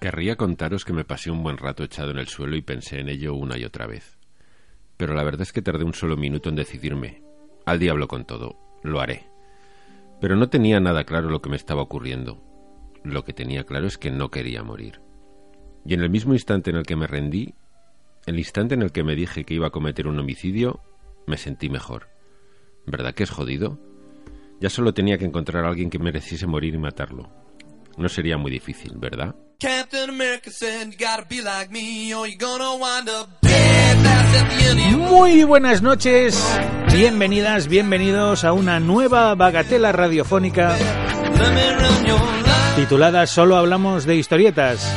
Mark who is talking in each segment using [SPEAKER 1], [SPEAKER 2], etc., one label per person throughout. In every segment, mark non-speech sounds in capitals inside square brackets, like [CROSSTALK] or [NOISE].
[SPEAKER 1] Querría contaros que me pasé un buen rato echado en el suelo y pensé en ello una y otra vez. Pero la verdad es que tardé un solo minuto en decidirme. Al diablo con todo, lo haré. Pero no tenía nada claro lo que me estaba ocurriendo. Lo que tenía claro es que no quería morir. Y en el mismo instante en el que me rendí, el instante en el que me dije que iba a cometer un homicidio, me sentí mejor. ¿Verdad que es jodido? Ya solo tenía que encontrar a alguien que mereciese morir y matarlo. No sería muy difícil, ¿verdad? Captain America said you gotta be like me or
[SPEAKER 2] you're gonna wind up dead. That's at the end of your... Muy buenas noches, bienvenidas, bienvenidos a una nueva bagatela radiofónica titulada Solo hablamos de historietas.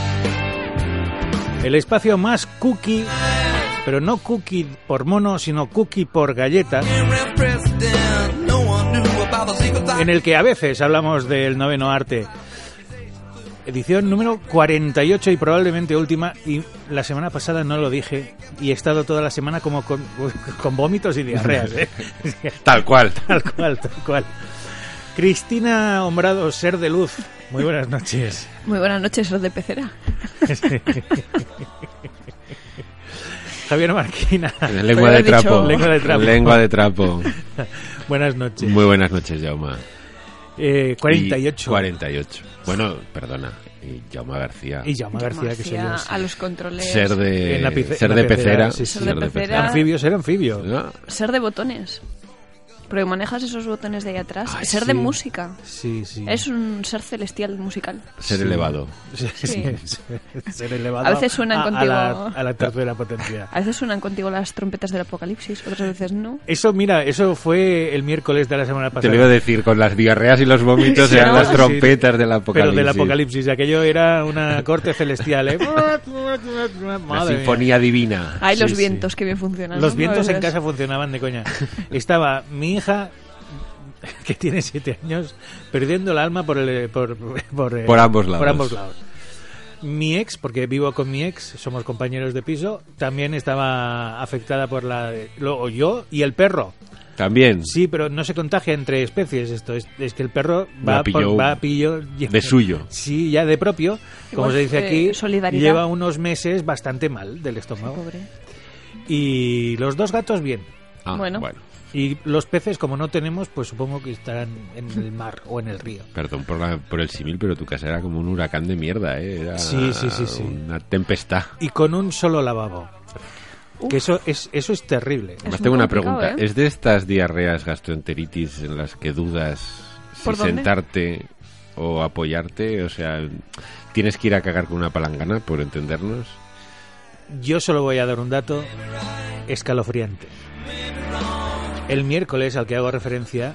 [SPEAKER 2] El espacio más cookie, pero no cookie por mono, sino cookie por galleta en el que a veces hablamos del noveno arte edición número 48 y probablemente última. Y la semana pasada no lo dije y he estado toda la semana como con, [LAUGHS] con vómitos y diarreas. ¿eh?
[SPEAKER 1] tal
[SPEAKER 2] [LAUGHS]
[SPEAKER 1] cual.
[SPEAKER 2] Tal cual, tal cual. Cristina Hombrado, Ser de Luz. Muy buenas noches.
[SPEAKER 3] Muy buenas noches, Ser de Pecera.
[SPEAKER 2] Javier Marquina.
[SPEAKER 1] Lengua de, trapo.
[SPEAKER 2] Lengua de trapo.
[SPEAKER 1] Lengua de
[SPEAKER 2] [LAUGHS]
[SPEAKER 1] trapo.
[SPEAKER 2] buenas noches.
[SPEAKER 1] Muy buenas noches, Jauma.
[SPEAKER 2] Eh,
[SPEAKER 1] Y
[SPEAKER 2] 48.
[SPEAKER 1] 48. Bueno, perdona. Y Jaume García.
[SPEAKER 2] Y Jaume García, que soy yo.
[SPEAKER 3] A los controles.
[SPEAKER 1] Ser de, ser de pecera.
[SPEAKER 3] Ser de pecera.
[SPEAKER 2] Anfibio, ser anfibio.
[SPEAKER 1] ¿No?
[SPEAKER 3] Ser de botones. Porque manejas esos botones de ahí atrás.
[SPEAKER 2] Ay,
[SPEAKER 3] ser
[SPEAKER 2] sí.
[SPEAKER 3] de música.
[SPEAKER 2] Sí, sí.
[SPEAKER 3] Es un ser celestial musical.
[SPEAKER 1] Ser
[SPEAKER 2] Sí.
[SPEAKER 1] elevado.
[SPEAKER 2] [LAUGHS] Sí, sí, sí.
[SPEAKER 3] [LAUGHS]
[SPEAKER 2] Ser elevado
[SPEAKER 3] A veces suenan
[SPEAKER 2] a, a
[SPEAKER 3] contigo-
[SPEAKER 2] la, a la tercera potencia.
[SPEAKER 3] A veces suenan contigo las trompetas del apocalipsis, otras veces no.
[SPEAKER 2] Eso, mira, eso fue el miércoles de la semana pasada.
[SPEAKER 1] Te lo iba a decir, con las diarreas y los vómitos
[SPEAKER 2] [LAUGHS] Sí,
[SPEAKER 1] eran
[SPEAKER 2] ¿no?
[SPEAKER 1] las
[SPEAKER 2] Sí.
[SPEAKER 1] trompetas del
[SPEAKER 2] Pero
[SPEAKER 1] apocalipsis.
[SPEAKER 2] del apocalipsis, aquello era una corte celestial, ¿eh?
[SPEAKER 1] [LAUGHS] La
[SPEAKER 2] Madre mía.
[SPEAKER 1] sinfonía divina.
[SPEAKER 3] Hay los
[SPEAKER 2] Sí, sí.
[SPEAKER 3] vientos que bien funcionan.
[SPEAKER 2] Los
[SPEAKER 3] ¿no?
[SPEAKER 2] vientos
[SPEAKER 3] A
[SPEAKER 2] en
[SPEAKER 3] veces.
[SPEAKER 2] casa funcionaban de coña. Estaba mi hija, [LAUGHS] que tiene siete años, perdiendo el alma por, el, por, por, eh,
[SPEAKER 1] Por ambos lados.
[SPEAKER 2] por ambos lados. Mi ex, porque vivo con mi ex, somos compañeros de piso, también estaba afectada por la... Luego yo y el perro.
[SPEAKER 1] También.
[SPEAKER 2] Sí, pero no se contagia entre especies esto. Es, es que el perro
[SPEAKER 1] La
[SPEAKER 2] va,
[SPEAKER 1] pilló
[SPEAKER 2] por- va a pillo.
[SPEAKER 1] de suyo.
[SPEAKER 2] [LAUGHS] Sí, ya de propio. Como
[SPEAKER 3] Igual,
[SPEAKER 2] se dice
[SPEAKER 3] eh,
[SPEAKER 2] aquí,
[SPEAKER 3] solidaridad.
[SPEAKER 2] lleva unos meses bastante mal del estómago.
[SPEAKER 3] Pobre.
[SPEAKER 2] Y los dos gatos bien.
[SPEAKER 1] Ah, bueno.
[SPEAKER 3] Bueno.
[SPEAKER 2] Y los peces, como no tenemos, pues supongo que estarán en el mar o en el río.
[SPEAKER 1] Perdón por, la- por el símil, pero tu casa era como un huracán de mierda, ¿eh? Era
[SPEAKER 2] Sí, sí, sí, sí.
[SPEAKER 1] Una tempestad.
[SPEAKER 2] Y con un solo lavabo.
[SPEAKER 3] Uf.
[SPEAKER 2] Que eso es, eso es terrible.
[SPEAKER 3] Es
[SPEAKER 1] Además, tengo
[SPEAKER 3] muy
[SPEAKER 1] una
[SPEAKER 3] complicado,
[SPEAKER 1] pregunta.
[SPEAKER 3] ¿eh?
[SPEAKER 1] ¿Es de estas diarreas gastroenteritis en las que dudas si
[SPEAKER 3] ¿Por dónde?
[SPEAKER 1] sentarte o apoyarte? O sea, ¿tienes que ir a cagar con una palangana, por entendernos?
[SPEAKER 2] Yo solo voy a dar un dato escalofriante. El miércoles al que hago referencia,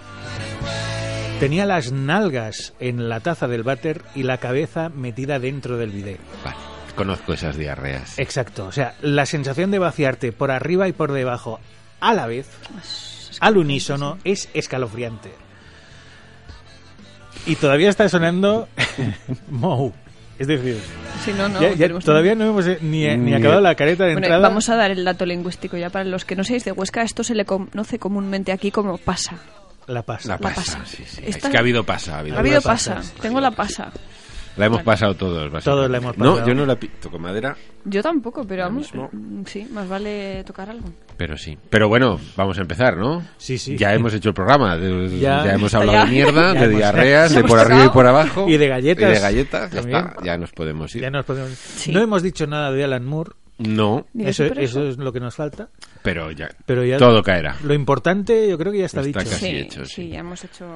[SPEAKER 2] tenía las nalgas en la taza del váter y la cabeza metida dentro del bidet.
[SPEAKER 1] Vale, conozco esas diarreas.
[SPEAKER 3] Eh,
[SPEAKER 2] Exacto, o sea, la sensación de vaciarte por arriba y por debajo a la vez,
[SPEAKER 3] Pues,
[SPEAKER 2] al unísono, es escalofriante. Y todavía está sonando [LAUGHS] Mou. Es decir,
[SPEAKER 3] Si no, no.
[SPEAKER 2] ya- ya
[SPEAKER 3] tenemos-
[SPEAKER 2] todavía no hemos eh, ni, ni
[SPEAKER 1] Ni-
[SPEAKER 2] acabado la careta de
[SPEAKER 3] Bueno,
[SPEAKER 2] entrada.
[SPEAKER 3] vamos a dar el dato lingüístico ya para los que no seáis de Huesca. Esto se le conoce comúnmente aquí como pasa.
[SPEAKER 2] La paz.
[SPEAKER 1] La pasa,
[SPEAKER 3] pasa.
[SPEAKER 1] sí, sí.
[SPEAKER 3] Esta-
[SPEAKER 1] Es que ha habido pasa. Ha habido,
[SPEAKER 3] Ha habido
[SPEAKER 2] pasa,
[SPEAKER 3] pasa. Tengo la pasa.
[SPEAKER 1] La hemos pasado todos, básicamente.
[SPEAKER 2] Todos la hemos
[SPEAKER 1] No,
[SPEAKER 2] pasado.
[SPEAKER 1] yo no la pi- toco madera,
[SPEAKER 3] Yo tampoco, pero
[SPEAKER 1] Lo
[SPEAKER 3] vamos.
[SPEAKER 1] mismo.
[SPEAKER 3] mm, Sí, más vale tocar algo.
[SPEAKER 1] pero sí. Pero bueno, vamos a empezar, ¿no?
[SPEAKER 2] Sí, sí.
[SPEAKER 1] Ya hemos hecho el programa. de-
[SPEAKER 2] Ya.
[SPEAKER 1] ya, hemos hablado de mierda,
[SPEAKER 2] [LAUGHS] Ya
[SPEAKER 1] de
[SPEAKER 2] hemos-
[SPEAKER 1] diarreas,
[SPEAKER 3] ya
[SPEAKER 1] de
[SPEAKER 3] hemos
[SPEAKER 1] por arriba y
[SPEAKER 3] tocado.
[SPEAKER 1] por abajo.
[SPEAKER 2] Y de galletas.
[SPEAKER 1] Y de galletas. Ya,
[SPEAKER 2] También.
[SPEAKER 1] está, ya nos podemos ir.
[SPEAKER 2] Ya nos podemos-
[SPEAKER 3] Sí.
[SPEAKER 2] No hemos dicho nada de Alan Moore,
[SPEAKER 1] No,
[SPEAKER 3] Ni de
[SPEAKER 2] Eso,
[SPEAKER 3] superhéroe.
[SPEAKER 2] eso es lo que nos falta.
[SPEAKER 1] pero ya,
[SPEAKER 2] Pero ya
[SPEAKER 1] todo caerá.
[SPEAKER 2] Lo importante, yo creo que ya está,
[SPEAKER 1] Está
[SPEAKER 2] dicho.
[SPEAKER 1] casi.
[SPEAKER 3] sí,
[SPEAKER 1] hecho, sí.
[SPEAKER 3] ya hemos hecho.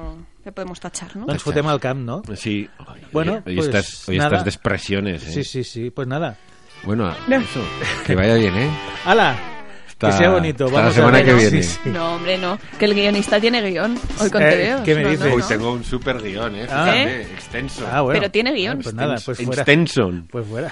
[SPEAKER 3] Ya podemos tachar, ¿no?
[SPEAKER 2] Nos fue al camp, ¿no?
[SPEAKER 1] Sí. Ay,
[SPEAKER 2] Bueno,
[SPEAKER 1] hoy, hoy
[SPEAKER 2] pues,
[SPEAKER 1] estás, hoy
[SPEAKER 2] nada.
[SPEAKER 1] estás de expresiones. ¿eh?
[SPEAKER 2] Sí, sí, sí. Pues nada.
[SPEAKER 1] Bueno, a-
[SPEAKER 3] No.
[SPEAKER 1] eso. Que vaya bien,
[SPEAKER 2] [LAUGHS]
[SPEAKER 1] ¿eh?
[SPEAKER 2] ¡Hala!
[SPEAKER 1] Hasta-
[SPEAKER 2] que sea bonito.
[SPEAKER 1] hasta la
[SPEAKER 2] Vamos a
[SPEAKER 1] semana
[SPEAKER 2] ver.
[SPEAKER 1] que
[SPEAKER 2] Sí,
[SPEAKER 1] viene.
[SPEAKER 2] sí.
[SPEAKER 3] No, hombre, no. Que el guionista tiene guión. Hoy con
[SPEAKER 2] Eh,
[SPEAKER 3] TVOs,
[SPEAKER 2] ¿qué me
[SPEAKER 3] no, no,
[SPEAKER 2] dices?
[SPEAKER 1] Hoy
[SPEAKER 3] no.
[SPEAKER 1] tengo un super guión, ¿eh?
[SPEAKER 2] Ah.
[SPEAKER 1] Fíjate, Extenso.
[SPEAKER 2] Ah, bueno.
[SPEAKER 3] Pero tiene guión.
[SPEAKER 2] Ah, Pues nada, pues fuera.
[SPEAKER 1] Extenson.
[SPEAKER 2] Pues fuera.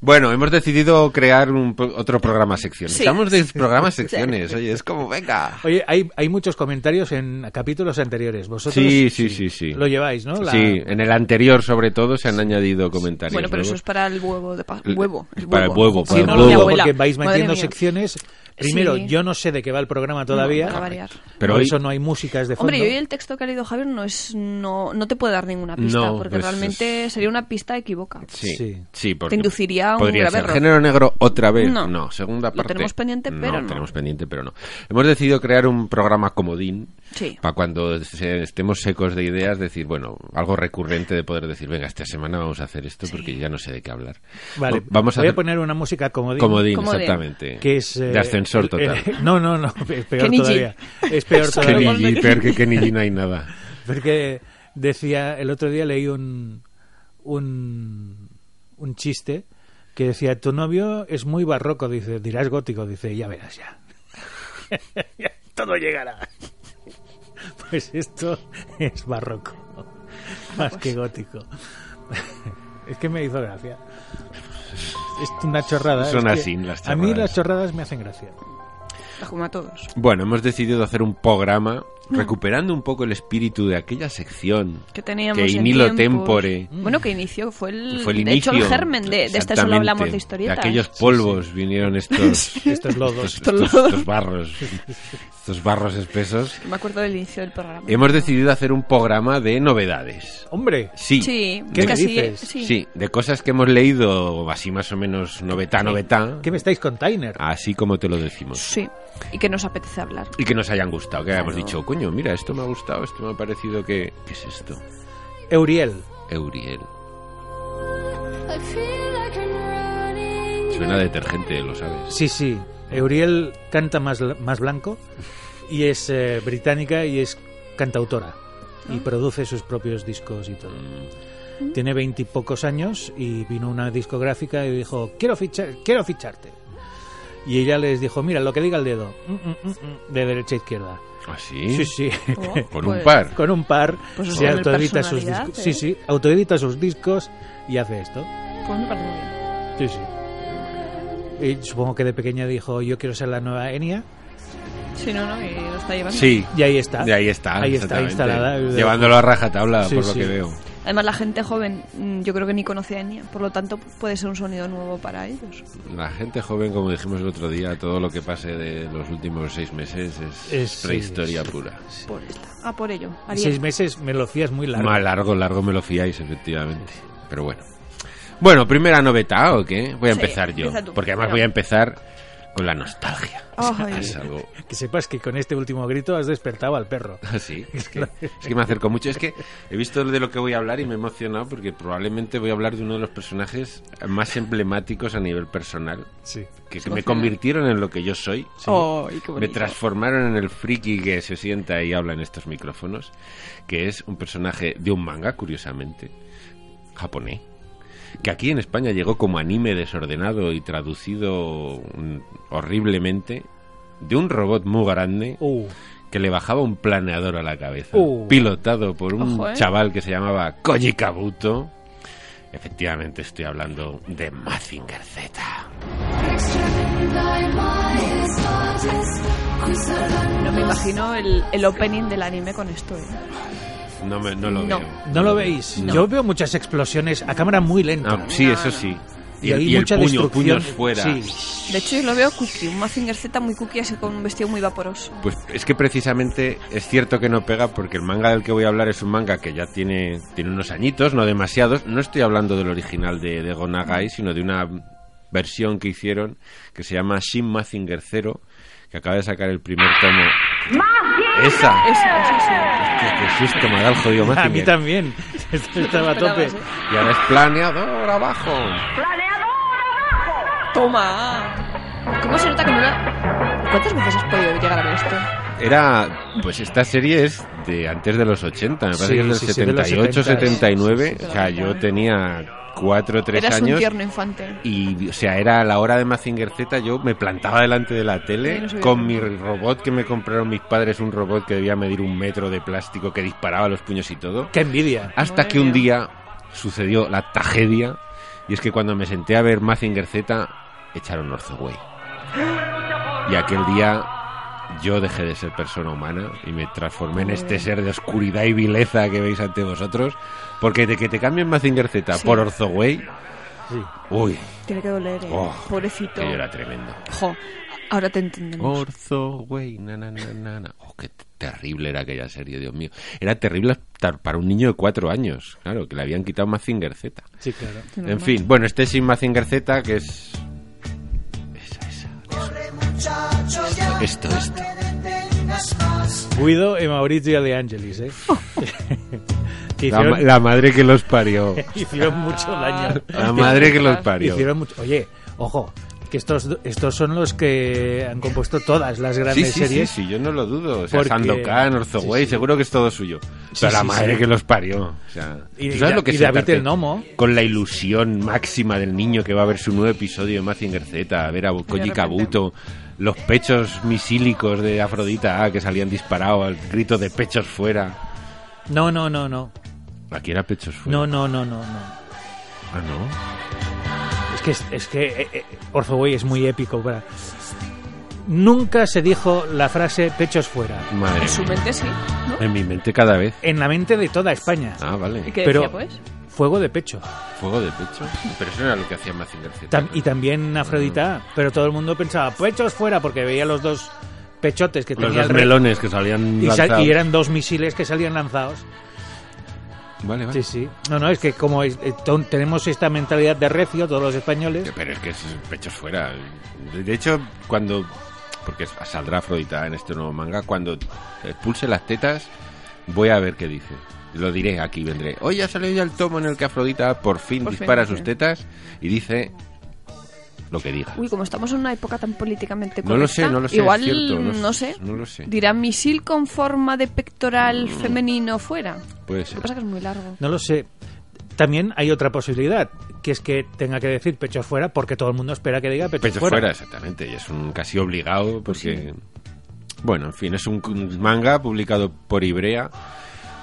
[SPEAKER 1] Bueno, hemos decidido crear un, po- otro programa sección.
[SPEAKER 3] Sí.
[SPEAKER 1] Estamos de programa secciones. Oye, es como, venga.
[SPEAKER 2] Oye, hay, hay muchos comentarios en capítulos anteriores. Vosotros
[SPEAKER 1] Sí, sí, sí, sí.
[SPEAKER 2] lo lleváis, ¿no? La-
[SPEAKER 1] Sí, en el anterior sobre todo se han añadido comentarios.
[SPEAKER 3] Bueno, pero eso
[SPEAKER 1] nuevos.
[SPEAKER 3] es para el huevo. De pa-
[SPEAKER 1] El-
[SPEAKER 3] huevo, el
[SPEAKER 1] para el huevo, para
[SPEAKER 3] Sí,
[SPEAKER 1] el
[SPEAKER 3] no,
[SPEAKER 2] no,
[SPEAKER 3] mi
[SPEAKER 1] huevo.
[SPEAKER 3] abuela.
[SPEAKER 2] porque vais
[SPEAKER 3] Madre
[SPEAKER 2] metiendo
[SPEAKER 3] mía.
[SPEAKER 2] secciones. Primero,
[SPEAKER 3] Sí.
[SPEAKER 2] yo no sé de qué va el programa todavía.
[SPEAKER 3] No, para variar.
[SPEAKER 1] Pero
[SPEAKER 2] por
[SPEAKER 1] hoy-
[SPEAKER 2] eso no hay músicas de fondo.
[SPEAKER 3] Hombre, yo y el texto que ha leído Javier no es no, no te puede dar ninguna pista,
[SPEAKER 1] No,
[SPEAKER 3] porque
[SPEAKER 1] pues
[SPEAKER 3] realmente
[SPEAKER 1] es-
[SPEAKER 3] sería una pista equivoca.
[SPEAKER 1] Sí, sí,
[SPEAKER 2] Sí.
[SPEAKER 1] porque
[SPEAKER 3] Te induciría a un
[SPEAKER 1] podría
[SPEAKER 3] grave
[SPEAKER 1] ser
[SPEAKER 3] error.
[SPEAKER 1] género negro otra vez. No,
[SPEAKER 3] No.
[SPEAKER 1] segunda
[SPEAKER 3] Lo
[SPEAKER 1] parte.
[SPEAKER 3] tenemos pendiente, pero no.
[SPEAKER 1] tenemos pendiente, pero no. Hemos decidido crear un programa comodín
[SPEAKER 3] Sí.
[SPEAKER 1] para cuando se- estemos secos de ideas, decir, bueno, algo recurrente de poder decir, venga, esta semana vamos a hacer esto porque ya no sé de qué hablar.
[SPEAKER 2] Vale,
[SPEAKER 1] Va- vamos a,
[SPEAKER 2] voy a
[SPEAKER 1] hacer
[SPEAKER 2] poner una música comodín.
[SPEAKER 1] comodín,
[SPEAKER 3] Comodín.
[SPEAKER 1] exactamente.
[SPEAKER 2] que es eh,
[SPEAKER 1] de ascensor
[SPEAKER 2] el-
[SPEAKER 1] total.
[SPEAKER 2] el- [LAUGHS] no, no, no, es peor
[SPEAKER 3] Kenny G.
[SPEAKER 2] todavía. Es peor
[SPEAKER 3] Eso
[SPEAKER 1] Kenny
[SPEAKER 2] todavía.
[SPEAKER 3] Pero
[SPEAKER 1] G,
[SPEAKER 3] porque-
[SPEAKER 1] peor [LAUGHS] que Kenny G no hay nada.
[SPEAKER 2] Porque decía, el otro día leí un, un, un chiste que decía, tu novio es muy barroco, dice, dirás gótico, dice, ya verás ya. [LAUGHS] Todo llegará. Pues esto es barroco, más que gótico. [LAUGHS] Es que me hizo gracia. Es una chorrada.
[SPEAKER 1] Son
[SPEAKER 2] es que
[SPEAKER 1] así las
[SPEAKER 2] A mí
[SPEAKER 1] chorradas.
[SPEAKER 2] las chorradas me hacen gracia.
[SPEAKER 3] La como a todos.
[SPEAKER 1] Bueno, hemos decidido hacer un programa recuperando un poco el espíritu de aquella sección
[SPEAKER 3] Que teníamos
[SPEAKER 1] que
[SPEAKER 3] en
[SPEAKER 1] in hilo
[SPEAKER 3] tiempos.
[SPEAKER 1] tempore
[SPEAKER 3] Bueno, que inició fue el,
[SPEAKER 1] Pues fue el
[SPEAKER 3] de hecho
[SPEAKER 1] inicio.
[SPEAKER 3] el germen de, de este solo
[SPEAKER 1] Exactamente.
[SPEAKER 3] hablamos de historietas.
[SPEAKER 1] De aquellos polvos
[SPEAKER 3] [LAUGHS]
[SPEAKER 1] vinieron estos,
[SPEAKER 2] Estos lodos.
[SPEAKER 1] estos, estos- estos barros, estos barros espesos.
[SPEAKER 3] Me acuerdo del inicio del programa.
[SPEAKER 1] Hemos decidido hacer un programa de novedades.
[SPEAKER 2] Hombre,
[SPEAKER 1] Sí.
[SPEAKER 3] Sí,
[SPEAKER 2] ¿Qué me
[SPEAKER 3] es que así-
[SPEAKER 2] dices?
[SPEAKER 3] sí.
[SPEAKER 1] Sí, de cosas que hemos leído así más o menos novetá, novetá,
[SPEAKER 2] ¿qué me estáis con Tainer?
[SPEAKER 1] así como te lo decimos.
[SPEAKER 3] Sí. Y que nos apetece hablar.
[SPEAKER 1] Y que nos hayan gustado, que hayamos
[SPEAKER 3] Claro.
[SPEAKER 1] dicho, coño, mira, esto me ha gustado, esto me ha parecido que... ¿Qué es esto?
[SPEAKER 2] Euriel.
[SPEAKER 1] Euriel.
[SPEAKER 4] I feel like I'm running.
[SPEAKER 1] Suena a detergente, lo sabes.
[SPEAKER 2] Sí, sí. Euriel canta más, más blanco y es eh, británica y es cantautora
[SPEAKER 3] Ah.
[SPEAKER 2] y produce sus propios discos y todo.
[SPEAKER 3] Mm.
[SPEAKER 2] Tiene veintipocos años y vino una discográfica y dijo, quiero, fichar, quiero ficharte. Y ella les dijo, mira, lo que diga el dedo, mm, mm, mm, mm", de derecha a izquierda.
[SPEAKER 1] ¿Así?
[SPEAKER 2] Sí, sí. [LAUGHS]
[SPEAKER 3] Oh,
[SPEAKER 1] [LAUGHS] Con un
[SPEAKER 3] pues-
[SPEAKER 1] par.
[SPEAKER 2] Con un par
[SPEAKER 3] Pues eso
[SPEAKER 2] se
[SPEAKER 3] es
[SPEAKER 2] autoedita sus
[SPEAKER 3] personalidad,
[SPEAKER 2] discos.
[SPEAKER 3] ¿eh?
[SPEAKER 2] Sí, sí, autoedita sus discos y hace esto.
[SPEAKER 3] Pues me parece muy bien.
[SPEAKER 2] Sí, sí. Y supongo que de pequeña dijo, yo quiero ser la nueva Enya.
[SPEAKER 3] Sí, no, no, y lo está llevando.
[SPEAKER 1] Sí,
[SPEAKER 2] Y ahí está.
[SPEAKER 1] de ahí está.
[SPEAKER 2] Ahí está
[SPEAKER 1] exactamente.
[SPEAKER 2] instalada. eh,
[SPEAKER 1] Llevándolo a rajatabla,
[SPEAKER 2] Sí,
[SPEAKER 1] por lo
[SPEAKER 2] sí.
[SPEAKER 1] que veo.
[SPEAKER 3] Además, la gente joven, mm, yo creo que ni conocía a Enya, por lo tanto, puede ser un sonido nuevo para ellos.
[SPEAKER 1] La gente joven, como dijimos el otro día, todo lo que pase de los últimos seis meses es,
[SPEAKER 2] Es- sí,
[SPEAKER 1] prehistoria
[SPEAKER 2] sí.
[SPEAKER 1] pura.
[SPEAKER 3] Por esta. Ah, por ello.
[SPEAKER 2] En
[SPEAKER 3] Ariel.
[SPEAKER 2] Seis meses me lo fías muy largo.
[SPEAKER 1] Más largo, largo me lo fiáis, efectivamente. Pero bueno. Bueno, primera novedad, ¿o qué? Voy a
[SPEAKER 3] Sí,
[SPEAKER 1] empezar yo.
[SPEAKER 3] empieza tú.
[SPEAKER 1] Porque además
[SPEAKER 3] Venga.
[SPEAKER 1] voy a empezar con la nostalgia.
[SPEAKER 3] Ay.
[SPEAKER 1] Es algo
[SPEAKER 2] Que sepas que con este último grito has despertado al perro.
[SPEAKER 1] [LAUGHS] así. Es que, es que me acerco mucho. Es que he visto de lo que voy a hablar y me he emocionado porque probablemente voy a hablar de uno de los personajes más emblemáticos a nivel personal
[SPEAKER 2] Sí.
[SPEAKER 1] que me convirtieron en lo que yo soy.
[SPEAKER 3] Ay, Oh, qué
[SPEAKER 1] Me
[SPEAKER 3] bonito.
[SPEAKER 1] transformaron en el friki que se sienta y habla en estos micrófonos, que es un personaje de un manga, curiosamente, japonés, que aquí en España llegó como anime desordenado y traducido mm, horriblemente, de un robot muy grande
[SPEAKER 2] Uh,
[SPEAKER 1] que le bajaba un planeador a la cabeza,
[SPEAKER 2] Uh.
[SPEAKER 1] pilotado por un
[SPEAKER 3] Ojo, ¿eh?
[SPEAKER 1] chaval que se llamaba Koji Kabuto. Efectivamente estoy hablando de Mazinger Z.
[SPEAKER 3] No me imagino el, el opening del anime con esto. ¿eh?
[SPEAKER 1] No, me- no lo
[SPEAKER 3] No.
[SPEAKER 1] veo.
[SPEAKER 2] ¿No lo veis?
[SPEAKER 1] No.
[SPEAKER 2] Yo veo muchas explosiones a cámara muy lenta.
[SPEAKER 1] Ah, sí,
[SPEAKER 3] No,
[SPEAKER 1] eso
[SPEAKER 3] no.
[SPEAKER 1] sí.
[SPEAKER 2] Y, hay
[SPEAKER 1] el
[SPEAKER 2] mucha
[SPEAKER 1] puño,
[SPEAKER 2] destrucción.
[SPEAKER 1] puños fuera.
[SPEAKER 2] Sí.
[SPEAKER 3] De hecho, yo lo veo cookie, un Mazinger Z muy cookie, así con un vestido muy vaporoso.
[SPEAKER 1] Pues es que precisamente es cierto que no pega porque el manga del que voy a hablar es un manga que ya tiene, tiene unos añitos, no demasiados. No estoy hablando del original de, de Gonagai, sino de una versión que hicieron que se llama Shin Mazinger Zero, que acaba de sacar el primer tomo. ¡Esa!
[SPEAKER 3] Eso, eso, sí.
[SPEAKER 1] ¡Qué, qué susto me ha dado el jodido
[SPEAKER 2] [LAUGHS] A mí
[SPEAKER 1] Mazinger!
[SPEAKER 2] también.
[SPEAKER 1] [LAUGHS]
[SPEAKER 2] Esto estaba a tope.
[SPEAKER 3] Esperabas, ¿eh?
[SPEAKER 1] Y ahora es planeador abajo.
[SPEAKER 3] Toma. ¿Cómo se nota que no la... ¿Cuántas veces has podido llegar a ver esto?
[SPEAKER 1] Era, pues esta serie es de antes de los 80, me parece
[SPEAKER 2] Sí,
[SPEAKER 1] que es del
[SPEAKER 2] sí, sí, de los
[SPEAKER 1] 78,
[SPEAKER 2] 70,
[SPEAKER 1] 79.
[SPEAKER 3] sí, sí, sí,
[SPEAKER 1] o sea,
[SPEAKER 3] totalmente.
[SPEAKER 1] yo tenía 4 o 3
[SPEAKER 3] Eras un
[SPEAKER 1] años.
[SPEAKER 3] tierno infante.
[SPEAKER 1] Y, o sea, era la hora de Mazinger Z, yo me plantaba delante de la
[SPEAKER 3] Sí,
[SPEAKER 1] tele
[SPEAKER 3] no soy
[SPEAKER 1] con
[SPEAKER 3] yo.
[SPEAKER 1] mi robot que me compraron mis padres, un robot que debía medir un metro de plástico que disparaba los puños y todo.
[SPEAKER 2] ¡Qué envidia!
[SPEAKER 1] Hasta
[SPEAKER 3] Madre
[SPEAKER 1] que un
[SPEAKER 3] mía.
[SPEAKER 1] día sucedió la tragedia, y es que cuando me senté a ver Mazinger Z, echaron Orzoway. Y aquel día yo dejé de ser persona humana y me transformé en este ser de oscuridad y vileza que veis ante vosotros, porque de que te cambien Mazinger Z
[SPEAKER 3] Sí.
[SPEAKER 1] por Orzoway,
[SPEAKER 2] Sí.
[SPEAKER 1] uy,
[SPEAKER 3] Tiene que doler, eh.
[SPEAKER 1] Oh,
[SPEAKER 3] Pobrecito.
[SPEAKER 1] que yo era tremendo.
[SPEAKER 3] Jo, ahora te
[SPEAKER 1] Oh,
[SPEAKER 3] entendemos.
[SPEAKER 1] Orzo, güey, na, na, na, na, na. Oh, qué terrible era aquella serie, Dios mío. Era terrible hasta para un niño de cuatro años, claro, que le habían quitado Mazinger Z.
[SPEAKER 2] Sí, claro.
[SPEAKER 1] En fin, bueno, este es Mazinger Z, que es... Esa, esa. eso. Esto, esto, esto.
[SPEAKER 2] Guido y Maurizio de Angelis, ¿eh? [LAUGHS] que
[SPEAKER 1] La, ma-
[SPEAKER 2] hicieron,
[SPEAKER 1] la madre que los parió.
[SPEAKER 2] hicieron mucho daño.
[SPEAKER 1] La madre que los parió.
[SPEAKER 2] Hicieron mucho. Oye, ojo, que estos, estos son los que han compuesto todas las
[SPEAKER 1] Sí,
[SPEAKER 2] grandes
[SPEAKER 1] sí, sí,
[SPEAKER 2] series.
[SPEAKER 1] sí, yo no lo dudo. O sea,
[SPEAKER 2] Porque-
[SPEAKER 1] Sandokan, Orzoway,
[SPEAKER 2] Sí, sí.
[SPEAKER 1] seguro que es todo suyo. Pero
[SPEAKER 2] Sí,
[SPEAKER 1] la
[SPEAKER 2] sí,
[SPEAKER 1] madre
[SPEAKER 2] sí.
[SPEAKER 1] que los parió. O sea,
[SPEAKER 2] Y-
[SPEAKER 1] ¿tú
[SPEAKER 2] y
[SPEAKER 1] sabes
[SPEAKER 2] Da-
[SPEAKER 1] lo que
[SPEAKER 2] y
[SPEAKER 1] es
[SPEAKER 2] David
[SPEAKER 1] sentarte
[SPEAKER 2] el Nomo.
[SPEAKER 1] Con la ilusión máxima del niño que va a ver su nuevo episodio de Mazinger Z, a ver a Koji
[SPEAKER 3] repente-
[SPEAKER 1] Kabuto, los pechos misílicos de Afrodita ah, que salían disparados al grito de pechos fuera.
[SPEAKER 2] No, no, no, no.
[SPEAKER 1] Aquí era pechos fuera.
[SPEAKER 2] No, no, no, no, no.
[SPEAKER 1] Ah, no.
[SPEAKER 2] Es que, es, es que eh, eh, Orzoway es muy épico. para- Nunca se dijo la frase pechos fuera.
[SPEAKER 1] Madre
[SPEAKER 3] En su
[SPEAKER 1] mía.
[SPEAKER 3] mente sí, ¿no?
[SPEAKER 1] En mi mente cada vez.
[SPEAKER 2] En la mente de toda España.
[SPEAKER 1] Ah,
[SPEAKER 3] ¿Y
[SPEAKER 1] vale.
[SPEAKER 3] qué
[SPEAKER 2] Pero-
[SPEAKER 3] decía, pues?
[SPEAKER 2] Fuego de pecho.
[SPEAKER 1] Fuego de pechos. Pero eso era lo que hacía Mazinger Z.
[SPEAKER 2] Tam- y también Afrodita.
[SPEAKER 1] Mm.
[SPEAKER 2] Pero todo el mundo pensaba pechos fuera porque veía los dos pechotes que
[SPEAKER 1] Los
[SPEAKER 2] tenía
[SPEAKER 1] dos
[SPEAKER 2] el rey.
[SPEAKER 1] melones que salían
[SPEAKER 2] Y, sal-
[SPEAKER 1] lanzados.
[SPEAKER 2] y eran dos misiles que salían lanzados.
[SPEAKER 1] Vale, vale.
[SPEAKER 2] Sí, sí. No, no, es que como es- eh, ton- tenemos esta mentalidad de recio, todos los españoles.
[SPEAKER 1] Pero es que es pechos fuera. De hecho, cuando. Porque saldrá Afrodita en este nuevo manga. Cuando expulse las tetas, voy a ver qué dice. Lo diré aquí, vendré. Hoy ha salido ya el tomo en el que Afrodita por fin
[SPEAKER 3] Por fin,
[SPEAKER 1] dispara
[SPEAKER 3] sí.
[SPEAKER 1] sus tetas y dice lo que diga.
[SPEAKER 3] Uy, como estamos en una época tan políticamente correcta.
[SPEAKER 1] no lo sé, no lo sé. es
[SPEAKER 3] Igual,
[SPEAKER 1] cierto,
[SPEAKER 3] no,
[SPEAKER 1] no
[SPEAKER 3] sé.
[SPEAKER 1] No lo sé. Mm.
[SPEAKER 3] Dirá misil con forma de pectoral femenino fuera.
[SPEAKER 1] Puede
[SPEAKER 3] Lo que
[SPEAKER 1] ser.
[SPEAKER 3] pasa es que es muy largo.
[SPEAKER 2] No lo sé. También hay otra posibilidad, que es que tenga que decir pecho fuera porque todo el mundo espera que diga pecho,
[SPEAKER 1] Pecho fuera. exactamente. Y es un casi obligado porque... Bueno, en fin, es un un manga publicado por Ibrea.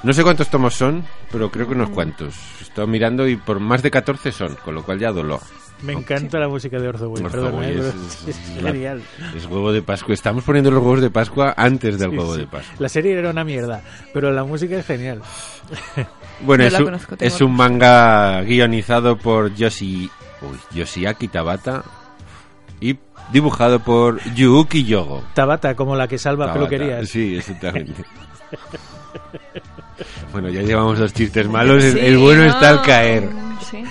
[SPEAKER 1] No sé cuántos tomos son, pero creo que unos
[SPEAKER 3] Mm.
[SPEAKER 1] cuantos. Estoy mirando y por más de 14 son, con lo cual ya dolor.
[SPEAKER 2] Me encanta la música de Orzoway.
[SPEAKER 1] Por
[SPEAKER 2] perdona,
[SPEAKER 1] favor,
[SPEAKER 2] eh,
[SPEAKER 1] es,
[SPEAKER 2] pero
[SPEAKER 1] es-
[SPEAKER 2] es,
[SPEAKER 1] es la-
[SPEAKER 2] genial.
[SPEAKER 1] es huevo de Pascua. Estamos poniendo los huevos de Pascua antes del
[SPEAKER 2] Sí,
[SPEAKER 1] huevo
[SPEAKER 2] sí.
[SPEAKER 1] de Pascua.
[SPEAKER 2] La serie era una mierda, pero la música es genial.
[SPEAKER 1] Bueno,
[SPEAKER 3] No
[SPEAKER 1] es
[SPEAKER 3] la
[SPEAKER 1] un,
[SPEAKER 3] conozco, tengo
[SPEAKER 1] es un manga guionizado por Yoshi, uy, Yoshiaki Tabata y dibujado por Yuuki Yogo.
[SPEAKER 2] Tabata, como la ¿eh? que salva
[SPEAKER 1] Tabata.
[SPEAKER 2] peluquerías.
[SPEAKER 1] Sí,
[SPEAKER 2] [LAUGHS]
[SPEAKER 1] exactamente. bueno, ya llevamos dos chistes malos. El-
[SPEAKER 3] Sí,
[SPEAKER 1] el bueno
[SPEAKER 3] no,
[SPEAKER 1] está al caer. [LAUGHS]
[SPEAKER 3] Sí.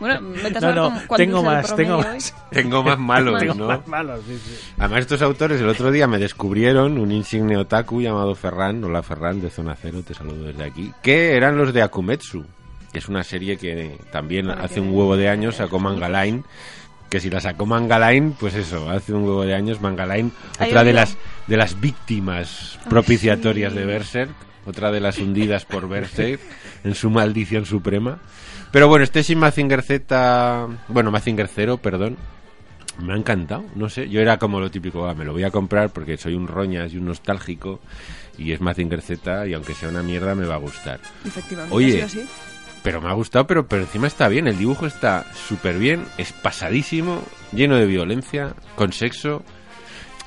[SPEAKER 3] Bueno, vete a
[SPEAKER 2] No,
[SPEAKER 3] saber
[SPEAKER 2] no,
[SPEAKER 3] cómo- cuánto
[SPEAKER 2] tengo
[SPEAKER 3] es el
[SPEAKER 2] más, tengo
[SPEAKER 3] promedio
[SPEAKER 2] más.
[SPEAKER 1] Tengo más malos,
[SPEAKER 2] Tengo
[SPEAKER 1] ¿no?
[SPEAKER 2] más malos, sí, sí.
[SPEAKER 1] Además, estos autores el otro día me descubrieron un insigne otaku llamado Ferran. Hola, Ferran, de Zona Cero, te saludo desde aquí. Que eran los de Akumetsu, que es una serie que también
[SPEAKER 3] Para
[SPEAKER 1] hace
[SPEAKER 3] que
[SPEAKER 1] un
[SPEAKER 3] veas.
[SPEAKER 1] huevo de años sacó Manga Line. Que si la sacó Manga Line, pues eso, hace un huevo de años Manga Line,
[SPEAKER 3] Ahí
[SPEAKER 1] otra de
[SPEAKER 3] olvidó.
[SPEAKER 1] las, de las víctimas propiciatorias de Berserk, otra de las hundidas por Berserk [LAUGHS] en su maldición suprema. Pero bueno, este sin Mazinger Z, bueno, Mazinger Zero, perdón, me ha encantado, no sé. Yo era como lo típico, ah, me lo voy a comprar porque soy un roñas y un nostálgico y es Mazinger Z y aunque sea una mierda me va a gustar.
[SPEAKER 3] Efectivamente.
[SPEAKER 1] Oye.
[SPEAKER 3] ha sido así.
[SPEAKER 1] Pero me ha gustado, pero, pero encima está bien, el dibujo está súper bien, es pasadísimo, lleno de violencia, con sexo.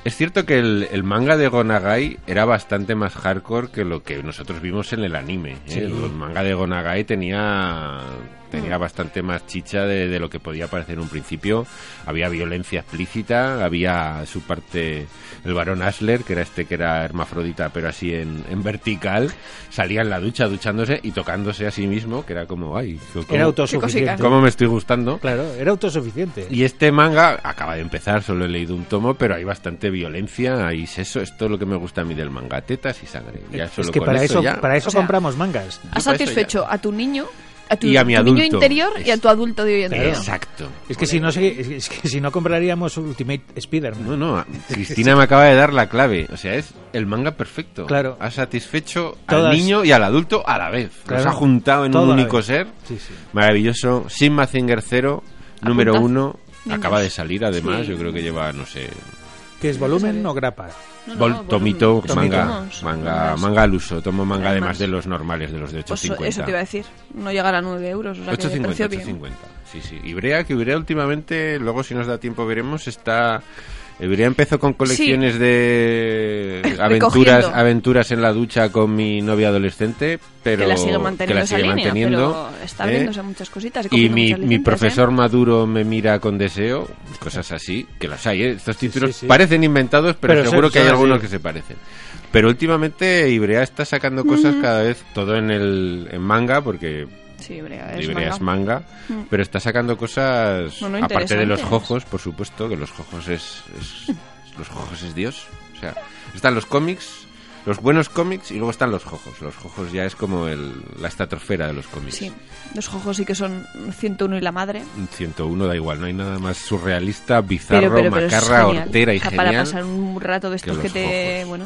[SPEAKER 1] Es cierto que el, el manga de Gonagai era bastante más hardcore que lo que nosotros vimos en el anime. ¿eh? El manga de Gonagai tenía, tenía bastante más chicha de, de lo que podía parecer en un principio. Había violencia explícita, había su parte, el varón Asler, que era este que era hermafrodita, pero así en, en vertical, salía en la ducha duchándose y tocándose a sí mismo, que era como, ay, ¿cómo-
[SPEAKER 2] Era autosuficiente.
[SPEAKER 1] ¿cómo me estoy gustando?
[SPEAKER 2] Claro, era autosuficiente.
[SPEAKER 1] Y este manga acaba de empezar, solo he leído un tomo, pero hay bastante violencia, hay sexo, esto es lo que me gusta a mí del manga, tetas y sangre. Ya
[SPEAKER 2] es
[SPEAKER 1] solo
[SPEAKER 2] que
[SPEAKER 1] con
[SPEAKER 2] para eso,
[SPEAKER 1] ya-
[SPEAKER 2] para eso
[SPEAKER 3] O sea,
[SPEAKER 2] compramos mangas.
[SPEAKER 3] Has
[SPEAKER 1] para eso
[SPEAKER 3] satisfecho a tu niño a tu,
[SPEAKER 1] Y a mi
[SPEAKER 3] tu niño
[SPEAKER 1] adulto.
[SPEAKER 3] interior y a tu adulto de hoy en
[SPEAKER 2] Claro.
[SPEAKER 3] día.
[SPEAKER 1] Exacto.
[SPEAKER 2] Es que, si no, se- es que- es que si no compraríamos Ultimate Spider-Man.
[SPEAKER 1] No,
[SPEAKER 2] [LAUGHS]
[SPEAKER 1] no, Cristina me acaba de dar la clave. O sea, es el manga perfecto.
[SPEAKER 2] Claro.
[SPEAKER 1] Ha satisfecho
[SPEAKER 2] Todas-
[SPEAKER 1] al niño y al adulto a la vez.
[SPEAKER 2] Claro.
[SPEAKER 1] Los ha juntado en
[SPEAKER 2] Todo a
[SPEAKER 1] un
[SPEAKER 2] la
[SPEAKER 1] único
[SPEAKER 2] vez.
[SPEAKER 1] ser.
[SPEAKER 2] Sí, sí.
[SPEAKER 1] Maravilloso. Sin Mazinger 0, número
[SPEAKER 3] Apuntad.
[SPEAKER 1] uno.
[SPEAKER 3] Venga.
[SPEAKER 1] Acaba de salir, además.
[SPEAKER 3] Sí.
[SPEAKER 1] Yo creo que lleva, no sé,
[SPEAKER 2] ¿Que es volumen o grapa?
[SPEAKER 3] No, no,
[SPEAKER 1] Vol-
[SPEAKER 3] volumen.
[SPEAKER 1] tomito,
[SPEAKER 2] Tomito.
[SPEAKER 1] manga,
[SPEAKER 3] Tomos,
[SPEAKER 1] manga,
[SPEAKER 3] mangas.
[SPEAKER 1] manga al uso. Tomo manga
[SPEAKER 3] Además.
[SPEAKER 1] además de los normales, de los de
[SPEAKER 3] Pues
[SPEAKER 1] 8.50.
[SPEAKER 3] eso te iba a decir. No llegará a 9 euros. O sea, que
[SPEAKER 1] 8.50,
[SPEAKER 3] precio bien.
[SPEAKER 1] 8.50. Sí, sí. Ibrea, que Ibrea últimamente, luego si nos da tiempo veremos, está... Ibrea empezó con colecciones de aventuras,
[SPEAKER 3] [LAUGHS] Recogiendo.
[SPEAKER 1] aventuras en la ducha con mi novia adolescente, pero
[SPEAKER 3] que la sigue
[SPEAKER 1] que
[SPEAKER 3] manteniendo
[SPEAKER 1] la
[SPEAKER 3] esa
[SPEAKER 1] sigue
[SPEAKER 3] línea,
[SPEAKER 1] manteniendo,
[SPEAKER 3] pero está
[SPEAKER 1] ¿eh?
[SPEAKER 3] abriéndose muchas cositas.
[SPEAKER 1] Y
[SPEAKER 3] cogiendo
[SPEAKER 1] mi,
[SPEAKER 3] muchas
[SPEAKER 1] mi
[SPEAKER 3] licencias, ¿eh?
[SPEAKER 1] profesor Maduro me mira con deseo, cosas así, que las hay, ¿eh? Estos títulos
[SPEAKER 2] sí, sí.
[SPEAKER 1] parecen inventados, pero,
[SPEAKER 2] Pero
[SPEAKER 1] seguro
[SPEAKER 2] son-
[SPEAKER 1] que hay
[SPEAKER 2] son
[SPEAKER 1] algunos
[SPEAKER 2] así.
[SPEAKER 1] que se parecen. Pero últimamente Ibrea está sacando cosas
[SPEAKER 3] Mm.
[SPEAKER 1] cada vez, todo en el en manga, porque
[SPEAKER 3] ¿eh? Sí, Ibrea es
[SPEAKER 1] Ibrea es
[SPEAKER 3] manga.
[SPEAKER 1] manga,
[SPEAKER 3] Mm.
[SPEAKER 1] pero está sacando cosas,
[SPEAKER 3] Bueno,
[SPEAKER 1] aparte de los
[SPEAKER 3] interesantes.
[SPEAKER 1] jojos, por supuesto, que los jojos es, es- los jojos es Dios. O sea, están los cómics, los buenos cómics, y luego están los jojos. Los jojos ya es como el- la estratosfera de los cómics.
[SPEAKER 3] Sí, los ojos sí que son 101 y la madre.
[SPEAKER 1] 101 da igual, no hay nada más surrealista, bizarro,
[SPEAKER 3] es
[SPEAKER 1] macarra,
[SPEAKER 3] genial.
[SPEAKER 1] hortera y
[SPEAKER 3] O sea,
[SPEAKER 1] genial.
[SPEAKER 3] Para pasar un rato de estos
[SPEAKER 1] que
[SPEAKER 3] que,
[SPEAKER 1] los
[SPEAKER 3] te,
[SPEAKER 1] ojos.
[SPEAKER 3] bueno,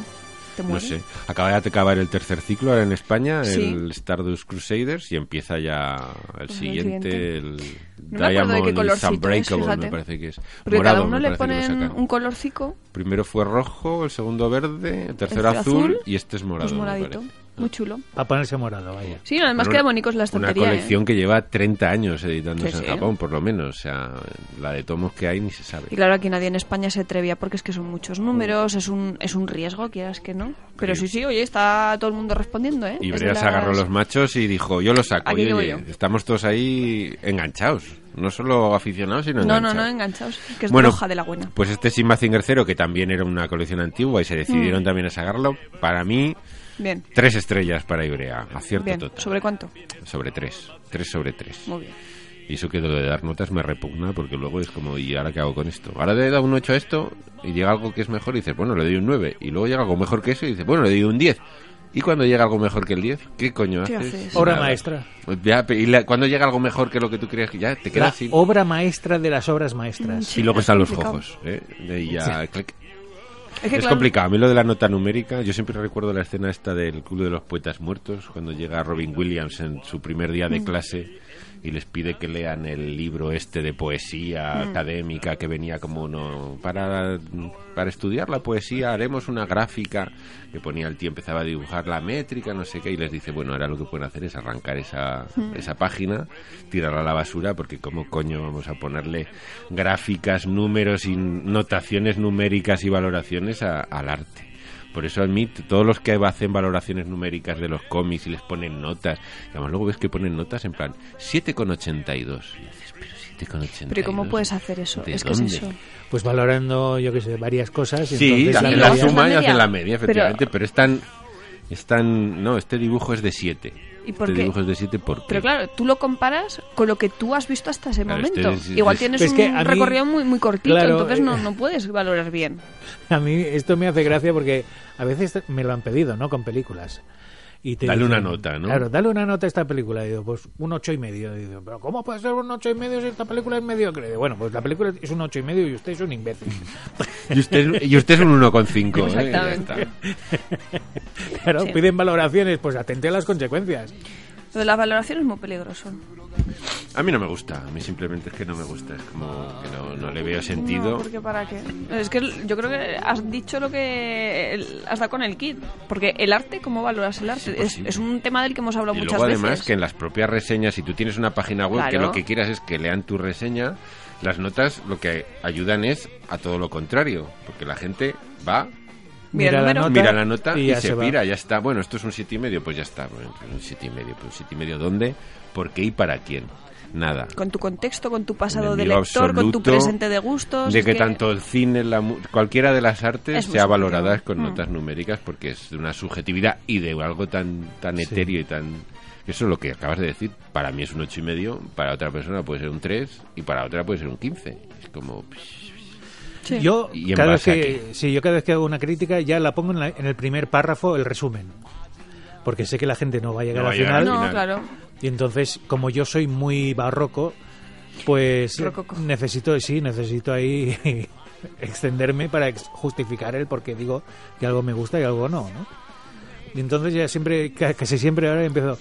[SPEAKER 3] te
[SPEAKER 1] No
[SPEAKER 3] mueres.
[SPEAKER 1] sé, acaba de acabar el tercer ciclo ahora en España,
[SPEAKER 3] Sí.
[SPEAKER 1] el Stardust Crusaders, y empieza ya el
[SPEAKER 3] Pues el
[SPEAKER 1] siguiente,
[SPEAKER 3] siguiente.
[SPEAKER 1] el
[SPEAKER 3] No me acuerdo de qué
[SPEAKER 1] Diamond is
[SPEAKER 3] colorcito es,
[SPEAKER 1] Unbreakable, me
[SPEAKER 3] fíjate.
[SPEAKER 1] parece que es.
[SPEAKER 3] Porque
[SPEAKER 1] Morado,
[SPEAKER 3] cada uno
[SPEAKER 1] me parece
[SPEAKER 3] le
[SPEAKER 1] que lo
[SPEAKER 3] ponen
[SPEAKER 1] sacan.
[SPEAKER 3] un colorcico,
[SPEAKER 1] Primero fue rojo, el segundo verde, el tercero
[SPEAKER 3] tercero
[SPEAKER 1] azul,
[SPEAKER 3] azul,
[SPEAKER 1] y este es morado.
[SPEAKER 3] pues
[SPEAKER 1] me
[SPEAKER 3] moradito.
[SPEAKER 1] parece.
[SPEAKER 3] Muy chulo.
[SPEAKER 2] A ponerse morado, vaya.
[SPEAKER 3] Sí, además
[SPEAKER 1] Bueno,
[SPEAKER 3] queda bonitos la
[SPEAKER 1] Una
[SPEAKER 3] estantería. ¿eh?
[SPEAKER 1] colección que lleva 30 años editándose
[SPEAKER 3] Sí,
[SPEAKER 1] en
[SPEAKER 3] sí.
[SPEAKER 1] Japón, por lo menos. O sea, la de tomos que hay ni se sabe.
[SPEAKER 3] Y claro, aquí nadie en España se atrevía porque es que son muchos
[SPEAKER 1] Mm.
[SPEAKER 3] números, es un, es un riesgo, quieras que no. Pero
[SPEAKER 1] Sí.
[SPEAKER 3] sí, sí, oye, está todo el mundo respondiendo, ¿eh?
[SPEAKER 1] Y
[SPEAKER 3] [LAUGHS] Es de
[SPEAKER 1] Brea se agarró
[SPEAKER 3] las-
[SPEAKER 1] los machos y dijo, yo lo saco.
[SPEAKER 3] Aquí
[SPEAKER 1] Y,
[SPEAKER 3] llevo
[SPEAKER 1] oye,
[SPEAKER 3] yo.
[SPEAKER 1] estamos todos ahí enganchados. No solo aficionados, sino
[SPEAKER 3] No,
[SPEAKER 1] enganchados.
[SPEAKER 3] no, no, enganchados. Que es roja de la buena. Mm.
[SPEAKER 1] Pues este Sin Mazinger Zero, que también era una colección antigua y se decidieron también a sacarlo, para mí,
[SPEAKER 3] Bien,
[SPEAKER 1] tres estrellas para Ibrea. Acierto
[SPEAKER 3] bien.
[SPEAKER 1] total.
[SPEAKER 3] ¿Sobre cuánto?
[SPEAKER 1] Sobre tres. Tres sobre tres.
[SPEAKER 3] Muy bien.
[SPEAKER 1] Y eso que lo de dar notas me repugna porque luego es como, ¿y ahora qué hago con esto? Ahora le he dado un 8 a esto y llega algo que es mejor y dices, bueno, le doy un 9. Y luego llega algo mejor que eso y dices, bueno, le doy un 10. Y cuando llega algo mejor que el 10, ¿qué coño
[SPEAKER 3] ¿Qué
[SPEAKER 1] haces?
[SPEAKER 3] haces?
[SPEAKER 2] Obra
[SPEAKER 1] Nada. Pues
[SPEAKER 2] maestra.
[SPEAKER 1] Ya, pe- y la- cuando llega algo mejor que lo que tú creías que ya te
[SPEAKER 2] La
[SPEAKER 1] quedas sin.
[SPEAKER 2] obra maestra de las obras maestras.
[SPEAKER 3] Sí.
[SPEAKER 1] Y luego están los
[SPEAKER 3] complicado.
[SPEAKER 1] ojos. ¿eh? Y ya, clic.
[SPEAKER 3] Es que
[SPEAKER 1] Es
[SPEAKER 3] claro,
[SPEAKER 1] complicado. A mí lo de la nota numérica, yo siempre recuerdo la escena esta del Club de los Poetas Muertos, cuando llega Robin Williams en su primer día
[SPEAKER 3] Mm.
[SPEAKER 1] de clase y les pide que lean el libro este de poesía académica que venía como no para para estudiar la poesía haremos una gráfica que ponía el tío empezaba a dibujar la métrica no sé qué y les dice bueno ahora lo que pueden hacer es arrancar esa esa página tirarla a la basura porque cómo coño vamos a ponerle gráficas números y notaciones numéricas y valoraciones a- al arte por eso a mí t- todos los que hacen valoraciones numéricas de los cómics y les ponen notas, y además luego ves que ponen notas en plan 7,82. Y dices, pero 7,82.
[SPEAKER 3] pero ¿y ¿cómo puedes hacer eso?
[SPEAKER 1] ¿De
[SPEAKER 3] Es que es
[SPEAKER 1] dónde?
[SPEAKER 3] eso.
[SPEAKER 2] Pues valorando, yo qué sé, varias cosas. y
[SPEAKER 1] Sí,
[SPEAKER 2] entonces
[SPEAKER 1] hacen
[SPEAKER 3] la
[SPEAKER 1] la,
[SPEAKER 3] media.
[SPEAKER 1] suma y
[SPEAKER 3] La
[SPEAKER 1] hacen
[SPEAKER 3] media.
[SPEAKER 1] la media, efectivamente,
[SPEAKER 3] Pero-
[SPEAKER 1] pero, es tan es tan- no, este dibujo es de 7.
[SPEAKER 3] ¿Y por
[SPEAKER 1] este
[SPEAKER 3] qué?
[SPEAKER 1] dibujo es de 7 por qué?
[SPEAKER 3] Pero claro, tú lo comparas con lo que tú has visto hasta ese
[SPEAKER 1] Claro,
[SPEAKER 3] momento.
[SPEAKER 1] este es-
[SPEAKER 3] Igual
[SPEAKER 1] es-
[SPEAKER 3] tienes
[SPEAKER 2] Pero Pues es
[SPEAKER 3] un
[SPEAKER 2] que a mí-
[SPEAKER 3] recorrido muy, muy cortito,
[SPEAKER 2] Claro,
[SPEAKER 3] entonces no,
[SPEAKER 2] eh.
[SPEAKER 3] no puedes valorar bien.
[SPEAKER 2] A mí esto me hace gracia porque a veces me lo han pedido, ¿no? Con películas. Y te
[SPEAKER 1] Dale una nota, ¿no?
[SPEAKER 2] Claro, dale una nota a esta película. Y digo, pues un ocho y medio. Y digo, pero ¿cómo puede ser un ocho y medio si esta película es mediocre? Y digo, bueno, pues la película es un ocho y medio y usted es un imbécil. [LAUGHS]
[SPEAKER 1] Y usted, y usted es un 1,5. ¿eh? Y ya
[SPEAKER 3] Exactamente.
[SPEAKER 1] está.
[SPEAKER 2] Claro,
[SPEAKER 3] Sí.
[SPEAKER 2] piden valoraciones, pues atente a las consecuencias.
[SPEAKER 3] Lo de la valoración es muy peligroso.
[SPEAKER 1] A mí no me gusta, a mí simplemente es que no me gusta, es como que no, no le veo sentido.
[SPEAKER 3] No, porque para qué. Es que yo creo que has dicho lo que el- has dado con el kit. Porque el arte, ¿cómo valoras el arte? es,
[SPEAKER 1] imposible.
[SPEAKER 3] es un tema del que hemos hablado
[SPEAKER 1] pues Y
[SPEAKER 3] muchas
[SPEAKER 1] luego además
[SPEAKER 3] veces.
[SPEAKER 1] que en las propias reseñas, si tú tienes una página web que
[SPEAKER 3] Claro.
[SPEAKER 1] lo que quieras es que lean tu reseña, las notas lo que ayudan es a todo lo contrario, porque la gente va,
[SPEAKER 3] Mira el número.
[SPEAKER 1] mira la nota y,
[SPEAKER 2] ya
[SPEAKER 1] se,
[SPEAKER 2] va.
[SPEAKER 1] pira, ya está, bueno, esto es un siete y medio, pues ya está, bueno, pues un siete y medio, pues un siete y medio, ¿dónde? ¿Por qué y para quién? Nada.
[SPEAKER 3] Con tu contexto, con tu
[SPEAKER 1] Un
[SPEAKER 3] pasado de
[SPEAKER 1] enemigo
[SPEAKER 3] lector, con tu
[SPEAKER 1] absoluto
[SPEAKER 3] presente de gustos.
[SPEAKER 1] De
[SPEAKER 3] es
[SPEAKER 1] que, tanto el cine, la mu- cualquiera de las
[SPEAKER 3] Es
[SPEAKER 1] artes sea
[SPEAKER 3] muy subjetivo.
[SPEAKER 1] valorada con
[SPEAKER 3] Mm.
[SPEAKER 1] notas numéricas porque es de una subjetividad y de algo tan, tan
[SPEAKER 2] Sí.
[SPEAKER 1] etéreo y tan... Eso es lo que acabas de decir. Para mí es un ocho y medio, para otra persona puede ser un 3 y para otra puede ser un 15. Es como...
[SPEAKER 3] Sí.
[SPEAKER 2] Yo
[SPEAKER 1] ¿Y en
[SPEAKER 2] cada vez
[SPEAKER 1] base a
[SPEAKER 2] que sí, yo cada vez que hago una crítica ya la pongo en, la- en el primer párrafo el resumen. Porque sé que la gente no va a llegar
[SPEAKER 1] No va
[SPEAKER 2] al
[SPEAKER 1] a llegar
[SPEAKER 2] final.
[SPEAKER 1] al
[SPEAKER 3] No,
[SPEAKER 1] final.
[SPEAKER 3] claro.
[SPEAKER 2] Y entonces, como yo soy muy barroco, pues eh,
[SPEAKER 3] Rococo.
[SPEAKER 2] necesito, sí, necesito ahí [LAUGHS] extenderme para ex- justificar el por qué digo que algo me gusta y algo no, ¿no? Y entonces ya siempre, ca- casi siempre ahora empiezo,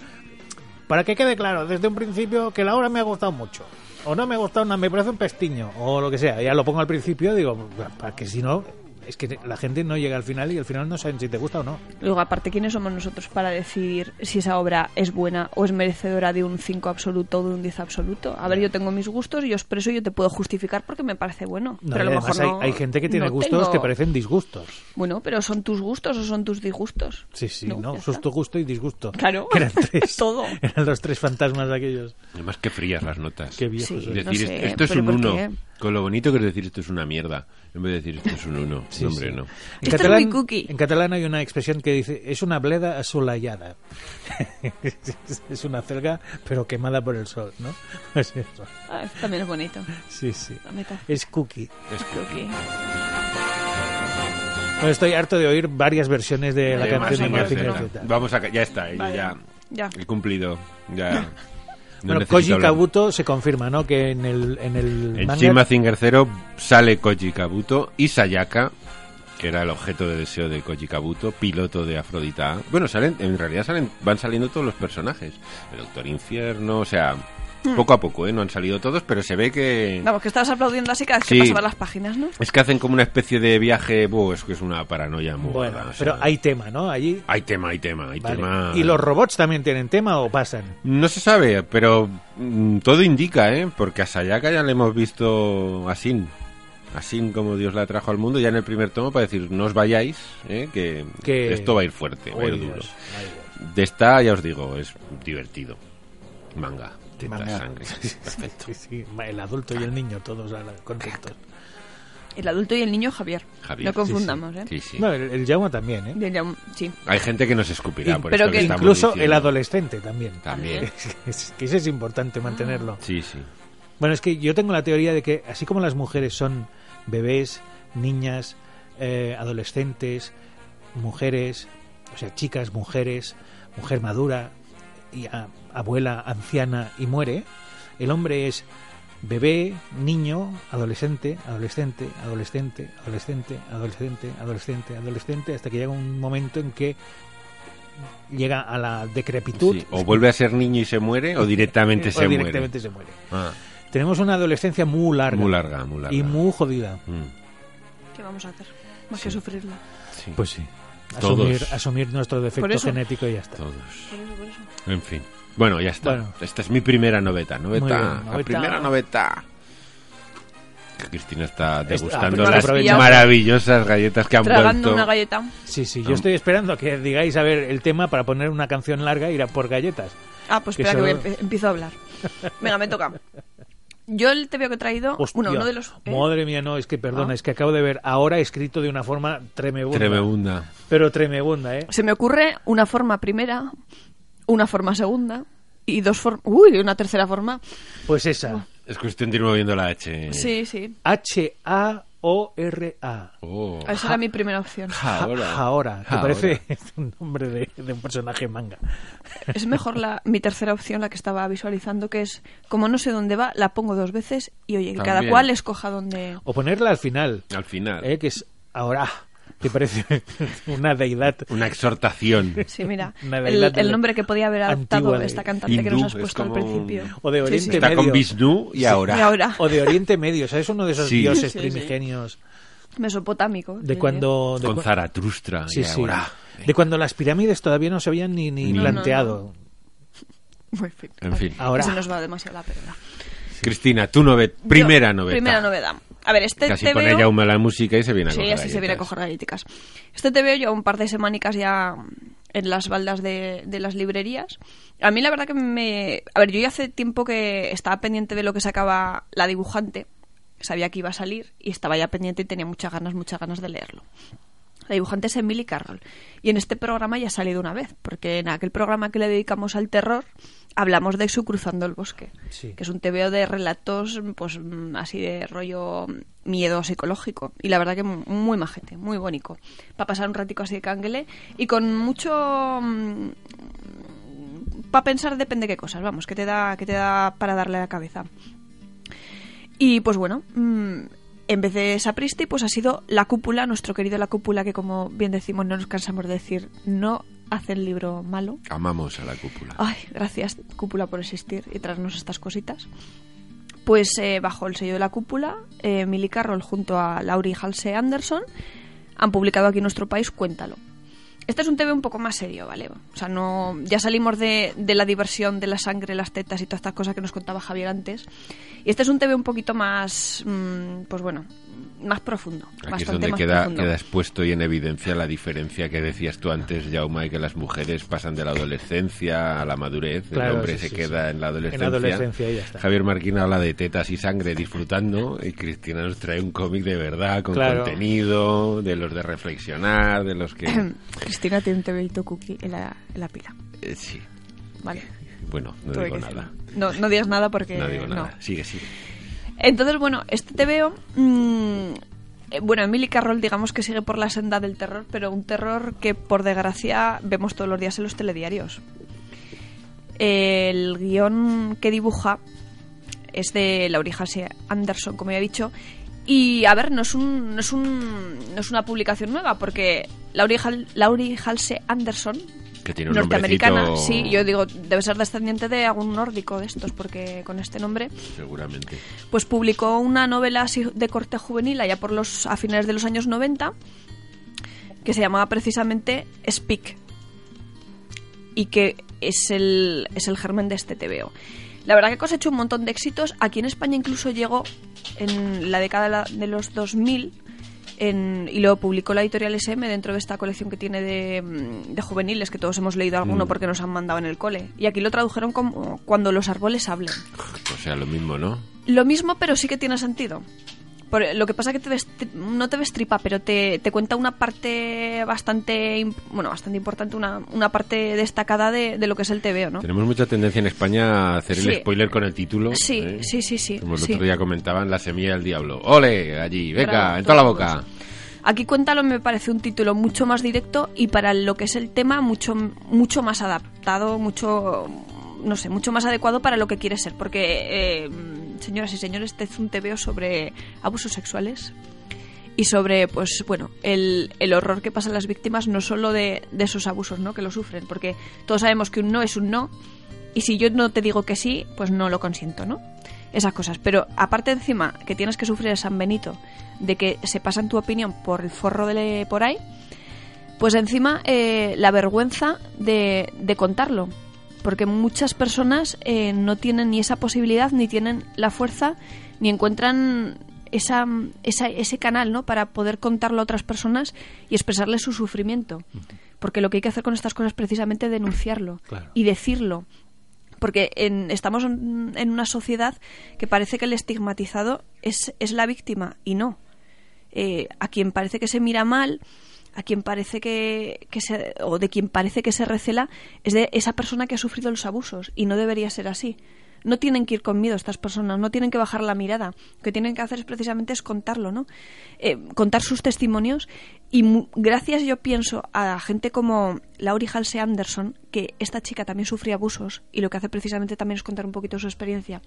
[SPEAKER 2] para que quede claro desde un principio que la obra me ha gustado mucho. O no me ha gustado nada, me parece un pestiño. O lo que sea. Ya lo pongo al principio, digo, para que si no, es que la gente no llega al final y al final no saben si te gusta o no.
[SPEAKER 3] Luego, aparte, ¿quiénes somos nosotros para decidir si esa obra es buena o es merecedora de un 5 absoluto o de un 10 absoluto? A ver, yo tengo mis gustos, yo expreso y yo te puedo justificar porque me parece bueno.
[SPEAKER 2] No,
[SPEAKER 3] pero a
[SPEAKER 2] y
[SPEAKER 3] lo
[SPEAKER 2] además
[SPEAKER 3] mejor
[SPEAKER 2] hay,
[SPEAKER 3] no-
[SPEAKER 2] hay gente que tiene
[SPEAKER 3] no
[SPEAKER 2] gustos que
[SPEAKER 3] tengo-
[SPEAKER 2] parecen disgustos.
[SPEAKER 3] Bueno, pero son tus gustos o son tus disgustos.
[SPEAKER 2] Sí, sí, ¿no?
[SPEAKER 3] ya
[SPEAKER 2] Susto, gusto y disgusto.
[SPEAKER 3] [LAUGHS] Claro,
[SPEAKER 2] Que eran tres.
[SPEAKER 3] todo.
[SPEAKER 2] [LAUGHS] Eran los tres fantasmas de aquellos.
[SPEAKER 1] Además, que frías las notas.
[SPEAKER 2] Qué
[SPEAKER 3] está.
[SPEAKER 2] viejos.
[SPEAKER 3] Sí,
[SPEAKER 1] decir,
[SPEAKER 2] eran.
[SPEAKER 3] no
[SPEAKER 1] esto-
[SPEAKER 3] sé,
[SPEAKER 1] esto es
[SPEAKER 3] pero
[SPEAKER 1] un
[SPEAKER 3] ¿por
[SPEAKER 1] uno.
[SPEAKER 3] qué?
[SPEAKER 1] Con lo bonito que es decir esto es una mierda. En vez de decir esto es un uno.
[SPEAKER 2] Sí,
[SPEAKER 1] No, hombre,
[SPEAKER 2] sí.
[SPEAKER 1] no.
[SPEAKER 3] Esto es muy cookie.
[SPEAKER 2] en catalán hay una expresión que dice, es una bleda asolayada. [LAUGHS] es una celga, pero quemada por el sol, ¿no? [LAUGHS] Es eso.
[SPEAKER 3] Ah, esto también es bonito.
[SPEAKER 2] Sí, sí.
[SPEAKER 3] La meta.
[SPEAKER 2] Es cookie.
[SPEAKER 1] Es
[SPEAKER 3] Creo que-
[SPEAKER 2] Bueno, estoy harto de oír varias versiones de Eh, la
[SPEAKER 1] Además,
[SPEAKER 2] canción de
[SPEAKER 1] no,
[SPEAKER 2] Mazinger
[SPEAKER 1] no, no.
[SPEAKER 2] Z.
[SPEAKER 1] eh, Vamos a... ca- Ya está, yo
[SPEAKER 3] Vale,
[SPEAKER 1] ya...
[SPEAKER 3] ya.
[SPEAKER 1] He cumplido.
[SPEAKER 3] [LAUGHS]
[SPEAKER 1] Ya... No
[SPEAKER 2] bueno,
[SPEAKER 1] necesito
[SPEAKER 2] Koji
[SPEAKER 1] hablar.
[SPEAKER 2] Kabuto se confirma, ¿no? Que en el, en el
[SPEAKER 1] En
[SPEAKER 2] manga-
[SPEAKER 1] Shima Zinger 0 sale Koji Kabuto y Sayaka, que era el objeto de deseo de Koji Kabuto, piloto de Afrodita. A. Bueno, salen, en realidad salen, van saliendo todos los personajes. El Doctor Infierno, o sea,
[SPEAKER 3] Hmm.
[SPEAKER 1] poco a poco, ¿eh? No han salido todos, pero se ve que...
[SPEAKER 3] Vamos, que estabas aplaudiendo así cada vez
[SPEAKER 1] Sí.
[SPEAKER 3] que pasaban las páginas, ¿no?
[SPEAKER 1] Es que hacen como una especie de viaje, buh, es que es una paranoia muy
[SPEAKER 2] Bueno,
[SPEAKER 1] gorda, o sea,
[SPEAKER 2] pero hay tema, ¿no? Allí.
[SPEAKER 1] hay tema, hay tema, hay
[SPEAKER 2] Vale.
[SPEAKER 1] tema.
[SPEAKER 2] ¿Y los robots también tienen tema o pasan?
[SPEAKER 1] No se sabe, pero mm, todo indica, ¿eh? Porque a Sayaka ya le hemos visto así, así como Dios la trajo al mundo, ya en el primer tomo para decir, no os vayáis, ¿eh? que,
[SPEAKER 2] Que-
[SPEAKER 1] esto va a ir fuerte, va a ir
[SPEAKER 2] Ay,
[SPEAKER 1] duro.
[SPEAKER 2] Dios, ay, Dios.
[SPEAKER 1] De esta, ya os digo, es divertido. Manga, tetas,
[SPEAKER 2] Manga.
[SPEAKER 1] sangre. Perfecto.
[SPEAKER 2] [LAUGHS] Sí, sí, el adulto y el niño, todos ahora contentos.
[SPEAKER 3] El adulto y el niño Javier.
[SPEAKER 1] Javier,
[SPEAKER 3] no
[SPEAKER 1] sí, sí.
[SPEAKER 3] confundamos, ¿eh?
[SPEAKER 1] Sí, sí.
[SPEAKER 2] No, el, el Jauma también, ¿eh?
[SPEAKER 3] Ya, ya, sí.
[SPEAKER 1] Hay gente que nos escupirá
[SPEAKER 2] Y-
[SPEAKER 1] por
[SPEAKER 3] pero
[SPEAKER 1] esto que,
[SPEAKER 3] que-
[SPEAKER 1] estamos
[SPEAKER 2] Incluso el
[SPEAKER 1] diciendo.
[SPEAKER 2] adolescente también.
[SPEAKER 1] También.
[SPEAKER 2] [LAUGHS] Es que eso es importante mantenerlo.
[SPEAKER 1] Sí, sí.
[SPEAKER 2] Bueno, es que yo tengo la teoría de que así como las mujeres son bebés, niñas, eh, adolescentes, mujeres, o sea, chicas, mujeres, mujer madura, y a- abuela, anciana y muere, el hombre es bebé, niño, adolescente, adolescente, adolescente, adolescente, adolescente, adolescente, adolescente, hasta que llega un momento en que llega a la decrepitud
[SPEAKER 1] Sí,
[SPEAKER 2] [LAUGHS]
[SPEAKER 1] O vuelve a ser niño y se muere, o directamente
[SPEAKER 2] o
[SPEAKER 1] se
[SPEAKER 2] directamente se muere.
[SPEAKER 1] muere. Ah,
[SPEAKER 2] Tenemos una adolescencia muy larga.
[SPEAKER 1] muy larga, muy larga.
[SPEAKER 2] Y muy jodida.
[SPEAKER 1] Mm,
[SPEAKER 3] ¿Qué vamos a hacer? Más
[SPEAKER 1] Sí.
[SPEAKER 3] que sufrirla.
[SPEAKER 1] sí.
[SPEAKER 2] Pues sí.
[SPEAKER 1] Todos.
[SPEAKER 2] Asumir, asumir nuestro
[SPEAKER 3] Por
[SPEAKER 2] defecto
[SPEAKER 3] eso.
[SPEAKER 2] genético y ya está.
[SPEAKER 1] Todos.
[SPEAKER 3] Por eso, por eso.
[SPEAKER 1] En fin. Bueno, ya está.
[SPEAKER 2] Bueno.
[SPEAKER 1] Esta es mi primera noveta. Noveta.
[SPEAKER 2] Muy bien,
[SPEAKER 1] la
[SPEAKER 2] noveta.
[SPEAKER 1] primera noveta. Que Cristina está degustando
[SPEAKER 2] aprovecha,
[SPEAKER 1] las
[SPEAKER 3] aprovecha.
[SPEAKER 1] maravillosas galletas que han
[SPEAKER 3] Tragando
[SPEAKER 1] vuelto.
[SPEAKER 3] una galleta.
[SPEAKER 2] Sí, sí,
[SPEAKER 1] Ah.
[SPEAKER 2] yo estoy esperando a que digáis a ver el tema para poner una canción larga e ir a por galletas.
[SPEAKER 3] Ah, pues
[SPEAKER 2] Que
[SPEAKER 3] espera que voy a
[SPEAKER 2] solo-
[SPEAKER 3] empe- empiezo a hablar.
[SPEAKER 1] [LAUGHS]
[SPEAKER 3] Venga, me toca. Yo el veo que he traído...
[SPEAKER 2] Hostia,
[SPEAKER 3] Bueno, uno de los... ¿eh?
[SPEAKER 2] Madre mía, no, es que perdona,
[SPEAKER 3] Ah.
[SPEAKER 2] es que acabo de ver ahora escrito de una forma tremebunda.
[SPEAKER 1] Tremebunda.
[SPEAKER 2] Pero tremebunda, ¿eh?
[SPEAKER 3] Se me ocurre una forma primera, una forma segunda y dos formas... Uy, una tercera forma.
[SPEAKER 2] Pues esa.
[SPEAKER 1] Es cuestión de ir moviendo la H.
[SPEAKER 3] Sí, sí.
[SPEAKER 2] H-A-O-R-A.
[SPEAKER 1] Oh.
[SPEAKER 3] Esa era mi
[SPEAKER 1] [LAUGHS]
[SPEAKER 3] primera opción.
[SPEAKER 1] Ahora.
[SPEAKER 2] Ahora, ¿te
[SPEAKER 1] Ahora.
[SPEAKER 2] parece [LAUGHS] un nombre de, de un personaje manga?
[SPEAKER 3] Es mejor la, mi tercera opción, la que estaba visualizando, que es, como no sé dónde va, la pongo dos veces y oye, que cada
[SPEAKER 1] También.
[SPEAKER 3] cual escoja dónde...
[SPEAKER 2] O ponerla al final,
[SPEAKER 1] Al final.
[SPEAKER 2] ¿eh? que es ahora. ¿Te parece [LAUGHS] una deidad?
[SPEAKER 1] Una exhortación.
[SPEAKER 2] [LAUGHS]
[SPEAKER 3] Sí, mira,
[SPEAKER 2] Una
[SPEAKER 3] el,
[SPEAKER 2] deidad de-
[SPEAKER 3] el nombre que podía haber adaptado
[SPEAKER 2] antigua de-
[SPEAKER 3] esta cantante que
[SPEAKER 1] hindú,
[SPEAKER 3] nos has
[SPEAKER 1] es
[SPEAKER 3] puesto al
[SPEAKER 1] como-
[SPEAKER 3] principio.
[SPEAKER 2] o de
[SPEAKER 3] Sí,
[SPEAKER 2] Oriente
[SPEAKER 3] sí.
[SPEAKER 1] Está con
[SPEAKER 2] medio.
[SPEAKER 1] Vishnu y ahora.
[SPEAKER 3] Y ahora,
[SPEAKER 2] O de Oriente Medio, ¿sabes? Uno de esos
[SPEAKER 1] Sí.
[SPEAKER 2] dioses
[SPEAKER 3] Sí, sí.
[SPEAKER 2] primigenios
[SPEAKER 3] mesopotámico.
[SPEAKER 2] de
[SPEAKER 3] sí,
[SPEAKER 2] cuando... De
[SPEAKER 1] Con
[SPEAKER 2] cu-
[SPEAKER 1] Zaratustra
[SPEAKER 2] Sí,
[SPEAKER 1] y
[SPEAKER 2] sí.
[SPEAKER 1] ahora.
[SPEAKER 2] De cuando las pirámides todavía no se habían ni, ni
[SPEAKER 1] No,
[SPEAKER 2] planteado.
[SPEAKER 3] sí. Muy fin.
[SPEAKER 1] En fin.
[SPEAKER 2] Ahora.
[SPEAKER 3] Se nos va demasiado la pelota.
[SPEAKER 1] Cristina, tu novedad. Primera
[SPEAKER 3] Yo-
[SPEAKER 1] noveta.
[SPEAKER 3] Primera novedad. A ver, este
[SPEAKER 1] Casi
[SPEAKER 3] te
[SPEAKER 1] pone
[SPEAKER 3] veo...
[SPEAKER 1] ya una la música y se viene a
[SPEAKER 3] Sí,
[SPEAKER 1] coger
[SPEAKER 3] así se viene a
[SPEAKER 1] galletas.
[SPEAKER 3] coger galletitas. Este te veo yo un par de semanicas ya en las baldas de, de las librerías. A mí la verdad que me... A ver, yo ya hace tiempo que estaba pendiente de lo que sacaba la dibujante. Sabía que iba a salir y estaba ya pendiente y tenía muchas ganas, muchas ganas de leerlo. La dibujante es Emily Carroll. Y en este programa ya ha salido una vez, porque en aquel programa que le dedicamos al terror hablamos de su Cruzando el Bosque,
[SPEAKER 2] Sí.
[SPEAKER 3] que es un tebeo de relatos pues mm, así de rollo mm, miedo psicológico. Y la verdad que mu- muy majete, muy bonito. Para pasar un ratico así de canguele y con mucho... mm, para pensar depende qué cosas, vamos, que te da, que te da para darle a la cabeza. Y pues bueno, mm, en vez de Sapristi, pues ha sido La Cúpula, nuestro querido La Cúpula, que como bien decimos, no nos cansamos de decir, no hace el libro malo.
[SPEAKER 1] Amamos a la cúpula.
[SPEAKER 3] Ay, gracias Cúpula por existir y traernos estas cositas. Pues eh, bajo el sello de la cúpula, eh, Milly Carroll junto a Laurie Halsey Anderson han publicado aquí en nuestro país Cuéntalo. Este es un TV un poco más serio, ¿vale? O sea, no, ya salimos de, de la diversión, de la sangre, las tetas y todas estas cosas que nos contaba Javier antes. Y este es un TV un poquito más, mm, pues bueno, más profundo.
[SPEAKER 1] Aquí es
[SPEAKER 3] bastante
[SPEAKER 1] donde
[SPEAKER 3] más
[SPEAKER 1] queda,
[SPEAKER 3] profundo.
[SPEAKER 1] queda expuesto y en evidencia la diferencia que decías tú antes, Jaume, que las mujeres pasan de la adolescencia a la madurez,
[SPEAKER 2] Claro,
[SPEAKER 1] el hombre
[SPEAKER 2] sí,
[SPEAKER 1] se
[SPEAKER 2] sí,
[SPEAKER 1] queda
[SPEAKER 2] sí.
[SPEAKER 1] en la adolescencia.
[SPEAKER 2] adolescencia y ya está.
[SPEAKER 1] Javier Marquín habla de tetas y sangre disfrutando y Cristina nos trae un cómic de verdad, con
[SPEAKER 2] Claro.
[SPEAKER 1] contenido, de los de reflexionar, de los que...
[SPEAKER 3] Cristina tiene un TVito cookie en la, en la pila.
[SPEAKER 1] Eh, sí,
[SPEAKER 3] Vale.
[SPEAKER 1] bueno, no
[SPEAKER 3] tuve
[SPEAKER 1] digo
[SPEAKER 3] que
[SPEAKER 1] nada.
[SPEAKER 3] decirlo. No, no digas nada porque
[SPEAKER 1] No digo nada.
[SPEAKER 3] no.
[SPEAKER 1] Sigue, sigue.
[SPEAKER 3] Entonces, bueno, este te veo. mm, eh, bueno, Emily Carroll, digamos que sigue por la senda del terror, pero un terror que por desgracia vemos todos los días en los telediarios. El guión que dibuja es de Laurie Halsey Anderson, como ya he dicho. Y a ver, no es, un, no, es un, no es una publicación nueva, porque Laurie, Hal- Laurie Halsey Anderson,
[SPEAKER 1] Que tiene un
[SPEAKER 3] norteamericana,
[SPEAKER 1] nombrecito-
[SPEAKER 3] sí, yo digo, debe ser descendiente de algún nórdico de estos, porque con este nombre
[SPEAKER 1] Seguramente.
[SPEAKER 3] pues publicó una novela así de corte juvenil allá por los a finales de los años 90 que se llamaba precisamente Speak y que es el, es el germen de este TVO. La verdad que cosechó un montón de éxitos. Aquí en España incluso llegó en la década de la- de los 2000 en- y lo publicó la editorial SM dentro de esta colección que tiene de, mm, de juveniles, que todos hemos leído alguno
[SPEAKER 1] Mm.
[SPEAKER 3] porque nos han mandado en el cole. Y aquí lo tradujeron como Cuando los árboles hablan.
[SPEAKER 1] O sea, lo mismo, ¿no?
[SPEAKER 3] Lo mismo, pero sí que tiene sentido. Por- lo que pasa que te destri- no te destripa, pero te, te cuenta una parte bastante, im- bueno, bastante importante, una, una parte destacada de, de lo que es el TVO, ¿no?
[SPEAKER 1] Tenemos mucha tendencia en España a hacer el
[SPEAKER 3] Sí.
[SPEAKER 1] spoiler con el título.
[SPEAKER 3] Sí,
[SPEAKER 1] ¿eh?
[SPEAKER 3] sí, sí, sí.
[SPEAKER 1] Como el
[SPEAKER 3] sí.
[SPEAKER 1] otro día comentaban, la semilla del diablo. ¡Ole! Allí, venga,
[SPEAKER 3] Bravo,
[SPEAKER 1] en toda la
[SPEAKER 3] todos.
[SPEAKER 1] boca.
[SPEAKER 3] Aquí Cuéntalo me parece un título mucho más directo y para lo que es el tema mucho, mucho más adaptado, mucho, no sé, mucho más adecuado para lo que quiere ser. Porque, eh, señoras y señores, este es un TVO sobre abusos sexuales y sobre, pues bueno, el, el horror que pasan las víctimas no solo de, de esos abusos, ¿no? Que lo sufren, porque todos sabemos que un no es un no y si yo no te digo que sí, pues no lo consiento, ¿no? Esas cosas. Pero aparte encima que tienes que sufrir el San Benito de que se pasan tu opinión por el forro de por ahí, pues encima eh, la vergüenza de, de contarlo. Porque muchas personas eh, no tienen ni esa posibilidad, ni tienen la fuerza, ni encuentran esa, esa- ese canal ¿no? para poder contarlo a otras personas y expresarles su sufrimiento. Porque lo que hay que hacer con estas cosas es precisamente denunciarlo
[SPEAKER 2] Claro.
[SPEAKER 3] y decirlo. Porque en- estamos en, en una sociedad que parece que el estigmatizado es, es la víctima y no eh, a quien parece que se mira mal, a quien parece que, que se, o de quien parece que se recela, es de esa persona que ha sufrido los abusos y no debería ser así. No tienen que ir con miedo estas personas, no tienen que bajar la mirada. Lo que tienen que hacer es precisamente es contarlo, ¿no? Eh, contar sus testimonios y mu- gracias yo pienso a gente como Laurie Halsey Anderson, que esta chica también sufría abusos y lo que hace precisamente también es contar un poquito su experiencia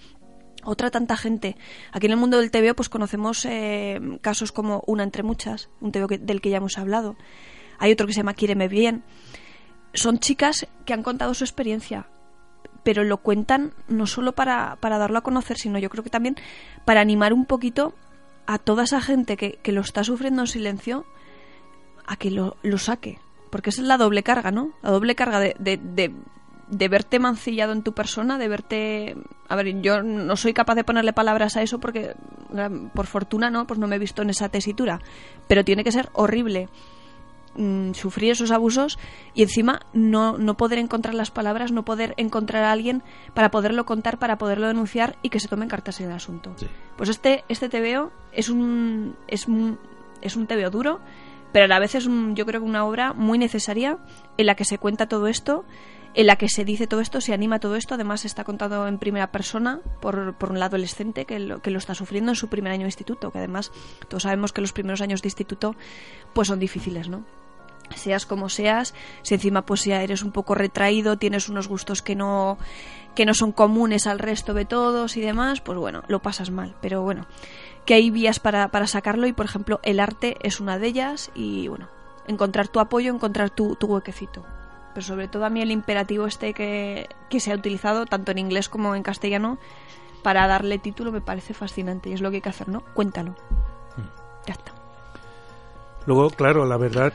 [SPEAKER 3] otra tanta gente. Aquí en el mundo del TVO pues conocemos eh, casos como Una entre muchas, un TVO que- del que ya hemos hablado. Hay otro que se llama Quíreme bien. Son chicas que han contado su experiencia, pero lo cuentan no solo para, para darlo a conocer, sino yo creo que también para animar un poquito a toda esa gente que, que lo está sufriendo en silencio a que lo, lo saque. Porque esa es la doble carga, ¿no? La doble carga de, de, de- de verte mancillado en tu persona, de verte... A ver, yo no soy capaz de ponerle palabras a eso porque, gra- por fortuna, no, pues no me he visto en esa tesitura. Pero tiene que ser horrible mm, sufrir esos abusos y encima no, no poder encontrar las palabras, no poder encontrar a alguien para poderlo contar, para poderlo denunciar y que se tomen cartas en el asunto.
[SPEAKER 2] Sí.
[SPEAKER 3] Pues este, este TVO es un, es un es un TVO duro, pero a la vez es un, yo creo que una obra muy necesaria en la que se cuenta todo esto, en la que se dice todo esto, se anima todo esto, además está contado en primera persona por, por un adolescente que lo, que lo está sufriendo en su primer año de instituto, que además todos sabemos que los primeros años de instituto pues son difíciles, ¿no? seas como seas, si encima pues ya eres un poco retraído, tienes unos gustos que no que no son comunes al resto de todos y demás, pues bueno, lo pasas mal, pero bueno, que hay vías para, para sacarlo y por ejemplo el arte es una de ellas y bueno, encontrar tu apoyo, encontrar tu, tu huequecito. Pero sobre todo a mí el imperativo este que, que se ha utilizado tanto en inglés como en castellano para darle título me parece fascinante y es lo que hay que hacer, ¿no? Cuéntalo. Ya está.
[SPEAKER 2] Luego, claro, la verdad,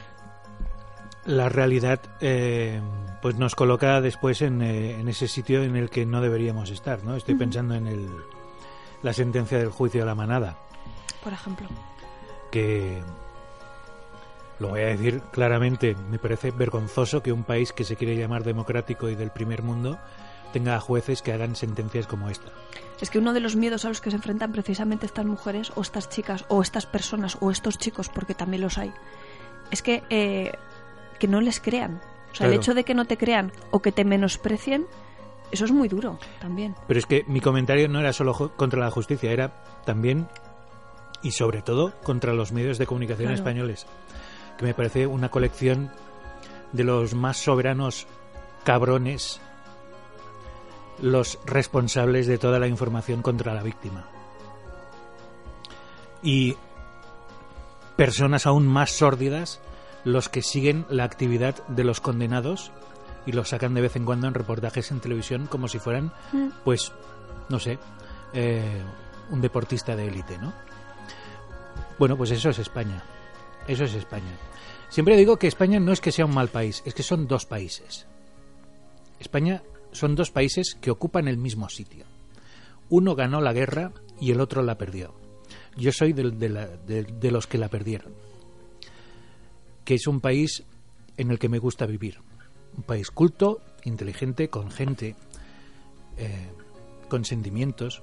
[SPEAKER 2] la realidad eh, pues nos coloca después en, eh, en ese sitio en el que no deberíamos estar, ¿no? Estoy pensando en el, la sentencia del juicio a la manada,
[SPEAKER 3] Por ejemplo.
[SPEAKER 2] que lo voy a decir claramente, me parece vergonzoso que un país que se quiere llamar democrático y del primer mundo tenga jueces que hagan sentencias como esta.
[SPEAKER 3] Es que uno de los miedos a los que se enfrentan precisamente estas mujeres o estas chicas o estas personas o estos chicos, porque también los hay, es que, eh, que no les crean. O sea, el
[SPEAKER 2] Claro.
[SPEAKER 3] hecho de que no te crean o que te menosprecien, eso es muy duro también.
[SPEAKER 2] Pero es que mi comentario no era solo ju- contra la justicia, era también y sobre todo contra los medios de comunicación
[SPEAKER 3] Claro.
[SPEAKER 2] españoles, que me parece una colección de los más soberanos cabrones, los responsables de toda la información contra la víctima. Y personas aún más sórdidas los que siguen la actividad de los condenados y los sacan de vez en cuando en reportajes en televisión como si fueran, pues, no sé, eh, un deportista de élite, ¿no? Bueno, pues eso es España. Eso es España. Siempre digo que España no es que sea un mal país, es que son dos países. España son dos países que ocupan el mismo sitio. Uno ganó la guerra y el otro la perdió. Yo soy del- de, la- de- de los que la perdieron. Que es un país en el que me gusta vivir. Un país culto, inteligente, con gente, eh, con sentimientos,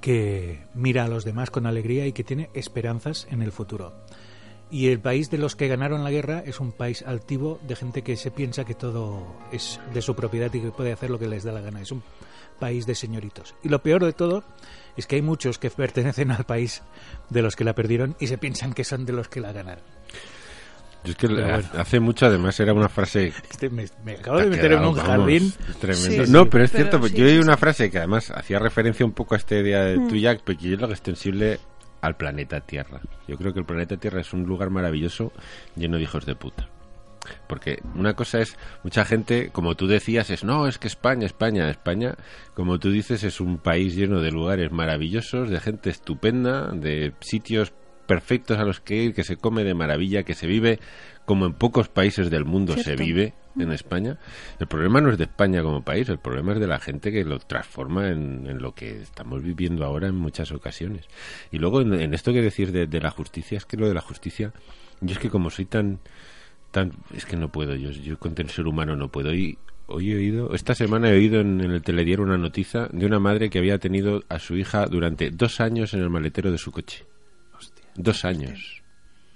[SPEAKER 2] que mira a los demás con alegría y que tiene esperanzas en el futuro. Y el país de los que ganaron la guerra es un país altivo de gente que se piensa que todo es de su propiedad y que puede hacer lo que les da la gana. Es un país de señoritos. Y lo peor de todo es que hay muchos que pertenecen al país de los que la perdieron y se piensan que son de los que la ganaron.
[SPEAKER 1] Yo es que
[SPEAKER 2] Pero
[SPEAKER 1] ha-
[SPEAKER 2] bueno.
[SPEAKER 1] hace mucho, además, era una frase.
[SPEAKER 2] Este me, me acabo
[SPEAKER 1] Te
[SPEAKER 2] de
[SPEAKER 1] ha
[SPEAKER 2] meter en
[SPEAKER 1] quedado,
[SPEAKER 2] un
[SPEAKER 1] vamos,
[SPEAKER 2] jardín.
[SPEAKER 1] Tremendo.
[SPEAKER 3] Sí,
[SPEAKER 1] no,
[SPEAKER 3] sí.
[SPEAKER 1] pero es cierto,
[SPEAKER 3] Pero
[SPEAKER 1] pues
[SPEAKER 3] sí,
[SPEAKER 1] yo hay
[SPEAKER 3] sí,
[SPEAKER 1] una
[SPEAKER 3] sí. Mm.
[SPEAKER 1] frase que además hacía referencia un poco a esta idea de tuya, porque yo lo que extensible al planeta Tierra. Yo creo que el planeta Tierra es un lugar maravilloso lleno de hijos de puta. Porque una cosa es, mucha gente, como tú decías, es no, es que España, España, España, como tú dices, es un país lleno de lugares maravillosos, de gente estupenda, de sitios perfectos a los que ir, que se come de maravilla, que se vive como en pocos países del mundo se
[SPEAKER 3] Cierto.
[SPEAKER 1] vive en España. El problema no es de España como país, el problema es de la gente que lo transforma en, en lo que estamos viviendo ahora en muchas ocasiones. Y luego en, en esto que decís de, de la justicia, es que lo de la justicia, yo es que como soy tan tan- es que no puedo yo yo con el ser humano no puedo hoy hoy he oído esta semana he oído en, en el telediario una noticia de una madre que había tenido a su hija durante dos años en el maletero de su coche dos años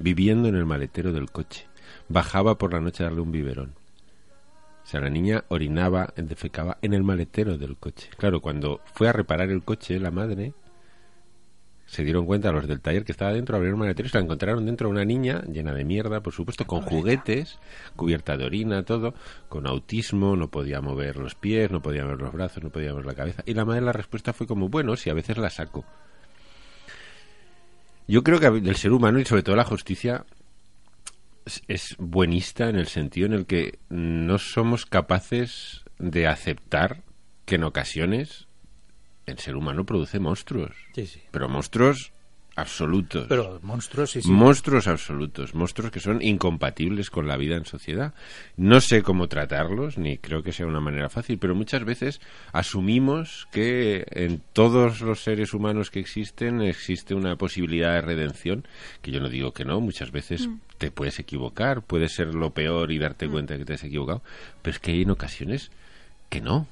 [SPEAKER 1] viviendo en el maletero del coche bajaba por la noche a darle un biberón o sea, la niña orinaba, defecaba en el maletero del coche. Claro, cuando fue a reparar el coche, la madre se dieron cuenta los del taller que estaba dentro, abrieron el maletero y se la encontraron dentro una niña llena de mierda, por supuesto, con juguetes, cubierta de orina, todo, con autismo, no podía mover los pies, no podía mover los brazos, no podía mover la cabeza. Y la madre la respuesta fue como, bueno, si a veces la saco. Yo creo que el ser humano y sobre todo la justicia es, es buenista en el sentido en el que no somos capaces de aceptar que en ocasiones el ser humano produce monstruos.
[SPEAKER 2] Sí, sí.
[SPEAKER 1] Pero monstruos absolutos.
[SPEAKER 2] Pero monstruos, sí, sí.
[SPEAKER 1] Monstruos absolutos, monstruos que son incompatibles con la vida en sociedad. No sé cómo tratarlos, ni creo que sea una manera fácil, pero muchas veces asumimos que en todos los seres humanos que existen existe una posibilidad de redención, que yo no digo que no, muchas veces te puedes equivocar, puede ser lo peor y darte cuenta que te has equivocado, pero es que hay en ocasiones que no,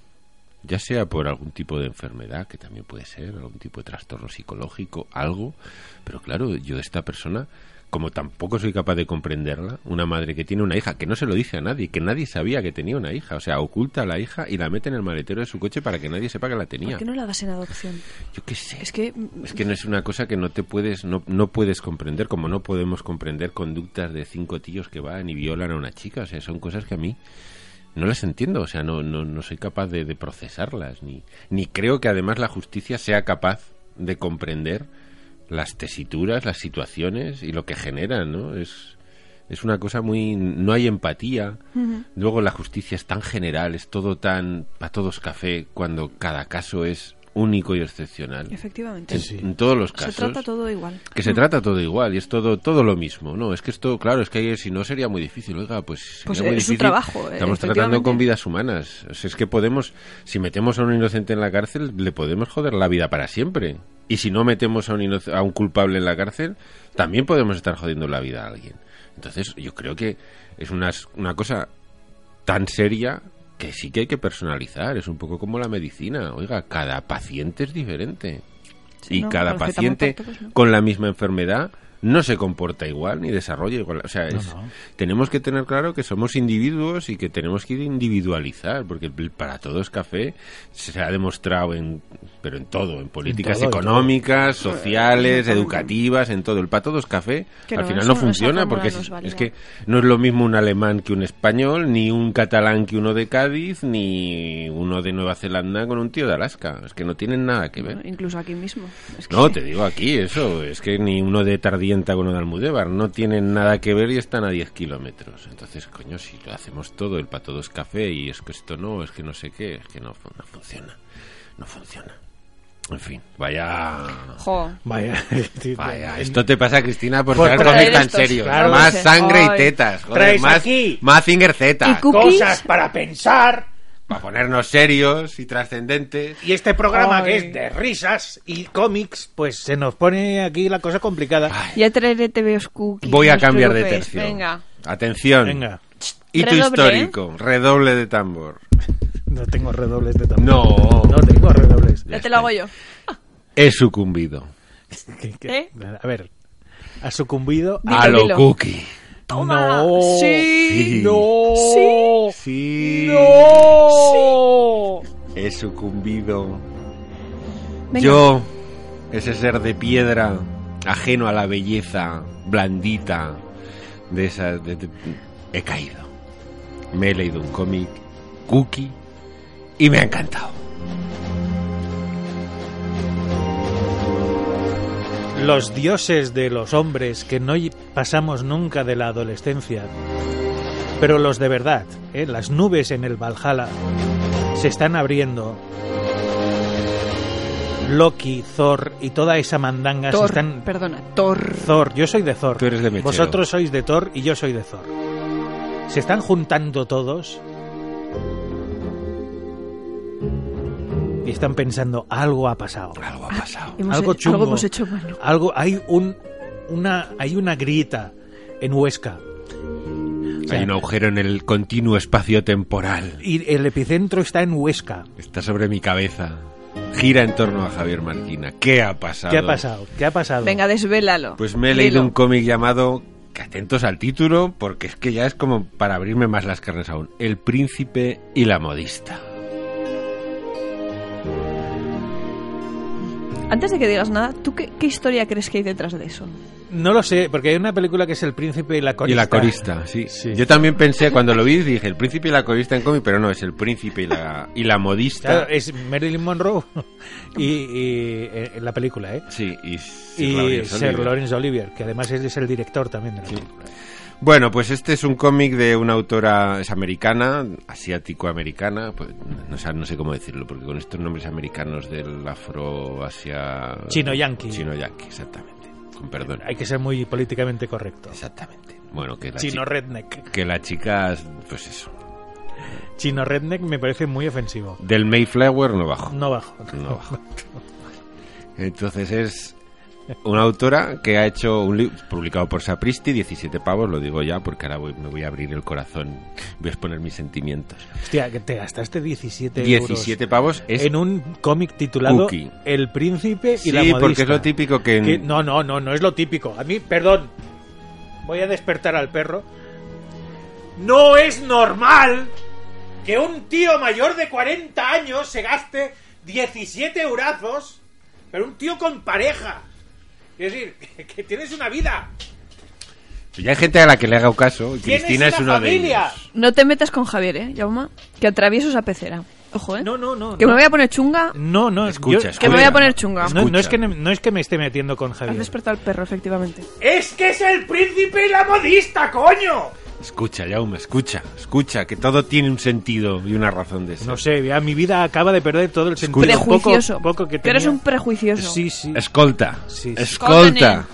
[SPEAKER 1] ya sea por algún tipo de enfermedad, que también puede ser, algún tipo de trastorno psicológico, algo. Pero claro, yo esta persona como tampoco soy capaz de comprenderla, una madre que tiene una hija que no se lo dice a nadie, que nadie sabía que tenía una hija, o sea, oculta a la hija y la mete en el maletero de su coche para que nadie sepa que la tenía.
[SPEAKER 3] ¿Por qué no la das en adopción?
[SPEAKER 1] Yo qué sé.
[SPEAKER 3] Es que mm,
[SPEAKER 1] Es que no es una cosa que no te puedes, no, no puedes comprender, como no podemos comprender conductas de cinco tíos que van y violan a una chica. O sea, son cosas que a mí no las entiendo. O sea, no, no, no soy capaz de, de procesarlas, ni, ni creo que además la justicia sea capaz de comprender las tesituras, las situaciones y lo que generan, ¿no? Es, es una cosa muy... no hay empatía. Luego la justicia es tan general, es todo tan... a todos café, cuando cada caso es único y excepcional.
[SPEAKER 3] efectivamente.
[SPEAKER 1] En, en todos los
[SPEAKER 3] Se
[SPEAKER 1] casos.
[SPEAKER 3] trata todo igual.
[SPEAKER 1] Que se trata todo igual y es todo todo lo mismo. No, es que esto, claro, es que si no sería muy difícil. Oiga, pues, sería
[SPEAKER 3] Pues,
[SPEAKER 1] muy
[SPEAKER 3] eh, es su
[SPEAKER 1] difícil.
[SPEAKER 3] trabajo, eh,
[SPEAKER 1] Estamos tratando
[SPEAKER 3] efectivamente.
[SPEAKER 1] con vidas humanas. O sea, es que podemos, si metemos a un inocente en la cárcel, le podemos joder la vida para siempre. Y si no metemos a un, inoc- a un culpable en la cárcel, también podemos estar jodiendo la vida a alguien. Entonces, yo creo que es una, una cosa tan seria que sí que hay que personalizar. Es un poco como la medicina. Oiga, cada paciente es diferente.
[SPEAKER 3] Sí,
[SPEAKER 1] y
[SPEAKER 3] no,
[SPEAKER 1] cada
[SPEAKER 3] receta muy
[SPEAKER 1] paciente
[SPEAKER 3] tonta, pues no.
[SPEAKER 1] con la misma enfermedad no se comporta igual ni desarrolla igual. O sea, es-
[SPEAKER 2] no.
[SPEAKER 1] tenemos que tener claro que somos individuos y que tenemos que individualizar, porque el para todos café se ha demostrado en, pero en todo, en políticas
[SPEAKER 2] todo, en todo.
[SPEAKER 1] económicas, sociales,
[SPEAKER 3] Eh,
[SPEAKER 1] educativas, en todo. El para todos café
[SPEAKER 3] Que
[SPEAKER 1] al
[SPEAKER 3] no,
[SPEAKER 1] final
[SPEAKER 3] eso-
[SPEAKER 1] no
[SPEAKER 3] esa
[SPEAKER 1] funciona
[SPEAKER 3] fórmula
[SPEAKER 1] porque
[SPEAKER 3] no
[SPEAKER 1] es-
[SPEAKER 3] es válida.
[SPEAKER 1] es que no es lo mismo un alemán que un español, ni un catalán que uno de Cádiz, ni uno de Nueva Zelanda con un tío de Alaska. Es que no tienen nada que ver.
[SPEAKER 3] Incluso aquí mismo. Es que-
[SPEAKER 1] No, te digo aquí, eso. Es que ni uno de Tardienta con uno de Almudévar. No tienen nada que ver y están a 10 kilómetros. Entonces, coño, si lo hacemos todo, el para todos café y es que esto no, es que no sé qué, es que no, fu- no funciona. No funciona. En fin, vaya.
[SPEAKER 3] Jo.
[SPEAKER 2] Vaya. [LAUGHS]
[SPEAKER 1] Vaya, esto te pasa, Cristina, por,
[SPEAKER 2] Por
[SPEAKER 1] traer
[SPEAKER 2] traer
[SPEAKER 1] cómics tan
[SPEAKER 3] estos,
[SPEAKER 1] serios.
[SPEAKER 2] claro.
[SPEAKER 1] más
[SPEAKER 3] Ay.
[SPEAKER 1] sangre y tetas. joder,
[SPEAKER 2] Traes
[SPEAKER 1] más,
[SPEAKER 2] aquí.
[SPEAKER 1] más Finger Z.
[SPEAKER 3] Y cookies.
[SPEAKER 2] Cosas para pensar.
[SPEAKER 1] Para ponernos serios y trascendentes.
[SPEAKER 2] Y este programa
[SPEAKER 3] Ay.
[SPEAKER 2] que es de risas y cómics, pues se nos pone aquí la cosa complicada.
[SPEAKER 3] Ya traeré TVOs cookies.
[SPEAKER 1] Voy a
[SPEAKER 3] no os
[SPEAKER 1] cambiar de
[SPEAKER 3] preocupéis.
[SPEAKER 1] tercio.
[SPEAKER 3] Venga.
[SPEAKER 1] Atención.
[SPEAKER 2] Venga,
[SPEAKER 1] Hito
[SPEAKER 3] Redoble,
[SPEAKER 1] histórico. Redoble de tambor.
[SPEAKER 2] no tengo redobles de tambor.
[SPEAKER 1] No. ¿Eh?
[SPEAKER 2] No tengo redobles.
[SPEAKER 3] Ya,
[SPEAKER 1] Ya
[SPEAKER 3] te lo
[SPEAKER 1] está.
[SPEAKER 3] hago yo.
[SPEAKER 1] He sucumbido
[SPEAKER 2] ¿Qué- qué?
[SPEAKER 3] ¿Eh?
[SPEAKER 2] A ver, ha sucumbido a...
[SPEAKER 3] Dilo,
[SPEAKER 1] a lo
[SPEAKER 3] dilo.
[SPEAKER 1] cookie.
[SPEAKER 3] Toma.
[SPEAKER 2] No.
[SPEAKER 3] Sí.
[SPEAKER 1] Sí.
[SPEAKER 2] ¡No! ¡Sí!
[SPEAKER 1] Sí.
[SPEAKER 3] Oh.
[SPEAKER 2] ¡No!
[SPEAKER 1] He sucumbido.
[SPEAKER 3] Venga.
[SPEAKER 1] Yo, ese ser de piedra, ajeno a la belleza blandita de esa... de- de- he caído. Me he leído un cómic, Cookie, y me ha encantado.
[SPEAKER 2] Los dioses de los hombres que no ll- pasamos nunca de la adolescencia, pero los de verdad, ¿eh? las nubes en el Valhalla, se están abriendo. Loki, Thor y toda esa mandanga se
[SPEAKER 3] Thor.
[SPEAKER 2] están...
[SPEAKER 3] Perdona. Thor.
[SPEAKER 2] Thor, yo soy de Thor.
[SPEAKER 1] Tú eres de mechero.
[SPEAKER 2] Vosotros sois de Thor y yo soy de Thor. Se están juntando todos y están pensando algo ha pasado.
[SPEAKER 1] Algo ha pasado.
[SPEAKER 3] Hemos
[SPEAKER 2] Algo
[SPEAKER 3] hecho-
[SPEAKER 2] chungo.
[SPEAKER 3] hemos hecho mal.
[SPEAKER 2] Algo hay un una hay una grieta en Huesca
[SPEAKER 1] Hay un agujero en el continuo espacio temporal.
[SPEAKER 2] y el epicentro está en Huesca.
[SPEAKER 1] Está sobre mi cabeza. Gira en torno a Javier Marquina. ¿Qué ha pasado?
[SPEAKER 2] ¿Qué ha pasado? ¿Qué ha pasado?
[SPEAKER 3] Venga, desvélalo.
[SPEAKER 1] Pues me he leído
[SPEAKER 3] Dilo.
[SPEAKER 1] un cómic llamado, que atentos al título, porque es que ya es como para abrirme más las carnes aún, El príncipe y la modista.
[SPEAKER 3] Antes de que digas nada, ¿tú qué, qué historia crees que hay detrás de eso?
[SPEAKER 2] No lo sé, porque hay una película que es El príncipe y la corista.
[SPEAKER 1] Y la corista, sí.
[SPEAKER 2] Sí.
[SPEAKER 1] Yo también pensé, cuando lo vi, dije, el príncipe y la corista en cómic, pero no, es el príncipe y la, y la modista.
[SPEAKER 2] Claro, eh, es Marilyn Monroe [LAUGHS] y, y, eh, en la película, ¿eh?
[SPEAKER 1] Sí, y,
[SPEAKER 2] y
[SPEAKER 1] Sir Lawrence
[SPEAKER 2] Sir
[SPEAKER 1] Olivier.
[SPEAKER 2] Lawrence Olivier, que además él es el director también de la película.
[SPEAKER 1] Bueno, pues este es un cómic de una autora, es americana, asiático-americana, pues, no, sé- no sé cómo decirlo, porque con estos nombres americanos del afro-asia...
[SPEAKER 2] Chino-yanqui.
[SPEAKER 1] Chino-yanqui, exactamente, con perdón.
[SPEAKER 2] Hay que ser muy políticamente correcto.
[SPEAKER 1] Exactamente. Bueno, que la,
[SPEAKER 2] Chino
[SPEAKER 1] chi-
[SPEAKER 2] redneck.
[SPEAKER 1] que la chica, pues eso,
[SPEAKER 2] Chino redneck me parece muy ofensivo.
[SPEAKER 1] del Mayflower no bajo.
[SPEAKER 2] No bajo.
[SPEAKER 1] No bajo. Entonces es una autora que ha hecho un libro publicado por Sapristi, 17 pavos, lo digo ya porque ahora voy- me voy a abrir el corazón, voy a exponer mis sentimientos.
[SPEAKER 2] [LAUGHS] Hostia, que te gastaste 17, euros
[SPEAKER 1] 17 pavos es...
[SPEAKER 2] en un cómic titulado
[SPEAKER 1] Cookie.
[SPEAKER 2] El príncipe y
[SPEAKER 1] Sí,
[SPEAKER 2] la modista.
[SPEAKER 1] porque es lo típico que... en-
[SPEAKER 2] Que- no, no, no, no es lo típico. A mí, perdón. Voy a despertar al perro. No es normal que un tío mayor de 40 años se gaste 17 eurazos, pero un tío con pareja. Es decir, [LAUGHS] que tienes una vida.
[SPEAKER 1] Ya hay gente a la que le haga caso. y
[SPEAKER 2] Tienes
[SPEAKER 1] Cristina
[SPEAKER 2] una
[SPEAKER 1] es uno
[SPEAKER 2] familia.
[SPEAKER 1] de ellos.
[SPEAKER 3] No te metas con Javier, ¿eh, Jaume? Que atravieso esa pecera. Ojo, ¿eh?
[SPEAKER 2] No, no, no.
[SPEAKER 3] que
[SPEAKER 2] no.
[SPEAKER 3] me voy a poner chunga.
[SPEAKER 2] No, no,
[SPEAKER 1] Escucha,
[SPEAKER 2] yo-
[SPEAKER 1] escucha.
[SPEAKER 3] Que me voy a poner chunga.
[SPEAKER 2] No, no
[SPEAKER 1] Escucha.
[SPEAKER 2] es que, ne- no es que me esté metiendo con
[SPEAKER 3] Has
[SPEAKER 2] Javier.
[SPEAKER 3] despertado al perro, efectivamente.
[SPEAKER 2] ¡Es que es el príncipe y la modista, coño!
[SPEAKER 1] Escucha, Jaume, escucha, escucha, que todo tiene un sentido y una razón de ser.
[SPEAKER 2] No sé, ya mi vida acaba de perder todo el sentido.
[SPEAKER 1] Escucha.
[SPEAKER 3] Prejuicioso.
[SPEAKER 2] Poco, poco que
[SPEAKER 3] Que eres
[SPEAKER 2] tenía.
[SPEAKER 3] un prejuicioso.
[SPEAKER 2] Sí, sí.
[SPEAKER 1] Escolta,
[SPEAKER 2] Sí, sí.
[SPEAKER 1] escolta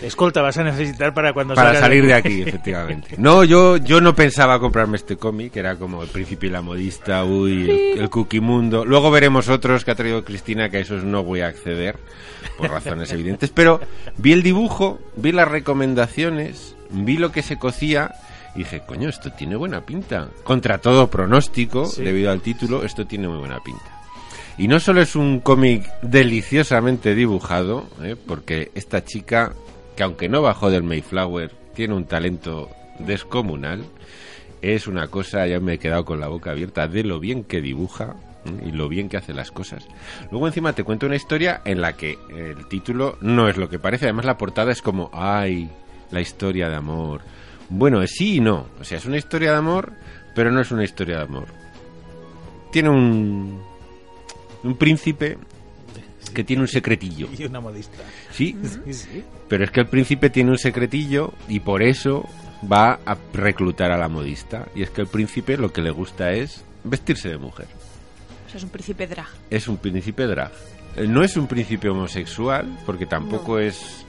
[SPEAKER 2] Escolta, vas a necesitar para cuando
[SPEAKER 1] para
[SPEAKER 2] salgas
[SPEAKER 1] salir de
[SPEAKER 2] [LAUGHS]
[SPEAKER 1] aquí, efectivamente. No, yo, yo no pensaba comprarme este cómic, era como el príncipe y la modista, uy, el, el cuquimundo. Luego veremos otros que ha traído Cristina, que a esos no voy a acceder, por razones evidentes. Pero vi el dibujo, vi las recomendaciones, vi lo que se cocía. Y dije, coño, esto tiene buena pinta. Contra todo pronóstico,
[SPEAKER 2] Sí.
[SPEAKER 1] debido al título, esto tiene muy buena pinta. Y no solo es un cómic deliciosamente dibujado, ¿eh? porque esta chica, que aunque no bajó del Mayflower, tiene un talento descomunal, es una cosa, ya me he quedado con la boca abierta, de lo bien que dibuja ¿eh? y lo bien que hace las cosas. Luego encima te cuento una historia en la que eh, el título no es lo que parece, además la portada es como, ay, la historia de amor. Bueno, sí y no, o sea, es una historia de amor, pero no es una historia de amor. Tiene un, un príncipe que tiene un secretillo.
[SPEAKER 2] [LAUGHS] Y una modista.
[SPEAKER 1] Sí,
[SPEAKER 2] Sí, sí.
[SPEAKER 1] pero es que el príncipe tiene un secretillo y por eso va a reclutar a la modista. Y es que el príncipe lo que le gusta es vestirse de mujer.
[SPEAKER 3] O sea, es un príncipe drag.
[SPEAKER 1] Es un príncipe drag. Eh, No es un príncipe homosexual, porque tampoco es...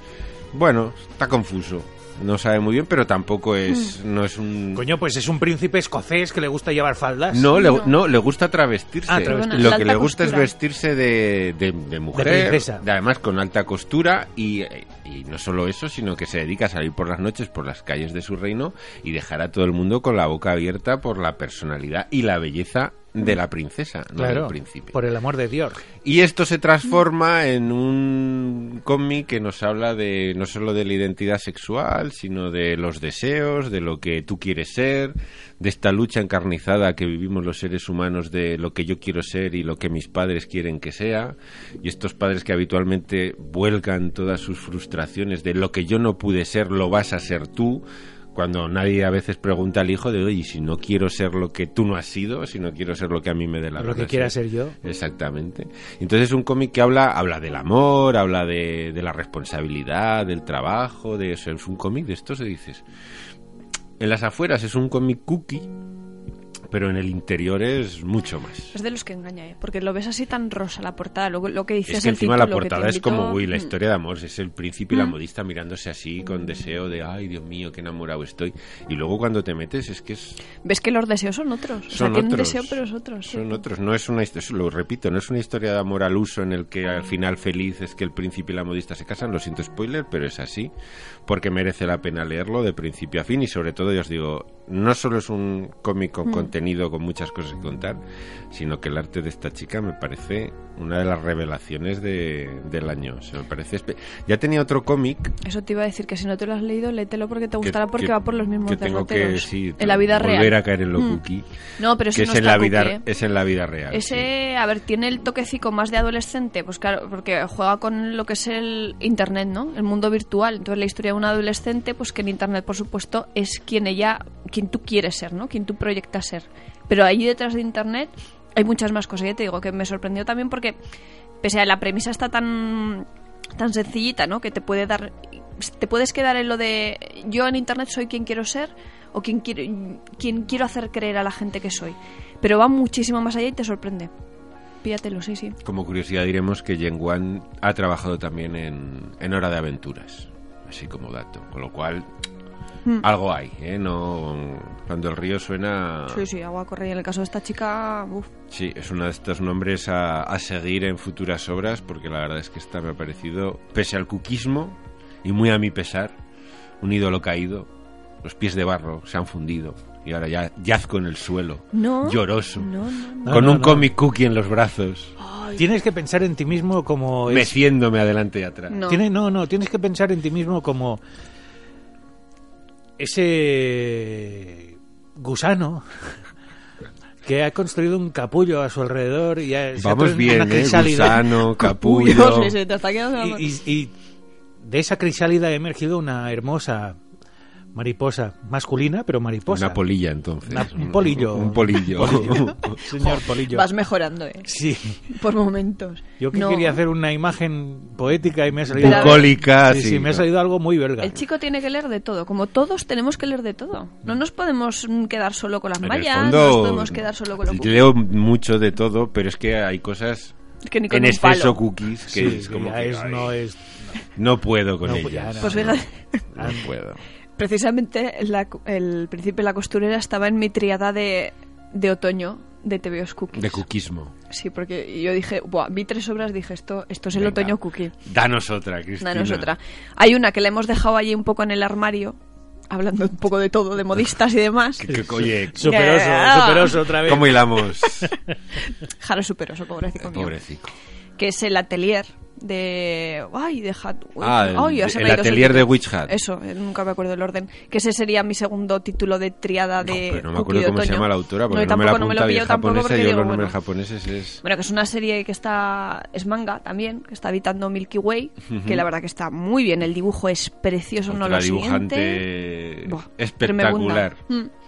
[SPEAKER 1] Bueno, está confuso. No sabe muy bien, pero tampoco es... No es un...
[SPEAKER 2] Coño, pues es un príncipe escocés que le gusta llevar faldas.
[SPEAKER 1] No, le, no, le gusta travestirse.
[SPEAKER 2] Ah, travestirse.
[SPEAKER 3] Perdona,
[SPEAKER 1] Lo
[SPEAKER 3] la
[SPEAKER 1] que
[SPEAKER 3] alta
[SPEAKER 1] le gusta
[SPEAKER 3] costura.
[SPEAKER 1] es vestirse de, de- de mujer.
[SPEAKER 2] princesa.
[SPEAKER 1] de- además, con alta costura. Y, y no solo eso, sino que se dedica a salir por las noches por las calles de su reino y dejar a todo el mundo con la boca abierta por la personalidad y la belleza de la princesa, no
[SPEAKER 2] Claro,
[SPEAKER 1] del príncipe.
[SPEAKER 2] por el amor de Dios.
[SPEAKER 1] Y esto se transforma en un cómic que nos habla de no solo de la identidad sexual, sino de los deseos, de lo que tú quieres ser, de esta lucha encarnizada que vivimos los seres humanos de lo que yo quiero ser y lo que mis padres quieren que sea, y estos padres que habitualmente vuelcan todas sus frustraciones de lo que yo no pude ser, lo vas a ser tú. Cuando nadie a veces pregunta al hijo de, oye, ¿y si no quiero ser lo que tú no has sido, si no quiero ser lo que a mí me dé la
[SPEAKER 2] lo
[SPEAKER 1] gana
[SPEAKER 2] que quiera ser yo.
[SPEAKER 1] Exactamente. Entonces es un cómic que habla, habla del amor, habla de, de la responsabilidad, del trabajo, de eso. Es un cómic de estos, se dices. En las afueras es un cómic cookie, pero en el interior es mucho más.
[SPEAKER 3] Es de los que engaña, ¿eh? Porque lo ves así tan rosa la portada. Lo, lo que dices
[SPEAKER 1] Es que
[SPEAKER 3] el
[SPEAKER 1] encima
[SPEAKER 3] título,
[SPEAKER 1] la
[SPEAKER 3] que te
[SPEAKER 1] portada es
[SPEAKER 3] invito-
[SPEAKER 1] como, ¿eh? uy, la
[SPEAKER 3] Mm. Ah.
[SPEAKER 1] historia de amor, es el príncipe y la modista mirándose así con deseo de, ay, Dios mío, qué enamorado estoy. Y luego cuando te metes es que es
[SPEAKER 3] Ves que los deseos son otros. o sea,
[SPEAKER 1] son
[SPEAKER 3] tienen
[SPEAKER 1] otros.
[SPEAKER 3] deseo, pero es otros. sí.
[SPEAKER 1] Son otros. No es una historia, lo repito, no es una historia de amor al uso en el que al final feliz es que el príncipe y la modista se casan. Lo siento, spoiler, pero es así. Porque merece la pena leerlo de principio a fin. Y sobre todo, ya os digo, no solo es un cómic
[SPEAKER 3] Mm.
[SPEAKER 1] con contenido, con muchas cosas que contar, sino que el arte de esta chica me parece una de las revelaciones de- del año. Se me parece. espe- Ya tenía otro cómic
[SPEAKER 3] Eso te iba a decir que si no te lo has leído, léetelo porque te
[SPEAKER 1] que-
[SPEAKER 3] gustará porque
[SPEAKER 1] que-
[SPEAKER 3] va por los mismos
[SPEAKER 1] que tengo que
[SPEAKER 3] derroteros.
[SPEAKER 1] sí,
[SPEAKER 3] en la vida
[SPEAKER 1] volver
[SPEAKER 3] real.
[SPEAKER 1] a caer en lo
[SPEAKER 3] Mm.
[SPEAKER 1] cookie.
[SPEAKER 3] No, pero eso
[SPEAKER 1] que
[SPEAKER 3] no
[SPEAKER 1] es en
[SPEAKER 3] está
[SPEAKER 1] la vida
[SPEAKER 3] cookie, ¿eh?
[SPEAKER 1] es en la vida real sí.
[SPEAKER 3] Ese, a ver, tiene el toquecico más de adolescente, pues claro, porque juega con lo que es el Internet, ¿no? El mundo virtual. Entonces la historia de un adolescente, pues que en Internet, por supuesto, es quien ella, quien tú quieres ser, ¿no? Quien tú proyectas ser. Pero ahí detrás de Internet hay muchas más cosas. Ya te digo que me sorprendió también porque, pese a la premisa está tan, tan sencillita, ¿no? Que te puede dar... Te puedes quedar en lo de yo en Internet soy quien quiero ser o quien quiero, quien quiero hacer creer a la gente que soy. Pero va muchísimo más allá y te sorprende. Píllatelo, sí, sí.
[SPEAKER 1] Como curiosidad diremos que Yen Wan ha trabajado también en, en Hora de Aventuras, así como dato, con lo cual
[SPEAKER 3] Hmm.
[SPEAKER 1] algo hay, ¿eh? No, cuando el río suena,
[SPEAKER 3] Sí, sí, agua corre. Y en el caso de esta chica, uf.
[SPEAKER 1] sí, es uno de estos nombres a, a seguir en futuras obras, porque la verdad es que esta me ha parecido, pese al cuquismo y muy a mi pesar, un ídolo caído, los pies de barro se han fundido y ahora ya yazco en el suelo,
[SPEAKER 3] No.
[SPEAKER 1] lloroso,
[SPEAKER 3] No, no, no.
[SPEAKER 2] No,
[SPEAKER 1] con
[SPEAKER 2] no,
[SPEAKER 1] un
[SPEAKER 2] no.
[SPEAKER 1] cómic cookie en los brazos,
[SPEAKER 2] Tienes que pensar en ti mismo
[SPEAKER 5] Oh,
[SPEAKER 2] como... es-
[SPEAKER 5] Mm.
[SPEAKER 1] meciéndome adelante y atrás.
[SPEAKER 3] No.
[SPEAKER 2] Tiene- no, no, tienes que pensar en ti mismo como
[SPEAKER 5] ese gusano [LAUGHS] que ha construido un capullo a su alrededor y ha, se ha
[SPEAKER 1] Vamos
[SPEAKER 5] tra-
[SPEAKER 1] bien,
[SPEAKER 5] una
[SPEAKER 1] ¿eh?
[SPEAKER 5] crisálida. [LAUGHS]
[SPEAKER 1] Gusano,
[SPEAKER 3] Uy,
[SPEAKER 1] capullo.
[SPEAKER 3] sí, sí, te está quedando...
[SPEAKER 5] Y, y- y de esa crisálida ha emergido una hermosa mariposa masculina, pero mariposa.
[SPEAKER 1] Una polilla, entonces.
[SPEAKER 5] Una- un polillo.
[SPEAKER 1] Un polillo. [LAUGHS]
[SPEAKER 5] [LAUGHS] Señor Polillo.
[SPEAKER 3] Vas mejorando, ¿eh?
[SPEAKER 5] Sí.
[SPEAKER 3] Por momentos.
[SPEAKER 5] Yo que
[SPEAKER 3] No.
[SPEAKER 5] quería hacer una imagen poética y me ha salido.
[SPEAKER 1] Bucólica,
[SPEAKER 5] Sí, sí, me ha salido algo muy belga.
[SPEAKER 3] El chico tiene que leer de todo, como todos tenemos que leer de todo. No nos podemos mm, quedar solo con las
[SPEAKER 1] En el
[SPEAKER 3] mallas,
[SPEAKER 1] fondo,
[SPEAKER 3] no nos podemos quedar solo con lo cu-
[SPEAKER 1] Leo mucho de todo, pero es que hay cosas
[SPEAKER 3] Es que ni con
[SPEAKER 1] en
[SPEAKER 3] un
[SPEAKER 1] exceso
[SPEAKER 3] palo.
[SPEAKER 1] cookies que
[SPEAKER 5] Sí,
[SPEAKER 1] es como
[SPEAKER 5] ya
[SPEAKER 1] que,
[SPEAKER 5] es-
[SPEAKER 1] ay,
[SPEAKER 5] no es.
[SPEAKER 1] no puedo con
[SPEAKER 5] no,
[SPEAKER 1] ellas.
[SPEAKER 5] ya
[SPEAKER 3] Pues
[SPEAKER 5] no.
[SPEAKER 3] fíjate,
[SPEAKER 1] no puedo.
[SPEAKER 3] [LAUGHS] precisamente la cu- el príncipe de la costurera estaba en mi triada de, de otoño de TVOs Cookies.
[SPEAKER 1] De cookismo.
[SPEAKER 3] Sí, porque yo dije, Buah, vi tres obras, dije, esto, esto es el
[SPEAKER 1] Venga.
[SPEAKER 3] otoño cookie.
[SPEAKER 1] Danos otra, Cristina.
[SPEAKER 3] Danos otra. Hay una que la hemos dejado allí un poco en el armario, hablando un poco de todo, de modistas y
[SPEAKER 1] [LAUGHS]
[SPEAKER 3] demás.
[SPEAKER 1] Que- que- oye,
[SPEAKER 5] Superoso,
[SPEAKER 3] [LAUGHS] Ah.
[SPEAKER 5] superoso otra vez.
[SPEAKER 1] ¿cómo hilamos?
[SPEAKER 5] [LAUGHS]
[SPEAKER 3] Jaro Superoso,
[SPEAKER 1] Eh,
[SPEAKER 3] pobrecito mío.
[SPEAKER 1] Pobrecito.
[SPEAKER 3] que es el atelier de ay de Hat uy,
[SPEAKER 1] Ah, el-
[SPEAKER 3] ay, ya se me
[SPEAKER 1] el
[SPEAKER 3] ha ido ese
[SPEAKER 1] atelier
[SPEAKER 3] título.
[SPEAKER 1] de Witch Hat.
[SPEAKER 3] eso eh, nunca me acuerdo el orden que ese sería mi segundo título de triada de
[SPEAKER 1] No, pero no me
[SPEAKER 3] Cookie
[SPEAKER 1] acuerdo
[SPEAKER 3] de
[SPEAKER 1] cómo se
[SPEAKER 3] otoño.
[SPEAKER 1] llama la autora, porque
[SPEAKER 3] yo
[SPEAKER 1] no, me la
[SPEAKER 3] tampoco,
[SPEAKER 1] apunta
[SPEAKER 3] lo pillo
[SPEAKER 1] bien
[SPEAKER 3] tampoco
[SPEAKER 1] japonesa.
[SPEAKER 3] porque
[SPEAKER 1] Yo
[SPEAKER 3] digo,
[SPEAKER 1] los
[SPEAKER 3] bueno.
[SPEAKER 1] nombres japoneses es...
[SPEAKER 3] Bueno, que es una serie que está es manga también que está habitando Milky Way que la verdad que está muy bien el dibujo es precioso no
[SPEAKER 1] otra
[SPEAKER 3] lo siguiente
[SPEAKER 1] dibujante
[SPEAKER 3] Buah,
[SPEAKER 1] espectacular.
[SPEAKER 3] tremebunda. Mm.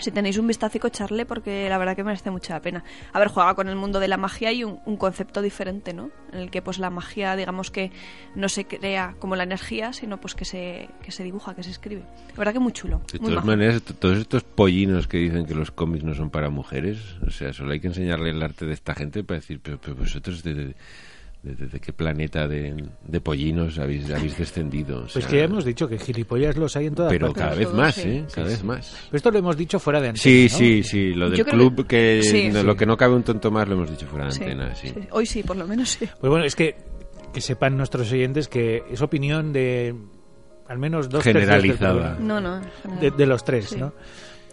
[SPEAKER 3] Si tenéis un vistacico, charle, porque la verdad que merece mucha la pena. A ver, juega con el mundo de la magia y un, un concepto diferente, ¿no? En el que pues la magia, digamos que no se crea como la energía, sino pues que se, que se dibuja, que se escribe. La verdad que muy chulo.
[SPEAKER 1] De
[SPEAKER 3] muy
[SPEAKER 1] todas
[SPEAKER 3] majo.
[SPEAKER 1] maneras, t- todos estos pollinos que dicen que los cómics no son para mujeres, o sea, solo hay que enseñarle el arte de esta gente para decir, pero, pero vosotros de, de- de- de qué planeta de, de pollinos habéis, habéis descendido. O sea,
[SPEAKER 5] Pues que ya hemos dicho que gilipollas los hay en todas
[SPEAKER 1] pero
[SPEAKER 5] partes.
[SPEAKER 1] cada
[SPEAKER 3] Pero
[SPEAKER 1] vez
[SPEAKER 3] todos,
[SPEAKER 1] más,
[SPEAKER 3] sí.
[SPEAKER 1] ¿eh? Cada
[SPEAKER 5] Sí,
[SPEAKER 1] vez
[SPEAKER 5] sí.
[SPEAKER 1] más.
[SPEAKER 5] Pero Esto lo hemos dicho fuera de antena.
[SPEAKER 1] Sí,
[SPEAKER 5] ¿no?
[SPEAKER 1] sí, sí, lo del
[SPEAKER 3] Yo creo
[SPEAKER 1] club que,
[SPEAKER 3] sí,
[SPEAKER 1] no,
[SPEAKER 3] sí.
[SPEAKER 1] lo que no cabe un tonto más lo hemos dicho fuera de
[SPEAKER 3] Sí,
[SPEAKER 1] antena, sí.
[SPEAKER 3] sí. Hoy sí, por lo menos sí.
[SPEAKER 5] Pues bueno, es que, que sepan nuestros oyentes que es opinión de al menos dos
[SPEAKER 1] Generalizada.
[SPEAKER 5] tercios del
[SPEAKER 3] No, no.
[SPEAKER 5] programa, de, de los tres,
[SPEAKER 3] Sí.
[SPEAKER 5] ¿no?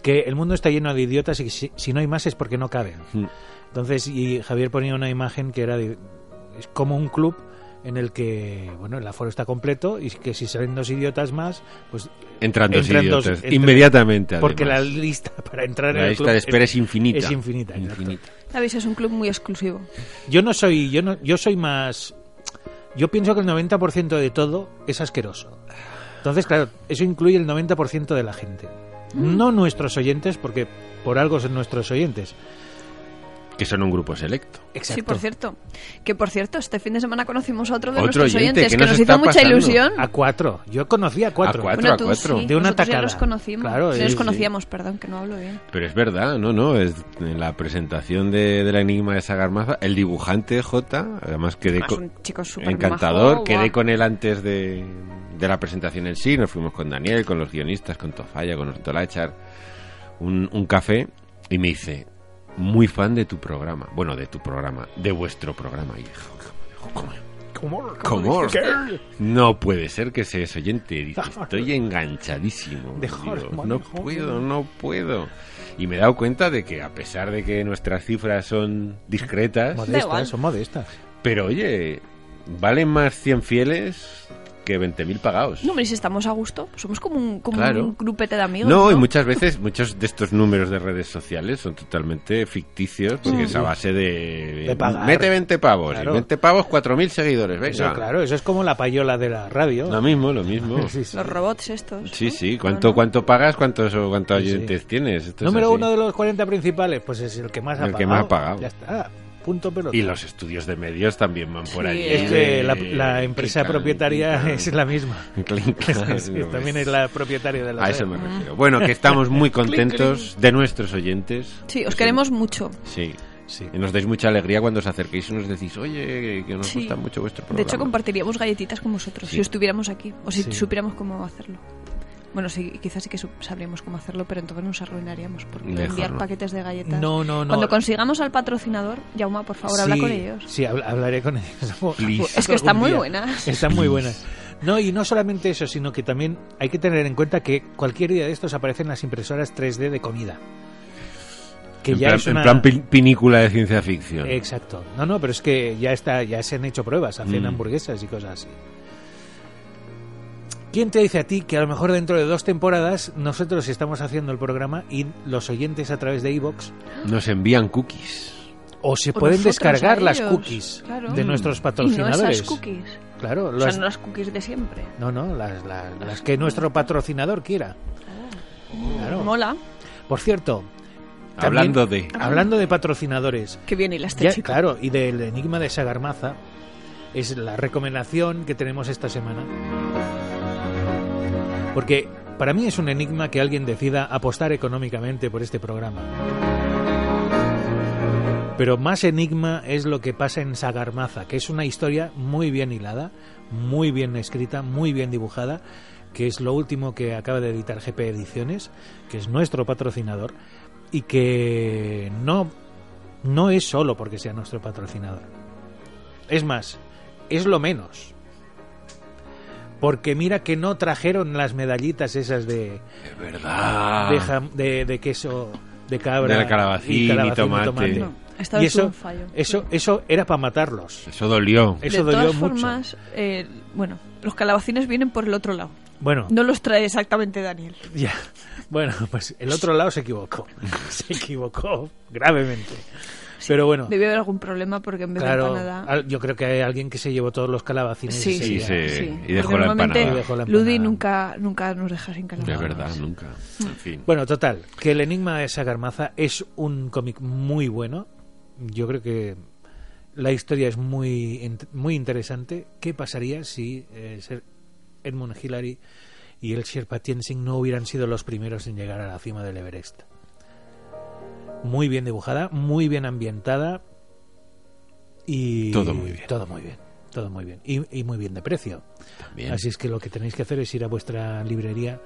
[SPEAKER 5] Que el mundo está lleno de idiotas y que si, si no hay más es porque no caben.
[SPEAKER 1] Mm.
[SPEAKER 5] Entonces, y Javier ponía una imagen que era de- es como un club en el que, bueno, el aforo está completo y que si salen dos idiotas más, pues
[SPEAKER 1] Entran dos
[SPEAKER 5] Entran dos-
[SPEAKER 1] idiotas,
[SPEAKER 5] entran-
[SPEAKER 1] inmediatamente
[SPEAKER 5] porque la
[SPEAKER 1] además.
[SPEAKER 5] lista [LAUGHS] para entrar
[SPEAKER 1] La
[SPEAKER 5] en el
[SPEAKER 1] lista
[SPEAKER 5] club
[SPEAKER 1] de espera es, infinita.
[SPEAKER 5] es infinita, exacto.
[SPEAKER 3] Sabéis, es un club muy exclusivo.
[SPEAKER 5] Yo no soy, yo no, yo soy más. Yo pienso que el 90% de todo es asqueroso. Entonces, claro, eso incluye el 90% de la gente.
[SPEAKER 3] Mm.
[SPEAKER 5] No nuestros oyentes, porque por algo son nuestros oyentes.
[SPEAKER 1] Que son un grupo selecto.
[SPEAKER 5] Exacto.
[SPEAKER 3] Sí, por cierto. Que por cierto, este fin de semana conocimos a otro de
[SPEAKER 1] Otro
[SPEAKER 3] nuestros
[SPEAKER 1] oyente,
[SPEAKER 3] oyentes
[SPEAKER 1] ¿qué
[SPEAKER 3] que
[SPEAKER 1] nos
[SPEAKER 3] nos
[SPEAKER 1] está
[SPEAKER 3] hizo mucha
[SPEAKER 1] pasando?
[SPEAKER 3] ilusión.
[SPEAKER 5] A cuatro. Yo conocí a cuatro.
[SPEAKER 1] A cuatro.
[SPEAKER 3] Bueno, tú
[SPEAKER 1] cuatro.
[SPEAKER 3] sí.
[SPEAKER 5] De una
[SPEAKER 3] Nosotros ya
[SPEAKER 5] tacada.
[SPEAKER 3] los conocimos.
[SPEAKER 5] Claro,
[SPEAKER 3] Sí,
[SPEAKER 5] sí,
[SPEAKER 3] los
[SPEAKER 5] sí.
[SPEAKER 3] conocíamos, perdón, que no hablo bien.
[SPEAKER 1] Pero es verdad, no, no, es en la presentación de, del enigma de Sagarmaza, el dibujante J, además quedé
[SPEAKER 3] Además,
[SPEAKER 1] con-
[SPEAKER 3] Ah, un chico súper
[SPEAKER 1] encantador,
[SPEAKER 3] majo,
[SPEAKER 1] quedé
[SPEAKER 3] guau.
[SPEAKER 1] con él antes de, de la presentación en sí, nos fuimos con Daniel, con los guionistas, con Tofalla, con Ortola a echar un, un café y me dice, muy fan de tu programa, bueno, de tu programa, de vuestro programa, y dije, ¿cómo?
[SPEAKER 5] ¿Cómo?
[SPEAKER 1] ¿Cómo? No puede ser que seas oyente. Dice, estoy enganchadísimo.
[SPEAKER 5] De
[SPEAKER 1] Digo,
[SPEAKER 5] Horseman,
[SPEAKER 1] no
[SPEAKER 5] de Horseman.
[SPEAKER 1] puedo, no puedo. Y me he dado cuenta de que a pesar de que nuestras cifras son discretas,
[SPEAKER 3] Da igual.
[SPEAKER 5] Modestas, son modestas.
[SPEAKER 1] pero oye, valen más 100 fieles que 20.000 pagados.
[SPEAKER 3] No, hombre, y si estamos a gusto, pues somos como un, como
[SPEAKER 1] Claro.
[SPEAKER 3] un grupete de amigos.
[SPEAKER 1] No, y muchas veces muchos de estos números de redes sociales son totalmente ficticios porque
[SPEAKER 5] Sí,
[SPEAKER 1] es
[SPEAKER 5] sí.
[SPEAKER 1] a base de...
[SPEAKER 5] De pagar.
[SPEAKER 1] Mete 20 pavos,
[SPEAKER 5] Claro.
[SPEAKER 1] y 20 pavos, 4.000 seguidores, venga.
[SPEAKER 5] Eso, claro, eso es como la payola de la radio.
[SPEAKER 1] Lo mismo, lo mismo.
[SPEAKER 5] [LAUGHS] Sí, sí.
[SPEAKER 3] Los robots estos.
[SPEAKER 1] Sí,
[SPEAKER 3] ¿no?
[SPEAKER 1] sí.
[SPEAKER 3] Bueno,
[SPEAKER 1] ¿Cuánto,
[SPEAKER 3] no.
[SPEAKER 1] cuánto pagas? ¿Cuántos cuántos
[SPEAKER 5] Sí, sí.
[SPEAKER 1] oyentes tienes? Esto es
[SPEAKER 5] Número
[SPEAKER 1] así.
[SPEAKER 5] uno de los 40 principales, pues es el que más ha
[SPEAKER 1] El
[SPEAKER 5] pagado.
[SPEAKER 1] que más ha pagado.
[SPEAKER 5] Ya está. Punto pelota.
[SPEAKER 1] Y los estudios de medios también van por
[SPEAKER 3] Sí,
[SPEAKER 1] allí.
[SPEAKER 5] Es que la,
[SPEAKER 1] Eh,
[SPEAKER 5] la empresa
[SPEAKER 1] clincan,
[SPEAKER 5] propietaria [LAUGHS]
[SPEAKER 1] clincan.
[SPEAKER 5] es la misma.
[SPEAKER 1] [LAUGHS]
[SPEAKER 5] [LAUGHS]
[SPEAKER 1] Clincan,
[SPEAKER 5] Sí,
[SPEAKER 1] no
[SPEAKER 5] también
[SPEAKER 1] ves.
[SPEAKER 5] es la propietaria de la
[SPEAKER 1] A
[SPEAKER 5] red.
[SPEAKER 1] eso me refiero. Bueno, que estamos
[SPEAKER 5] [LAUGHS]
[SPEAKER 1] muy contentos de nuestros oyentes.
[SPEAKER 3] Sí, os queremos mucho.
[SPEAKER 1] Sí.
[SPEAKER 5] Sí.
[SPEAKER 1] Y nos dais mucha alegría cuando os acerquéis y nos decís, oye, que nos
[SPEAKER 3] Sí.
[SPEAKER 1] gusta mucho vuestro
[SPEAKER 3] De
[SPEAKER 1] programa.
[SPEAKER 3] hecho, compartiríamos galletitas con vosotros
[SPEAKER 1] Sí.
[SPEAKER 3] si estuviéramos aquí o si
[SPEAKER 5] Sí.
[SPEAKER 3] supiéramos cómo hacerlo. Bueno, sí, quizás sí que su- sabríamos cómo hacerlo, pero entonces nos arruinaríamos porque
[SPEAKER 1] Mejor
[SPEAKER 3] enviar
[SPEAKER 1] no.
[SPEAKER 3] paquetes de galletas.
[SPEAKER 5] No, no, no.
[SPEAKER 3] Cuando consigamos al patrocinador, Yauma, por favor, habla
[SPEAKER 5] Sí,
[SPEAKER 3] con ellos.
[SPEAKER 5] Sí, habl- hablaré con ellos. [LAUGHS]
[SPEAKER 1] Please.
[SPEAKER 3] Es que están
[SPEAKER 5] Algún
[SPEAKER 3] muy
[SPEAKER 5] día.
[SPEAKER 3] [LAUGHS] buenas.
[SPEAKER 5] Están muy buenas. No, y no solamente eso, sino que también hay que tener en cuenta que cualquier día de estos aparecen las impresoras 3D de comida. Que
[SPEAKER 1] en,
[SPEAKER 5] ya
[SPEAKER 1] plan,
[SPEAKER 5] es
[SPEAKER 1] en
[SPEAKER 5] una... Eh,
[SPEAKER 1] plan pin- pinícula de ciencia ficción.
[SPEAKER 5] Exacto. No, no, pero es
[SPEAKER 3] Mm.
[SPEAKER 5] que ya está, ya se han hecho pruebas, hacen
[SPEAKER 1] Mm.
[SPEAKER 5] hamburguesas y cosas así. ¿Quién te dice a ti que a lo mejor dentro de dos temporadas nosotros estamos haciendo el programa y los oyentes a través de iVoox
[SPEAKER 1] Nos envían cookies.
[SPEAKER 5] o se
[SPEAKER 3] O
[SPEAKER 5] pueden
[SPEAKER 3] nosotros
[SPEAKER 5] descargar
[SPEAKER 3] a
[SPEAKER 5] las
[SPEAKER 3] ellos,
[SPEAKER 5] cookies
[SPEAKER 3] claro.
[SPEAKER 5] de nuestros
[SPEAKER 3] Y no
[SPEAKER 5] patrocinadores?
[SPEAKER 3] esas cookies.
[SPEAKER 5] Claro,
[SPEAKER 3] Mm. O sea,
[SPEAKER 5] las-
[SPEAKER 3] no las cookies de siempre.
[SPEAKER 5] no, no, las, las- las que nuestro patrocinador quiera.
[SPEAKER 3] Oh.
[SPEAKER 5] Claro.
[SPEAKER 3] Mola.
[SPEAKER 5] Por cierto, También- Ah.
[SPEAKER 1] Hablando de...
[SPEAKER 3] Ah.
[SPEAKER 5] hablando de patrocinadores,
[SPEAKER 3] Qué bien y este
[SPEAKER 5] Ya,
[SPEAKER 3] chico.
[SPEAKER 5] claro, y del enigma de Sagarmaza es la recomendación que tenemos esta semana. Porque para mí es un enigma que alguien decida apostar económicamente por este programa. Pero más enigma es lo que pasa en Sagarmaza, que es una historia muy bien hilada, muy bien escrita, muy bien dibujada, que es lo último que acaba de editar GP Ediciones, que es nuestro patrocinador, y que no no es solo porque sea nuestro patrocinador. Es más, es lo menos. Porque mira que no trajeron las medallitas esas de,
[SPEAKER 1] Es verdad.
[SPEAKER 5] de, jam- de- de queso de cabra.
[SPEAKER 1] Ah. De calabacín y tomate.
[SPEAKER 3] No, esta vez
[SPEAKER 5] eso,
[SPEAKER 3] hubo un fallo.
[SPEAKER 5] Eso, eso era para matarlos.
[SPEAKER 1] Eso dolió.
[SPEAKER 5] Eso
[SPEAKER 3] de
[SPEAKER 5] dolió
[SPEAKER 3] todas
[SPEAKER 5] mucho.
[SPEAKER 3] formas, eh, bueno, los calabacines vienen por el otro lado.
[SPEAKER 5] Bueno,
[SPEAKER 3] No los trae exactamente Daniel.
[SPEAKER 5] ya. Bueno, pues el otro lado se
[SPEAKER 2] [LAUGHS]
[SPEAKER 5] equivocó. Se equivocó gravemente. Pero bueno,
[SPEAKER 3] Debió haber algún problema porque en vez
[SPEAKER 5] claro,
[SPEAKER 3] de empanada...
[SPEAKER 5] al- yo creo que hay alguien que se llevó todos los calabacines.
[SPEAKER 3] Sí,
[SPEAKER 5] ese
[SPEAKER 1] Sí,
[SPEAKER 5] día.
[SPEAKER 1] sí. Y dejó
[SPEAKER 3] Porque
[SPEAKER 1] la
[SPEAKER 3] normalmente
[SPEAKER 1] empanada.
[SPEAKER 5] Y dejó la
[SPEAKER 3] Ludi
[SPEAKER 5] empanada.
[SPEAKER 3] nunca, nunca nos deja
[SPEAKER 1] De
[SPEAKER 3] sin calabacines.
[SPEAKER 1] verdad, nunca. En fin.
[SPEAKER 5] Bueno, total, que el enigma de Sagarmaza es un cómic muy bueno. Yo creo que la historia es muy, int- muy interesante. ¿Qué pasaría si eh, Ser- Edmund Hillary y el Sherpa Tenzin no hubieran sido los primeros en llegar a la cima del Everest? Muy bien dibujada, muy bien ambientada y
[SPEAKER 1] Todo muy bien.
[SPEAKER 5] Todo muy bien, todo muy bien y, y muy bien de precio.
[SPEAKER 1] También.
[SPEAKER 5] Así es que lo que tenéis que hacer es ir a vuestra librería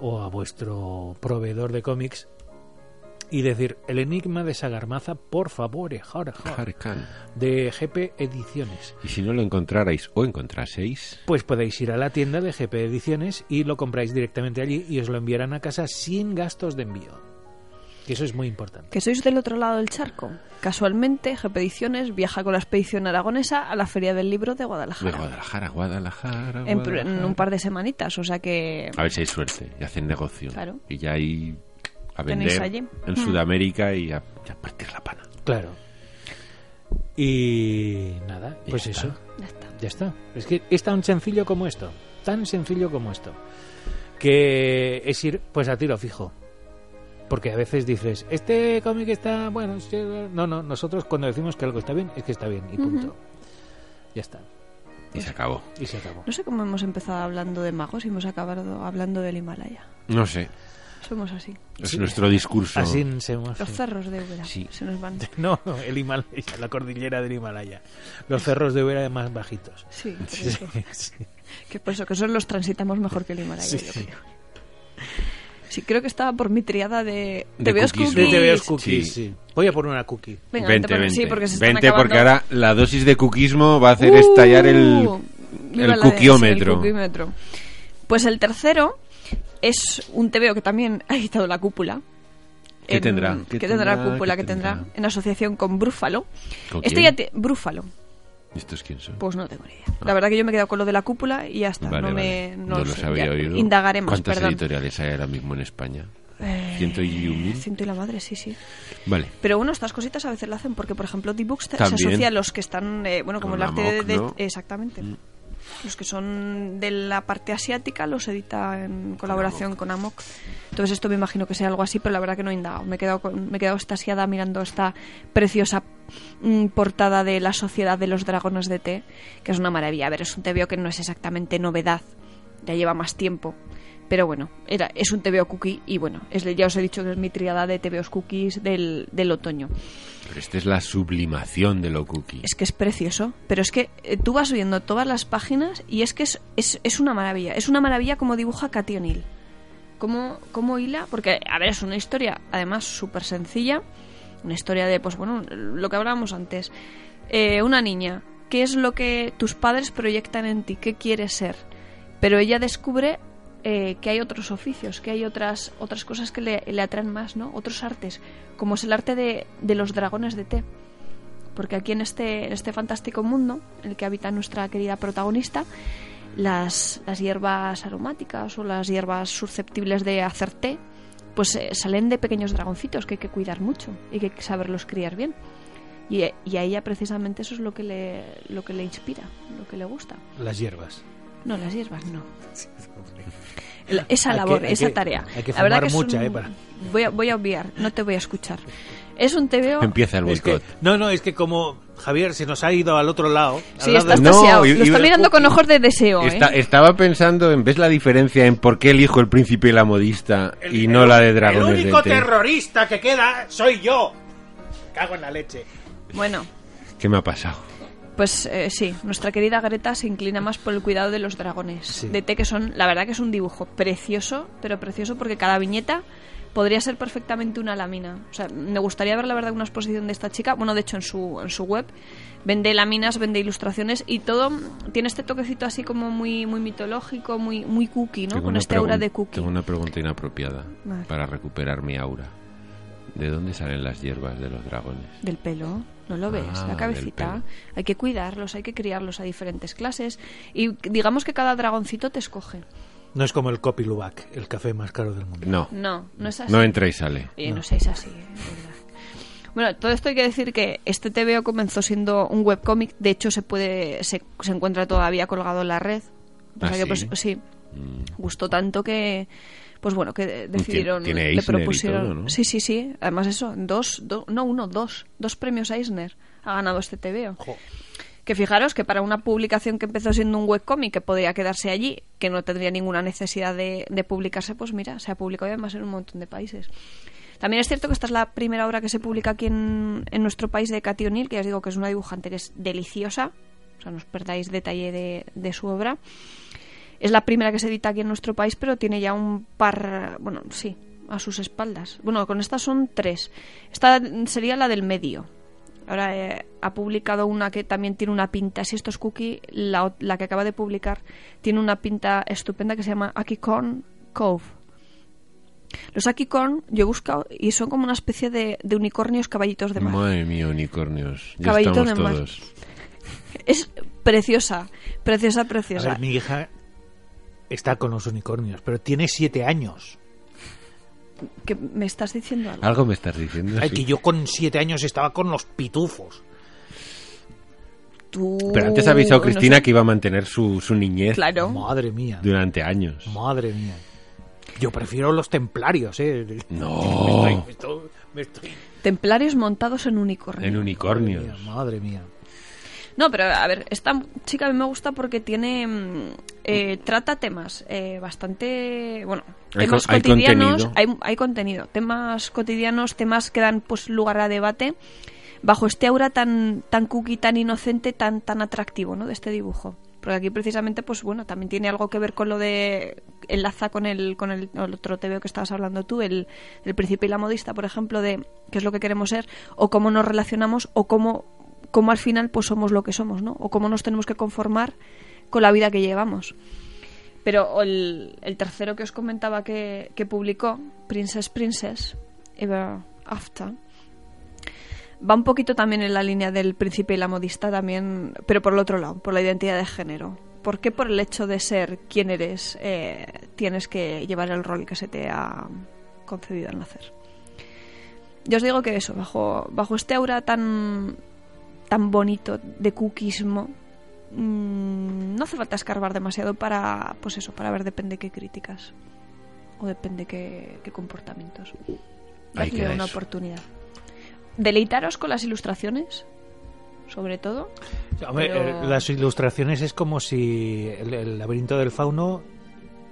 [SPEAKER 5] o a vuestro proveedor de cómics y decir el enigma de Sagarmaza, por favor, ejar, ejar",
[SPEAKER 1] Harkan.
[SPEAKER 5] de GP Ediciones.
[SPEAKER 1] Y si no lo encontrarais o encontraseis,
[SPEAKER 5] Pues podéis ir a la tienda de GP Ediciones y lo compráis directamente allí y os lo enviarán a casa sin gastos de envío. Que eso es muy importante.
[SPEAKER 3] Que sois del otro lado del charco. Casualmente, Gepediciones viaja con la expedición aragonesa a la Feria del Libro de
[SPEAKER 1] de
[SPEAKER 3] Guadalajara.
[SPEAKER 1] Guadalajara, Guadalajara.
[SPEAKER 3] En, pr- en
[SPEAKER 1] Guadalajara.
[SPEAKER 3] un par de semanitas, o sea que...
[SPEAKER 1] A ver si hay suerte y hacen negocio.
[SPEAKER 3] Claro.
[SPEAKER 1] Y ya ahí a
[SPEAKER 3] Tenéis
[SPEAKER 1] vender
[SPEAKER 3] allí. Mm.
[SPEAKER 1] en Sudamérica y a, y a partir la pana.
[SPEAKER 5] Claro. Y nada,
[SPEAKER 1] Y
[SPEAKER 5] pues
[SPEAKER 1] ya
[SPEAKER 5] eso.
[SPEAKER 1] está.
[SPEAKER 3] Ya está.
[SPEAKER 5] Ya está. Es que es tan sencillo como esto. Tan sencillo como esto. Que es ir pues a tiro fijo. Porque a veces dices, este cómic está bueno. sí, No, no, nosotros cuando decimos que algo está bien, es que está bien y punto. Ya está.
[SPEAKER 1] Y
[SPEAKER 3] Pues
[SPEAKER 1] se acabó.
[SPEAKER 5] Y se acabó.
[SPEAKER 3] No sé cómo hemos empezado hablando de magos y hemos acabado hablando del Himalaya.
[SPEAKER 1] No sé.
[SPEAKER 3] Somos así.
[SPEAKER 1] Es
[SPEAKER 5] Sí.
[SPEAKER 1] nuestro discurso.
[SPEAKER 5] Así se hemos...
[SPEAKER 3] Los cerros de Úbeda
[SPEAKER 1] Sí.
[SPEAKER 3] se nos [LAUGHS] van.
[SPEAKER 5] [LAUGHS] No, no, el Himalaya, la cordillera del Himalaya. Los cerros de Vera más bajitos.
[SPEAKER 3] Sí, por
[SPEAKER 5] Sí,
[SPEAKER 3] eso.
[SPEAKER 5] sí.
[SPEAKER 3] Que por eso, que esos los transitamos mejor que el Himalaya, yo creo. Sí, creo que estaba por mi triada de...
[SPEAKER 1] De
[SPEAKER 3] Te veo
[SPEAKER 1] cookies,
[SPEAKER 3] cookies.
[SPEAKER 1] ¿no?
[SPEAKER 5] De TVOs cookies,
[SPEAKER 1] Sí.
[SPEAKER 5] sí. Voy a poner una cookie.
[SPEAKER 1] 20,
[SPEAKER 3] Venga, vente,
[SPEAKER 1] 20.
[SPEAKER 3] sí, porque se están
[SPEAKER 1] 20, porque ahora
[SPEAKER 3] acabando.
[SPEAKER 1] la dosis de cuquismo va a hacer estallar el,
[SPEAKER 3] Uh, viva
[SPEAKER 1] el
[SPEAKER 3] la de- sí,
[SPEAKER 1] cuquiómetro.
[SPEAKER 3] el cuquiómetro. Pues el tercero es un TVO que también ha editado la cúpula.
[SPEAKER 1] ¿Qué tendrá?
[SPEAKER 3] Que
[SPEAKER 1] ¿Qué
[SPEAKER 3] tendrá
[SPEAKER 1] tendrá?
[SPEAKER 3] cúpula,
[SPEAKER 1] ¿Qué
[SPEAKER 3] que tendrá?
[SPEAKER 1] tendrá?
[SPEAKER 3] En asociación con Brúfalo.
[SPEAKER 1] ¿Con
[SPEAKER 3] Este
[SPEAKER 1] quién?
[SPEAKER 3] ya te- Brúfalo.
[SPEAKER 1] ¿Estos quién son?
[SPEAKER 3] Pues no tengo ni idea. La verdad que yo me he quedado con lo de la cúpula y ya está.
[SPEAKER 1] Ah. Vale,
[SPEAKER 3] no me
[SPEAKER 1] vale.
[SPEAKER 3] no
[SPEAKER 1] No
[SPEAKER 3] lo
[SPEAKER 1] los
[SPEAKER 3] sé,
[SPEAKER 1] había
[SPEAKER 3] ya
[SPEAKER 1] oído.
[SPEAKER 3] Indagaré más,
[SPEAKER 1] ¿Cuántas
[SPEAKER 3] perdón.
[SPEAKER 1] editoriales hay ahora mismo en España?
[SPEAKER 3] Eh,
[SPEAKER 1] ¿Ciento y un mil?
[SPEAKER 3] Ciento y la madre, sí, sí.
[SPEAKER 1] Vale.
[SPEAKER 3] Pero bueno, estas cositas a veces lo hacen porque, por ejemplo, D-Books se
[SPEAKER 1] También.
[SPEAKER 3] asocia a los que están, eh, bueno, como Mm.
[SPEAKER 1] Con
[SPEAKER 3] el arte de,
[SPEAKER 1] Amok,
[SPEAKER 3] de-
[SPEAKER 1] ¿no?
[SPEAKER 3] Exactamente. Los que son de la parte asiática los edita en colaboración con Amok. Entonces esto me imagino que sea algo así, pero la verdad que no he indagado. Me he quedado, con- me he quedado estasiada mirando esta preciosa mm, portada de La Sociedad de los Dragones de Té, que es una maravilla. A ver, es un tebeo que no es exactamente novedad, ya lleva más tiempo. Pero bueno, era, es un tebeo cookie y bueno, es, ya os he dicho que es mi triada de tebeos cookies del, del otoño.
[SPEAKER 1] Pero esta es la sublimación de lo cookie.
[SPEAKER 3] Es que es precioso, pero es que eh, tú vas viendo todas las páginas y es que es, es, es una maravilla. Es una maravilla como dibuja Katy O'Neill. Cómo, cómo hila, porque, a ver, es una historia, además, súper sencilla. Una historia de, pues bueno, lo que hablábamos antes. Eh, una niña, ¿qué es lo que tus padres proyectan en ti? ¿Qué quieres ser? Pero ella descubre eh, que hay otros oficios, que hay otras, otras cosas que le, le atraen más, ¿no? Otros artes, como es el arte de, de los dragones de té porque aquí en este, en este fantástico mundo en el que habita nuestra querida protagonista, las, las hierbas aromáticas o las hierbas susceptibles de hacer té, pues eh, salen de pequeños dragoncitos que hay que cuidar mucho y que hay que saberlos criar bien. Y, eh, y a ella precisamente eso es lo que, le, lo que le inspira, lo que le gusta.
[SPEAKER 2] Las hierbas.
[SPEAKER 3] No, las hierbas no.
[SPEAKER 2] [LAUGHS]
[SPEAKER 3] La- Esa labor,
[SPEAKER 2] hay
[SPEAKER 3] esa
[SPEAKER 2] que-
[SPEAKER 3] tarea.
[SPEAKER 2] hay que
[SPEAKER 3] La verdad
[SPEAKER 2] fumar
[SPEAKER 3] es
[SPEAKER 2] mucha,
[SPEAKER 3] un-
[SPEAKER 2] eh, para-
[SPEAKER 3] voy, a, voy a obviar, no te voy a escuchar. Es un
[SPEAKER 2] [LAUGHS]
[SPEAKER 3] TVO...
[SPEAKER 1] Empieza el
[SPEAKER 2] Es que-
[SPEAKER 1] boicot.
[SPEAKER 2] no, no, es que como Javier se nos ha ido al otro lado. al
[SPEAKER 3] Sí,
[SPEAKER 2] lado
[SPEAKER 3] estás
[SPEAKER 2] de-
[SPEAKER 1] No,
[SPEAKER 3] paseado.
[SPEAKER 1] y-
[SPEAKER 3] Lo
[SPEAKER 1] y-
[SPEAKER 3] está mirando con ojos de deseo, ¿eh?
[SPEAKER 1] Esta- estaba pensando en, ¿ves la diferencia en por qué elijo el príncipe y la modista y no la de dragones
[SPEAKER 2] El único
[SPEAKER 1] de té?
[SPEAKER 2] terrorista que queda soy yo. Cago en la leche.
[SPEAKER 3] Bueno,
[SPEAKER 1] ¿Qué me ha pasado?
[SPEAKER 3] pues eh, sí, nuestra querida Greta se inclina más por el cuidado de los dragones.
[SPEAKER 2] Sí.
[SPEAKER 3] De té que son, la verdad que es un dibujo precioso, pero precioso porque cada viñeta podría ser perfectamente una lámina. O sea, me gustaría ver la verdad una exposición de esta chica. Bueno, de hecho en su, en su web vende láminas, vende ilustraciones y todo mm, tiene este toquecito así como muy, muy mitológico, muy, muy cookie, ¿no?
[SPEAKER 1] Tengo
[SPEAKER 3] Con
[SPEAKER 1] una
[SPEAKER 3] este aura
[SPEAKER 1] pregun-
[SPEAKER 3] de cookie.
[SPEAKER 1] Tengo una pregunta inapropiada
[SPEAKER 3] Vale.
[SPEAKER 1] para recuperar mi aura. ¿De dónde salen las hierbas de los dragones?
[SPEAKER 3] Del pelo, ¿no lo ves?
[SPEAKER 1] Ah,
[SPEAKER 3] la
[SPEAKER 1] del
[SPEAKER 3] cabecita.
[SPEAKER 1] pelo.
[SPEAKER 3] Hay que cuidarlos, hay que criarlos a diferentes clases. Y digamos que cada dragoncito te escoge.
[SPEAKER 2] No es como el Copy Luwak, el café más caro del mundo.
[SPEAKER 1] No,
[SPEAKER 3] No, no es así.
[SPEAKER 1] no entra y sale.
[SPEAKER 3] Oye, no seáis así, eh, de verdad. Bueno, todo esto hay que decir que este TVO comenzó siendo un webcómic. De hecho, se puede se, se encuentra todavía colgado en la red. Lo que pasa
[SPEAKER 1] ¿Ah,
[SPEAKER 3] que, pues,
[SPEAKER 1] sí?
[SPEAKER 3] sí,
[SPEAKER 1] Mm.
[SPEAKER 3] gustó tanto que pues bueno que decidieron
[SPEAKER 1] tiene
[SPEAKER 3] le
[SPEAKER 1] Eisner y
[SPEAKER 3] propusieron
[SPEAKER 1] todo, ¿no?
[SPEAKER 3] sí sí sí además eso dos, do- no uno dos dos premios Eisner ha ganado este TVO
[SPEAKER 2] Jo.
[SPEAKER 3] que fijaros que para una publicación que empezó siendo un webcomic que podría quedarse allí que no tendría ninguna necesidad de, de publicarse pues mira se ha publicado además en un montón de países también es cierto que esta es la primera obra que se publica aquí en, en nuestro país de Cathy O'Neill, que ya os digo que es una dibujante que es deliciosa, o sea, no os perdáis detalle de, de su obra. Es la primera que se edita aquí en nuestro país, pero tiene ya un par, bueno, sí, a sus espaldas. Bueno, con estas son tres. Esta sería la del medio. Ahora eh, ha publicado una que también tiene una pinta, si esto es Cookie, la, ot- la que acaba de publicar tiene una pinta estupenda que se llama Akikon Cove. Los Akicorn yo he buscado y son como una especie de, de unicornios caballitos de mar.
[SPEAKER 1] Madre mía, unicornios. Ya
[SPEAKER 3] Caballito
[SPEAKER 1] estamos
[SPEAKER 3] de mar.
[SPEAKER 1] todos.
[SPEAKER 3] Es preciosa, preciosa,
[SPEAKER 2] A
[SPEAKER 3] preciosa.
[SPEAKER 2] ver, mi hija está con los unicornios, pero tiene siete años.
[SPEAKER 3] Que me estás diciendo algo.
[SPEAKER 1] Algo me estás diciendo.
[SPEAKER 2] Ay,
[SPEAKER 1] Ah, sí.
[SPEAKER 2] que yo con siete años estaba con los pitufos.
[SPEAKER 3] Tú-
[SPEAKER 1] Pero antes ha avisado
[SPEAKER 3] Uh, no
[SPEAKER 1] Cristina
[SPEAKER 3] sé.
[SPEAKER 1] que iba a mantener su, su niñez
[SPEAKER 3] Claro.
[SPEAKER 2] Madre mía.
[SPEAKER 1] durante años.
[SPEAKER 2] Madre mía. Yo prefiero los templarios, ¿eh?
[SPEAKER 1] No.
[SPEAKER 3] Oh.
[SPEAKER 2] Me estoy- me estoy-
[SPEAKER 3] Templarios montados en unicornio.
[SPEAKER 1] En unicornios.
[SPEAKER 2] Madre mía.
[SPEAKER 3] No, pero a ver, esta chica a mí me gusta porque tiene. mm, eh, trata temas eh, bastante. Bueno,
[SPEAKER 1] Hay
[SPEAKER 3] temas
[SPEAKER 1] con- hay
[SPEAKER 3] cotidianos.
[SPEAKER 1] contenido.
[SPEAKER 3] Hay, hay contenido. Temas cotidianos, temas que dan pues lugar a debate. Bajo este aura tan, tan cookie, tan inocente, tan, tan atractivo, ¿no? De este dibujo. Porque aquí precisamente, pues bueno, también tiene algo que ver con lo de. enlaza con el, con el, el otro veo que estabas hablando tú, el, el príncipe y la modista, por ejemplo, de qué es lo que queremos ser, o cómo nos relacionamos, o cómo cómo al final pues somos lo que somos, ¿no? O cómo nos tenemos que conformar con la vida que llevamos. Pero el, el tercero que os comentaba que, que publicó, Princess Princess, Ever After, va un poquito también en la línea del príncipe y la modista también, pero por el otro lado, por la identidad de género. ¿Por qué por el hecho de ser quien eres eh, tienes que llevar el rol que se te ha concedido al nacer? Yo os digo que eso, bajo, bajo este aura tan, tan bonito de cookismo, mm, no hace falta escarbar demasiado para, pues eso, para ver depende qué críticas o depende qué, qué comportamientos.
[SPEAKER 1] Ahí
[SPEAKER 3] Dadle
[SPEAKER 1] queda
[SPEAKER 3] una
[SPEAKER 1] eso.
[SPEAKER 3] oportunidad. Deleitaros con las ilustraciones, sobre todo.
[SPEAKER 2] Hombre,
[SPEAKER 3] Pero-
[SPEAKER 2] eh, Las ilustraciones es como si el, el laberinto del fauno,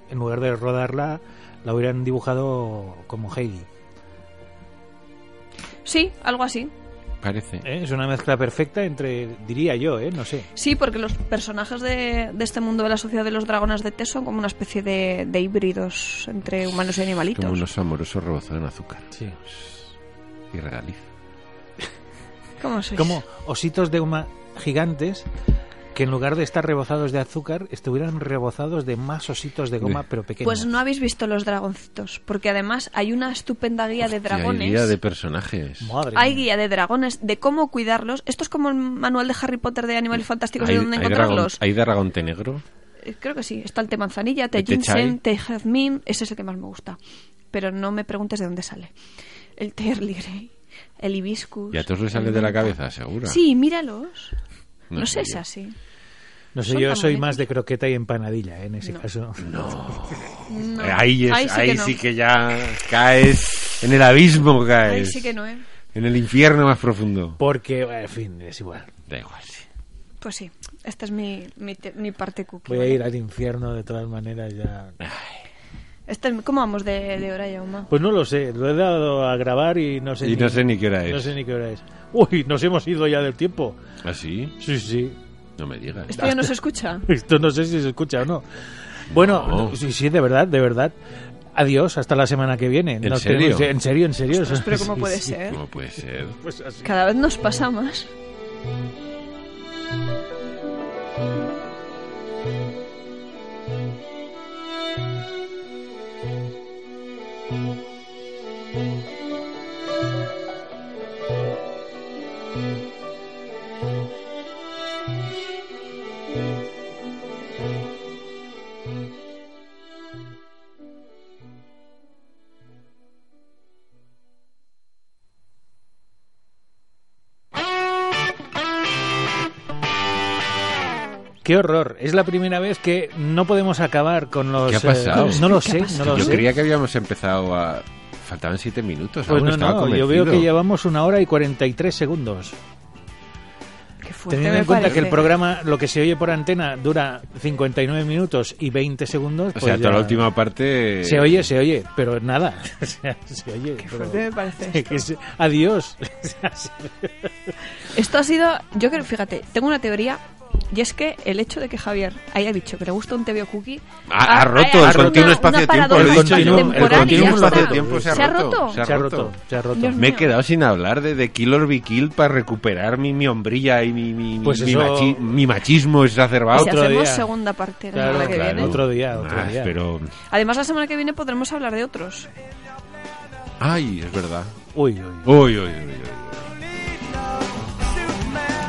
[SPEAKER 2] en lugar de rodarla, la hubieran dibujado como Heidi.
[SPEAKER 3] Sí, algo así.
[SPEAKER 1] Parece.
[SPEAKER 2] ¿eh? Es una mezcla perfecta entre, diría yo, ¿eh? no sé.
[SPEAKER 3] Sí, porque los personajes de, de este mundo de la sociedad de los dragones de té son como una especie de, de híbridos entre humanos y animalitos.
[SPEAKER 1] Como unos amorosos rebozados en azúcar.
[SPEAKER 2] Sí.
[SPEAKER 1] Y regaliz.
[SPEAKER 3] ¿Cómo sois?
[SPEAKER 2] Como ositos de huma gigantes que en lugar de estar rebozados de azúcar, estuvieran rebozados de más ositos de goma,
[SPEAKER 1] De-
[SPEAKER 2] pero pequeños.
[SPEAKER 3] Pues no habéis visto los dragoncitos, porque además hay una estupenda guía de dragones.
[SPEAKER 1] Y hay guía de personajes.
[SPEAKER 2] Madre
[SPEAKER 3] Hay
[SPEAKER 2] mía.
[SPEAKER 3] guía de dragones, de cómo cuidarlos. Esto es como el manual pues, de Harry Potter de Animales Fantásticos y
[SPEAKER 1] Hay-
[SPEAKER 3] dónde
[SPEAKER 1] hay dragón-
[SPEAKER 3] encontrarlos.
[SPEAKER 1] ¿Hay dragonte negro?
[SPEAKER 3] eh, creo que sí. Está el té manzanilla, té
[SPEAKER 1] El té
[SPEAKER 3] ginseng,
[SPEAKER 1] chai.
[SPEAKER 3] té jazmín. Ese es el que más me gusta. Pero no me preguntes de dónde sale. El té early grey, el hibiscus.
[SPEAKER 1] Y a todos les
[SPEAKER 3] el
[SPEAKER 1] sale de la
[SPEAKER 3] menta.
[SPEAKER 1] cabeza, segura.
[SPEAKER 3] Sí, míralos.
[SPEAKER 1] No
[SPEAKER 3] No,
[SPEAKER 1] sé
[SPEAKER 3] sé, es
[SPEAKER 1] yo.
[SPEAKER 3] así.
[SPEAKER 5] No sé,
[SPEAKER 3] Son
[SPEAKER 5] yo
[SPEAKER 3] tan
[SPEAKER 5] soy
[SPEAKER 3] bonitos.
[SPEAKER 5] más de croqueta y empanadilla, ¿eh? en ese
[SPEAKER 3] No.
[SPEAKER 2] [LAUGHS]
[SPEAKER 5] caso.
[SPEAKER 3] No.
[SPEAKER 1] Eh, Ahí, es- ahí, sí, que
[SPEAKER 3] no.
[SPEAKER 1] ya caes en el abismo, caes.
[SPEAKER 3] Ahí sí que no, ¿eh?
[SPEAKER 1] En el infierno más profundo.
[SPEAKER 5] Porque, bueno, en fin, es igual.
[SPEAKER 1] Da igual, sí.
[SPEAKER 3] Pues sí, esta es mi, mi, te- mi parte cookie.
[SPEAKER 5] Voy a ir al infierno de todas maneras ya.
[SPEAKER 3] Esta Este es- ¿Cómo vamos de, de hora, Yauma?
[SPEAKER 5] Pues no lo sé, lo he dado a grabar y no sé,
[SPEAKER 1] Y no sé ni qué hora
[SPEAKER 5] no
[SPEAKER 1] es.
[SPEAKER 5] sé ni qué hora es. Uy, nos hemos ido ya del tiempo.
[SPEAKER 1] ¿Ah, sí?
[SPEAKER 5] Sí, sí. [LAUGHS]
[SPEAKER 1] No me digas.
[SPEAKER 3] ¿Esto ya no se escucha?
[SPEAKER 5] Esto no sé si se escucha o no. Bueno,
[SPEAKER 1] No.
[SPEAKER 5] no, sí, sí, de verdad, de verdad. Adiós, hasta la semana que viene.
[SPEAKER 1] ¿En
[SPEAKER 5] Nos
[SPEAKER 1] serio?
[SPEAKER 5] tenemos- en serio, en serio.
[SPEAKER 3] Pero ¿cómo
[SPEAKER 5] Sí,
[SPEAKER 3] puede
[SPEAKER 5] sí.
[SPEAKER 3] ser?
[SPEAKER 1] ¿Cómo puede ser?
[SPEAKER 5] Pues así.
[SPEAKER 3] Cada vez nos pasa más.
[SPEAKER 5] Qué horror. Es la primera vez que no podemos acabar con los.
[SPEAKER 1] ¿Qué ha
[SPEAKER 5] eh,
[SPEAKER 1] pasado?
[SPEAKER 5] no lo
[SPEAKER 3] ¿Qué
[SPEAKER 5] sé,
[SPEAKER 3] ha pasado?
[SPEAKER 5] no lo
[SPEAKER 1] Yo
[SPEAKER 5] sé.
[SPEAKER 1] creía que habíamos empezado a... Faltaban siete minutos.
[SPEAKER 5] Pues
[SPEAKER 1] aún
[SPEAKER 5] no,
[SPEAKER 1] estaba
[SPEAKER 5] no, yo veo
[SPEAKER 1] convencido.
[SPEAKER 5] que llevamos una hora y 43 segundos.
[SPEAKER 3] Qué fuerte
[SPEAKER 5] Teniendo
[SPEAKER 3] me
[SPEAKER 5] en cuenta que el
[SPEAKER 3] parece.
[SPEAKER 5] programa, lo que se oye por antena, dura 59 minutos y 20 segundos.
[SPEAKER 1] O
[SPEAKER 5] pues
[SPEAKER 1] sea, toda
[SPEAKER 5] ya-
[SPEAKER 1] la última parte...
[SPEAKER 5] Se oye, se oye, pero nada. [LAUGHS] O sea, se oye.
[SPEAKER 3] Qué
[SPEAKER 5] pero-
[SPEAKER 3] fuerte me parece
[SPEAKER 5] [LAUGHS] que es- adiós. [LAUGHS]
[SPEAKER 3] Esto ha sido, yo creo, fíjate, tengo una teoría y es que el hecho de que Javier haya dicho que le gusta un TVO cookie
[SPEAKER 1] Ha, ha roto
[SPEAKER 3] ha
[SPEAKER 1] el continuo
[SPEAKER 3] Ah, una- una
[SPEAKER 1] espacio-tiempo.
[SPEAKER 3] paradoja
[SPEAKER 1] lo he dicho yo. El
[SPEAKER 5] continuum-
[SPEAKER 3] temporal y
[SPEAKER 1] continuo
[SPEAKER 3] ya está.
[SPEAKER 1] espacio-tiempo se ha roto.
[SPEAKER 5] Se ha roto, se ha roto.
[SPEAKER 3] Dios
[SPEAKER 1] Me he
[SPEAKER 3] mío.
[SPEAKER 1] quedado sin hablar de The Kill or Be Killed para recuperar mi, mi hombrilla y mi, mi, mi-
[SPEAKER 5] Pues
[SPEAKER 1] mi
[SPEAKER 5] eso-
[SPEAKER 1] machi- mi machismo exacerbado.
[SPEAKER 3] Si
[SPEAKER 5] otro
[SPEAKER 3] hacemos
[SPEAKER 5] día.
[SPEAKER 3] segunda parte la
[SPEAKER 5] Claro,
[SPEAKER 3] semana que
[SPEAKER 5] claro.
[SPEAKER 3] viene.
[SPEAKER 5] Otro día, otro
[SPEAKER 1] Ah,
[SPEAKER 5] día.
[SPEAKER 1] Pero...
[SPEAKER 3] Además, la semana que viene podremos hablar de otros.
[SPEAKER 1] Ay, es verdad.
[SPEAKER 5] Uy, uy.
[SPEAKER 1] Uy, uy, uy, uy.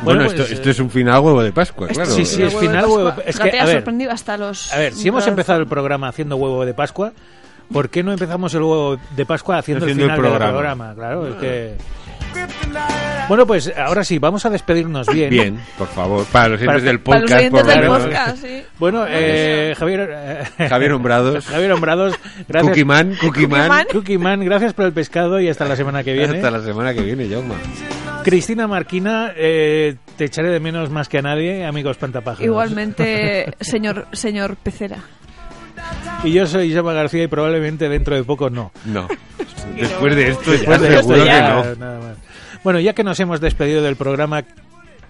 [SPEAKER 1] Bueno,
[SPEAKER 5] pues,
[SPEAKER 1] esto,
[SPEAKER 5] eh,
[SPEAKER 1] esto es un final huevo de Pascua, claro.
[SPEAKER 5] sí, sí,
[SPEAKER 3] una
[SPEAKER 5] es
[SPEAKER 3] huevo de
[SPEAKER 5] final,
[SPEAKER 3] Pascua.
[SPEAKER 5] huevo- es
[SPEAKER 3] No
[SPEAKER 5] que,
[SPEAKER 3] te
[SPEAKER 5] a
[SPEAKER 3] ha
[SPEAKER 5] ver,
[SPEAKER 3] sorprendido hasta los.
[SPEAKER 5] A ver, si hemos
[SPEAKER 3] los-
[SPEAKER 5] empezado el programa haciendo huevo de Pascua, ¿por qué no empezamos el huevo de Pascua haciendo,
[SPEAKER 1] Haciendo
[SPEAKER 5] el
[SPEAKER 1] el
[SPEAKER 5] final del
[SPEAKER 1] programa.
[SPEAKER 5] programa? Claro, es que... Bueno, pues ahora sí, vamos a despedirnos bien.
[SPEAKER 1] Bien, por favor, para los
[SPEAKER 5] Para-
[SPEAKER 1] oyentes del
[SPEAKER 3] Para los
[SPEAKER 1] podcast,
[SPEAKER 3] oyentes
[SPEAKER 1] por
[SPEAKER 3] del
[SPEAKER 1] lo menos.
[SPEAKER 3] podcast, sí.
[SPEAKER 5] Bueno, eh, Javier... eh, [LAUGHS]
[SPEAKER 1] Javier Hombrados,
[SPEAKER 5] Javier Hombrados, gracias.
[SPEAKER 1] Cookie Man, Cookie Man.
[SPEAKER 3] Man.
[SPEAKER 5] Cookie Man, gracias por el pescado y hasta la semana que viene.
[SPEAKER 1] Hasta la semana que viene, Jaume.
[SPEAKER 5] Cristina Marquina, eh, te echaré de menos más que a nadie, amigos pantapájaros.
[SPEAKER 3] Igualmente, señor, señor Pecera.
[SPEAKER 5] Y yo soy Jaume García y probablemente dentro de poco no.
[SPEAKER 1] No. Después de esto,
[SPEAKER 5] Después
[SPEAKER 1] ya
[SPEAKER 5] de esto
[SPEAKER 1] seguro
[SPEAKER 5] ya,
[SPEAKER 1] que no.
[SPEAKER 5] nada más. Bueno, ya que nos hemos despedido del programa,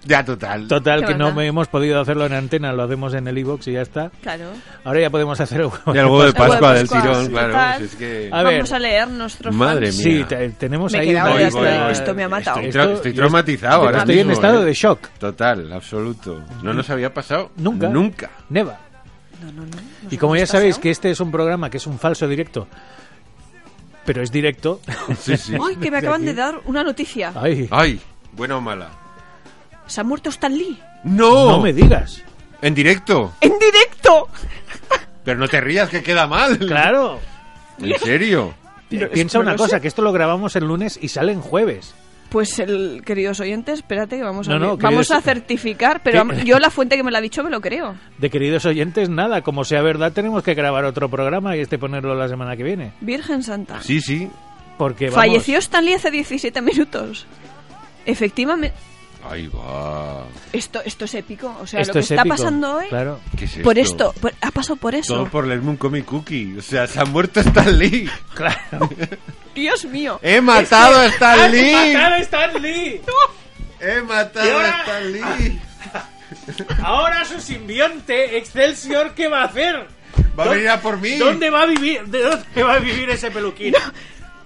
[SPEAKER 1] Ya total.
[SPEAKER 5] total
[SPEAKER 3] Qué
[SPEAKER 5] que no
[SPEAKER 3] banda.
[SPEAKER 5] me hemos podido hacerlo en antena, lo hacemos en el iBox y ya está.
[SPEAKER 3] Claro.
[SPEAKER 5] Ahora ya podemos hacer el huevo.
[SPEAKER 1] Y algo de
[SPEAKER 3] Pascua,
[SPEAKER 1] Pascua del
[SPEAKER 3] Pascua,
[SPEAKER 1] tirón,
[SPEAKER 3] sí,
[SPEAKER 1] claro.
[SPEAKER 3] total.
[SPEAKER 1] si es que-
[SPEAKER 5] A ver.
[SPEAKER 3] Vamos a leer nuestros
[SPEAKER 1] Madre
[SPEAKER 3] fans.
[SPEAKER 1] mía.
[SPEAKER 5] [LAUGHS] Sí, te- tenemos
[SPEAKER 3] Me he
[SPEAKER 5] ahí
[SPEAKER 3] quedado
[SPEAKER 5] una
[SPEAKER 1] ya
[SPEAKER 5] lista-
[SPEAKER 1] hasta- esto
[SPEAKER 3] me ha matado.
[SPEAKER 1] Estoy,
[SPEAKER 5] Esto-
[SPEAKER 1] tra- estoy traumatizado
[SPEAKER 5] estoy
[SPEAKER 1] ahora
[SPEAKER 5] Estoy en
[SPEAKER 1] mismo,
[SPEAKER 5] estado
[SPEAKER 1] ¿eh?
[SPEAKER 5] de shock.
[SPEAKER 1] Total, absoluto. No nos había pasado
[SPEAKER 5] Nunca.
[SPEAKER 1] Nunca.
[SPEAKER 5] Neva.
[SPEAKER 3] No, no, no. Nos
[SPEAKER 5] Y como ya
[SPEAKER 3] hemos
[SPEAKER 5] sabéis
[SPEAKER 3] pasado.
[SPEAKER 5] que este es un programa que es un falso directo, pero
[SPEAKER 1] [LAUGHS]
[SPEAKER 5] es directo.
[SPEAKER 1] Sí, sí.
[SPEAKER 3] ¡Ay, que me acaban de dar una noticia!
[SPEAKER 5] Ay,
[SPEAKER 1] Ay, buena o mala.
[SPEAKER 3] Se ha muerto Stan Lee.
[SPEAKER 1] No,
[SPEAKER 5] no me digas.
[SPEAKER 1] en directo.
[SPEAKER 3] ¡En directo!
[SPEAKER 1] Pero no te rías que queda mal.
[SPEAKER 5] Claro.
[SPEAKER 1] ¿En serio?
[SPEAKER 3] Pero es
[SPEAKER 5] Piensa
[SPEAKER 3] que
[SPEAKER 5] una
[SPEAKER 3] no lo
[SPEAKER 5] cosa,
[SPEAKER 3] sé.
[SPEAKER 5] que esto lo grabamos el lunes y sale en jueves.
[SPEAKER 3] Pues, el, queridos oyentes, espérate que vamos a,
[SPEAKER 5] No, no,
[SPEAKER 3] ver. vamos
[SPEAKER 5] queridos-
[SPEAKER 3] a certificar, pero
[SPEAKER 5] ¿Qué?
[SPEAKER 3] am- yo la fuente que me la ha dicho me lo creo.
[SPEAKER 5] De queridos oyentes, nada, como sea verdad, tenemos que grabar otro programa y este ponerlo la semana que viene.
[SPEAKER 3] Virgen Santa.
[SPEAKER 1] Sí, sí.
[SPEAKER 5] Porque vamos,
[SPEAKER 3] Falleció Stan Lee hace 17 minutos. Efectivamente,
[SPEAKER 1] Ahí va.
[SPEAKER 3] esto, esto es épico. O sea,
[SPEAKER 5] esto
[SPEAKER 3] lo que
[SPEAKER 5] es
[SPEAKER 3] está
[SPEAKER 5] épico,
[SPEAKER 3] pasando hoy,
[SPEAKER 5] Claro.
[SPEAKER 1] ¿Qué es
[SPEAKER 3] por esto, por- ha pasado por eso.
[SPEAKER 1] Todo por leerme un comic cookie. O sea, se ha muerto Stan
[SPEAKER 2] [LAUGHS]
[SPEAKER 1] Lee.
[SPEAKER 5] Claro.
[SPEAKER 3] Dios mío.
[SPEAKER 1] ¡He matado a Stan
[SPEAKER 2] Ah,
[SPEAKER 1] Lee!
[SPEAKER 5] Stan Lee!
[SPEAKER 1] ¡He matado a
[SPEAKER 2] ah,
[SPEAKER 1] Stan Lee!
[SPEAKER 5] Ahora su simbionte, Excelsior, ¿qué va a hacer?
[SPEAKER 1] ¡Va a venir a por mí!
[SPEAKER 5] va a vivir? ¿De dónde va a vivir ese peluquín?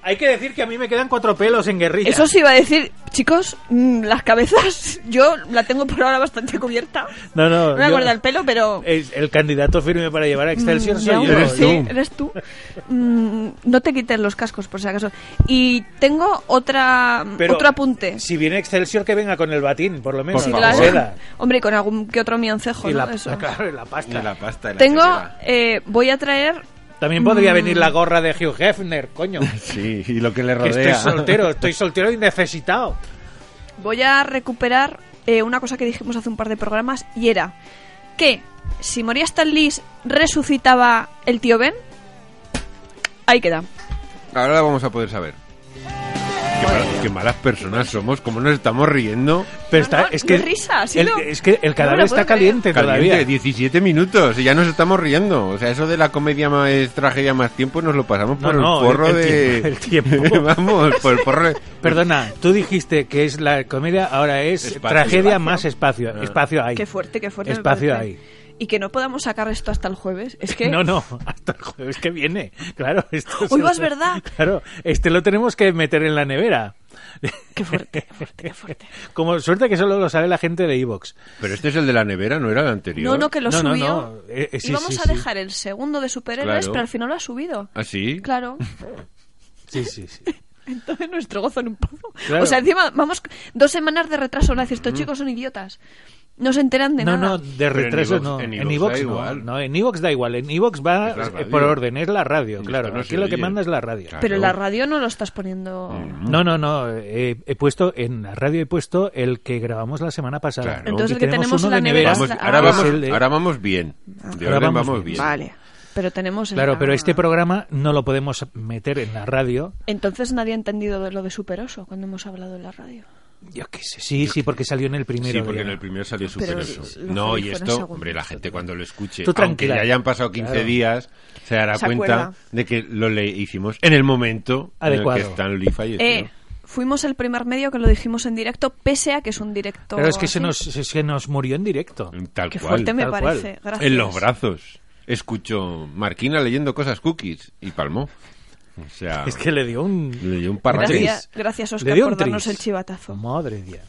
[SPEAKER 2] Hay que decir que a mí me quedan cuatro pelos en guerrilla.
[SPEAKER 3] Eso sí iba a decir, chicos, mm, las cabezas, [LAUGHS] yo la tengo por ahora bastante cubierta.
[SPEAKER 2] No, no.
[SPEAKER 3] No me
[SPEAKER 2] yo- Eh,
[SPEAKER 3] acuerdo el pelo, pero...
[SPEAKER 2] Es- El candidato firme para llevar a Excelsior
[SPEAKER 3] Mm,
[SPEAKER 2] soy
[SPEAKER 3] me
[SPEAKER 2] yo.
[SPEAKER 3] aburro,
[SPEAKER 1] Eres
[SPEAKER 3] sí,
[SPEAKER 1] tú.
[SPEAKER 3] eres tú. Mm, no te quites los cascos, por si acaso. Y tengo otra
[SPEAKER 2] Pero
[SPEAKER 3] otro apunte.
[SPEAKER 2] Si viene Excelsior, que venga con el batín, por lo menos.
[SPEAKER 3] Sí,
[SPEAKER 1] por
[SPEAKER 2] con la
[SPEAKER 3] claro.
[SPEAKER 2] seda.
[SPEAKER 3] Hombre, y con algún que otro mioncejo,
[SPEAKER 2] Y
[SPEAKER 3] ¿no?
[SPEAKER 2] la, [LAUGHS]
[SPEAKER 3] Eso.
[SPEAKER 2] claro, y la pasta.
[SPEAKER 5] la pasta. y la
[SPEAKER 3] Tengo...
[SPEAKER 5] chequera.
[SPEAKER 3] eh, voy a traer...
[SPEAKER 2] También
[SPEAKER 3] Mm.
[SPEAKER 2] podría venir la gorra de Hugh Hefner, coño.
[SPEAKER 5] Sí, y lo que le
[SPEAKER 2] Que
[SPEAKER 5] rodea.
[SPEAKER 2] estoy soltero, estoy soltero y necesitado.
[SPEAKER 3] Voy a recuperar eh, una cosa que dijimos hace un par de programas y era que si moría Stan Lee resucitaba el tío Ben. Ahí queda.
[SPEAKER 1] [LAUGHS] Ahora la vamos a poder saber. Qué, mal- qué malas personas somos, cómo nos estamos riendo.
[SPEAKER 2] Pero
[SPEAKER 3] No,
[SPEAKER 2] está,
[SPEAKER 3] no,
[SPEAKER 2] es
[SPEAKER 3] no
[SPEAKER 2] que
[SPEAKER 3] es risa, ha
[SPEAKER 2] el,
[SPEAKER 3] sido-
[SPEAKER 2] es que el cadáver
[SPEAKER 3] No me lo
[SPEAKER 2] está
[SPEAKER 3] puedo creer.
[SPEAKER 2] caliente,
[SPEAKER 1] Caliente,
[SPEAKER 2] todavía.
[SPEAKER 1] 17 minutos y ya nos estamos riendo. O sea, eso de la comedia más tragedia más tiempo nos lo pasamos
[SPEAKER 2] No,
[SPEAKER 1] por
[SPEAKER 2] no,
[SPEAKER 1] el porro
[SPEAKER 2] el- el
[SPEAKER 1] de.
[SPEAKER 2] tiempo, el
[SPEAKER 1] [LAUGHS]
[SPEAKER 2] tiempo.
[SPEAKER 1] Vamos, por el porro. de-
[SPEAKER 2] Perdona, tú dijiste que es la comedia, ahora es
[SPEAKER 1] Espacio,
[SPEAKER 2] tragedia
[SPEAKER 1] espacio.
[SPEAKER 2] más espacio. Ah. Espacio hay.
[SPEAKER 3] Qué fuerte, qué fuerte. me
[SPEAKER 2] Espacio
[SPEAKER 3] parece.
[SPEAKER 2] hay.
[SPEAKER 3] Y que no podamos sacar esto hasta el jueves. Es que.
[SPEAKER 2] [LAUGHS] No, no, hasta el jueves que viene. Claro, esto
[SPEAKER 3] Hoy
[SPEAKER 2] el-
[SPEAKER 3] vas, ¿verdad?
[SPEAKER 2] Claro, este lo tenemos que meter en la nevera.
[SPEAKER 3] Qué fuerte, qué fuerte,
[SPEAKER 2] [LAUGHS]
[SPEAKER 3] qué fuerte.
[SPEAKER 2] Como suerte que solo lo sabe la gente de Evox.
[SPEAKER 1] Pero este es el de la nevera, no era el anterior.
[SPEAKER 3] No, no, que lo
[SPEAKER 2] No, no,
[SPEAKER 3] subió.
[SPEAKER 2] no, eh, eh, sí,
[SPEAKER 3] y vamos
[SPEAKER 2] sí,
[SPEAKER 3] a
[SPEAKER 2] sí.
[SPEAKER 3] dejar el segundo de superhéroes,
[SPEAKER 1] Claro.
[SPEAKER 3] pero al final lo ha subido.
[SPEAKER 1] ¿Ah, sí?
[SPEAKER 3] Claro. [LAUGHS]
[SPEAKER 2] Sí, sí, sí.
[SPEAKER 3] Entonces nuestro gozo en un pozo.
[SPEAKER 2] Claro. Mm.
[SPEAKER 3] O sea, encima vamos dos semanas de retraso. van a decir, estos chicos son idiotas. No se enteran de
[SPEAKER 2] No, no,
[SPEAKER 3] nada.
[SPEAKER 2] de
[SPEAKER 1] en
[SPEAKER 2] retraso
[SPEAKER 1] iVoox-
[SPEAKER 2] no.
[SPEAKER 1] en
[SPEAKER 2] En
[SPEAKER 1] iVoox
[SPEAKER 2] Evox
[SPEAKER 1] da
[SPEAKER 2] no.
[SPEAKER 1] igual.
[SPEAKER 2] no, En Evox da igual. En Evox va
[SPEAKER 1] Es la radio.
[SPEAKER 2] eh, por orden, es la radio,
[SPEAKER 1] Y esto
[SPEAKER 2] claro.
[SPEAKER 1] no
[SPEAKER 2] Aquí
[SPEAKER 1] se
[SPEAKER 2] lo que
[SPEAKER 1] oye.
[SPEAKER 2] manda es la radio.
[SPEAKER 1] Claro. Mm.
[SPEAKER 3] Pero en la Oh. radio no lo estás
[SPEAKER 2] Mm,
[SPEAKER 3] poniendo.
[SPEAKER 2] No, no, no. eh, he puesto en la radio he puesto el que grabamos la semana pasada.
[SPEAKER 1] Claro.
[SPEAKER 3] Entonces,
[SPEAKER 2] Y
[SPEAKER 3] el que tenemos
[SPEAKER 2] uno
[SPEAKER 3] en la
[SPEAKER 2] de
[SPEAKER 3] nevera
[SPEAKER 1] Vamos-
[SPEAKER 3] la-
[SPEAKER 1] ahora,
[SPEAKER 3] ah,
[SPEAKER 1] vamos,
[SPEAKER 2] es el de-
[SPEAKER 1] ahora vamos bien. De
[SPEAKER 2] eh, Ahora
[SPEAKER 1] orden
[SPEAKER 2] vamos
[SPEAKER 1] vamos
[SPEAKER 2] bien.
[SPEAKER 1] bien.
[SPEAKER 3] Vale. Pero tenemos. en
[SPEAKER 2] Claro,
[SPEAKER 3] la-
[SPEAKER 2] pero este programa no lo podemos meter en la radio.
[SPEAKER 3] Entonces nadie ha entendido de lo de Superoso cuando hemos hablado en la radio.
[SPEAKER 2] Yo qué sé. Sí, sí, porque salió en el primero.
[SPEAKER 1] Sí, porque en
[SPEAKER 2] Diana.
[SPEAKER 1] el primer salió
[SPEAKER 3] Pero
[SPEAKER 1] súper
[SPEAKER 3] los
[SPEAKER 1] eso.
[SPEAKER 3] feliz
[SPEAKER 1] No, y
[SPEAKER 3] fueron
[SPEAKER 1] esto,
[SPEAKER 3] segundos.
[SPEAKER 1] hombre, la gente cuando lo escuche,
[SPEAKER 2] Tú
[SPEAKER 1] aunque
[SPEAKER 2] tranquila.
[SPEAKER 1] ya hayan pasado 15
[SPEAKER 2] Claro.
[SPEAKER 1] días, se dará
[SPEAKER 3] Se
[SPEAKER 1] cuenta
[SPEAKER 3] acuerda.
[SPEAKER 1] de que lo le hicimos en el momento en el
[SPEAKER 2] Adecuado.
[SPEAKER 1] que Stan Lee falleció.
[SPEAKER 3] Eh, fuimos el primer medio que lo dijimos en directo, pese a que es un directo.
[SPEAKER 2] Pero es que se
[SPEAKER 3] así.
[SPEAKER 2] nos, se, se nos murió en directo.
[SPEAKER 1] Tal
[SPEAKER 3] Qué
[SPEAKER 1] cual.
[SPEAKER 3] fuerte me
[SPEAKER 2] tal cual.
[SPEAKER 3] parece. Gracias.
[SPEAKER 1] en los brazos. Escucho Marquina leyendo cosas cookies y palmó. O sea,
[SPEAKER 2] Es que le dio un...
[SPEAKER 1] le dio un
[SPEAKER 3] Gracias,
[SPEAKER 1] parratriz.
[SPEAKER 3] gracias
[SPEAKER 2] le
[SPEAKER 3] Oscar,
[SPEAKER 2] dio
[SPEAKER 3] por
[SPEAKER 2] un tris.
[SPEAKER 3] darnos el chivatazo.
[SPEAKER 2] Madre mía.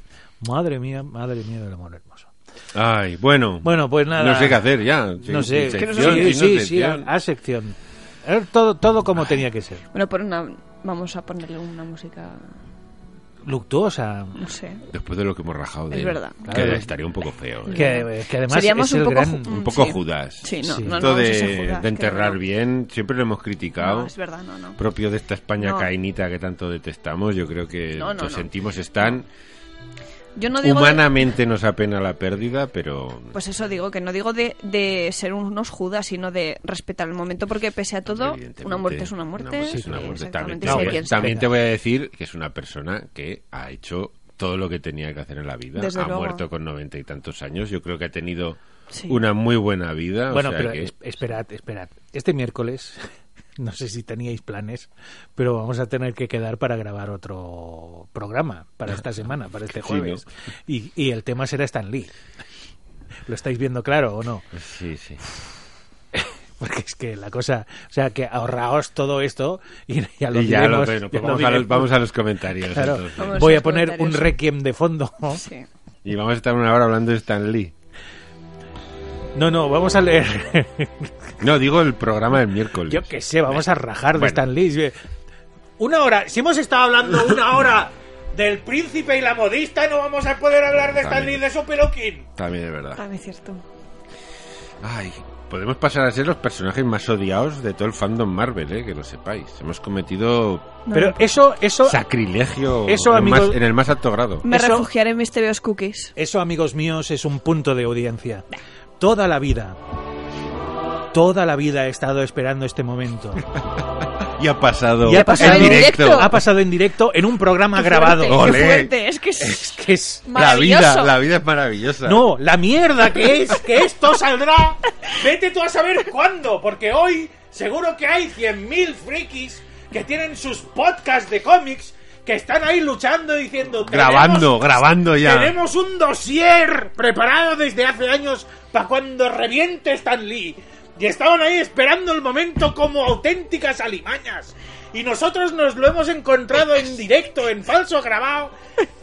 [SPEAKER 2] Madre mía, madre mía del amor hermoso.
[SPEAKER 1] Ay, bueno.
[SPEAKER 2] Bueno, pues nada.
[SPEAKER 1] No sé qué hacer ya. Sin-
[SPEAKER 2] No sé.
[SPEAKER 1] sin
[SPEAKER 2] Sí,
[SPEAKER 1] sección, sin
[SPEAKER 2] sí,
[SPEAKER 1] no
[SPEAKER 2] sí,
[SPEAKER 1] sección.
[SPEAKER 2] a, a sección. A ver, todo, todo como tenía que ser.
[SPEAKER 3] Bueno, por una, vamos a ponerle una música,
[SPEAKER 2] Luctuosa.
[SPEAKER 3] no sé.
[SPEAKER 1] Después de lo que hemos rajado de
[SPEAKER 3] Es
[SPEAKER 1] él,
[SPEAKER 3] verdad.
[SPEAKER 1] Que
[SPEAKER 2] Claro.
[SPEAKER 1] estaría un poco feo. ¿eh?
[SPEAKER 2] Que, que además
[SPEAKER 3] Seríamos
[SPEAKER 2] es el
[SPEAKER 3] un poco,
[SPEAKER 2] gran...
[SPEAKER 3] ju- mm,
[SPEAKER 1] Un poco
[SPEAKER 3] sí.
[SPEAKER 1] Judas.
[SPEAKER 3] Sí, no,
[SPEAKER 2] Sí.
[SPEAKER 3] no, no
[SPEAKER 1] Esto
[SPEAKER 3] vamos a
[SPEAKER 1] de,
[SPEAKER 3] ser Judas,
[SPEAKER 1] de enterrar
[SPEAKER 3] que no.
[SPEAKER 1] bien, siempre lo hemos criticado.
[SPEAKER 3] No, es verdad, no, no.
[SPEAKER 1] Propio de esta España
[SPEAKER 3] No.
[SPEAKER 1] cainita que tanto detestamos, yo creo que
[SPEAKER 3] No, no,
[SPEAKER 1] los
[SPEAKER 3] no.
[SPEAKER 1] sentimos están.
[SPEAKER 3] Yo no digo de-
[SPEAKER 1] Humanamente nos apena la pérdida, pero
[SPEAKER 3] pues eso digo, que no digo de, de ser unos judas, sino de respetar el momento, porque pese a todo,
[SPEAKER 1] Evidentemente,
[SPEAKER 3] una muerte es una muerte.
[SPEAKER 1] es una
[SPEAKER 3] sí,
[SPEAKER 1] muerte. También,
[SPEAKER 3] exactamente,
[SPEAKER 1] te,
[SPEAKER 3] sea
[SPEAKER 2] No,
[SPEAKER 1] voy-
[SPEAKER 2] bueno,
[SPEAKER 3] quien sea.
[SPEAKER 1] también te voy a decir que es una persona que ha hecho todo lo que tenía que hacer en la vida.
[SPEAKER 3] Desde
[SPEAKER 1] ha
[SPEAKER 3] luego.
[SPEAKER 1] muerto con noventa y tantos años. Yo creo que ha tenido
[SPEAKER 3] Sí.
[SPEAKER 1] una muy buena vida. o
[SPEAKER 2] Bueno,
[SPEAKER 1] sea
[SPEAKER 2] pero
[SPEAKER 1] que-
[SPEAKER 2] es- esperad, esperad. Este miércoles, [LAUGHS] no sé si teníais planes, pero vamos a tener que quedar para grabar otro programa para esta semana, para
[SPEAKER 1] [LAUGHS]
[SPEAKER 2] este
[SPEAKER 1] Sí, ¿no?
[SPEAKER 2] jueves. y, y el tema será Stan Lee. ¿Lo estáis viendo claro o no?
[SPEAKER 1] Sí, sí.
[SPEAKER 2] Porque es que la cosa... O sea, que ahorraos todo esto y ya lo
[SPEAKER 1] Y ya lo-
[SPEAKER 2] diremos,
[SPEAKER 1] bueno, pues
[SPEAKER 2] ya lo
[SPEAKER 1] vamos, a los,
[SPEAKER 2] diremos.
[SPEAKER 1] vamos a los comentarios.
[SPEAKER 2] Claro,
[SPEAKER 1] entonces.
[SPEAKER 3] Vamos a
[SPEAKER 2] voy a
[SPEAKER 3] los
[SPEAKER 2] poner un
[SPEAKER 3] comentarios.
[SPEAKER 2] requiem de fondo.
[SPEAKER 3] [LAUGHS] Sí.
[SPEAKER 1] Y vamos a estar una hora hablando de Stan Lee.
[SPEAKER 2] No, no, vamos a leer.
[SPEAKER 1] No, digo el programa del miércoles.
[SPEAKER 2] Yo qué sé, vamos a rajar de
[SPEAKER 1] Bueno.
[SPEAKER 2] Stan Lee. Una hora, si hemos estado hablando una hora del príncipe y la modista, no vamos a poder hablar de Stan Lee de su peluquín.
[SPEAKER 1] También es verdad.
[SPEAKER 3] También Ah, es cierto.
[SPEAKER 1] Ay, podemos pasar a ser los personajes más odiados de todo el fandom Marvel, eh, que lo sepáis. Hemos cometido
[SPEAKER 3] No,
[SPEAKER 2] Pero
[SPEAKER 3] no.
[SPEAKER 2] eso, eso,
[SPEAKER 1] sacrilegio
[SPEAKER 2] Eso,
[SPEAKER 1] en,
[SPEAKER 2] amigos-
[SPEAKER 1] más- en el más alto grado.
[SPEAKER 3] me
[SPEAKER 2] eso-
[SPEAKER 3] refugiaré en mis TVOs cookies.
[SPEAKER 2] eso, amigos míos, es un punto de audiencia. Toda la vida. Toda la vida he estado esperando este momento.
[SPEAKER 1] Y ha pasado,
[SPEAKER 2] Y ha pasado
[SPEAKER 1] en
[SPEAKER 3] en
[SPEAKER 1] directo.
[SPEAKER 3] directo.
[SPEAKER 2] Ha
[SPEAKER 5] Ah,
[SPEAKER 2] pasado en directo en un programa
[SPEAKER 3] Qué
[SPEAKER 2] grabado.
[SPEAKER 3] fuerte,
[SPEAKER 1] Ole.
[SPEAKER 3] qué fuerte, es que es
[SPEAKER 2] [LAUGHS] Es que es
[SPEAKER 1] La vida,
[SPEAKER 3] maravilloso.
[SPEAKER 1] la vida es maravillosa.
[SPEAKER 2] No, la mierda que es que esto saldrá. Vete tú a saber cuándo, porque hoy seguro que hay 100.000 frikis que tienen sus podcasts de cómics que están ahí luchando diciendo
[SPEAKER 1] Grabando,
[SPEAKER 2] "Tenemos-
[SPEAKER 1] grabando ya.
[SPEAKER 2] Tenemos un dossier preparado desde hace años para cuando reviente Stan Lee. Y estaban ahí esperando el momento como auténticas alimañas. y nosotros nos lo hemos encontrado en directo, en falso grabado,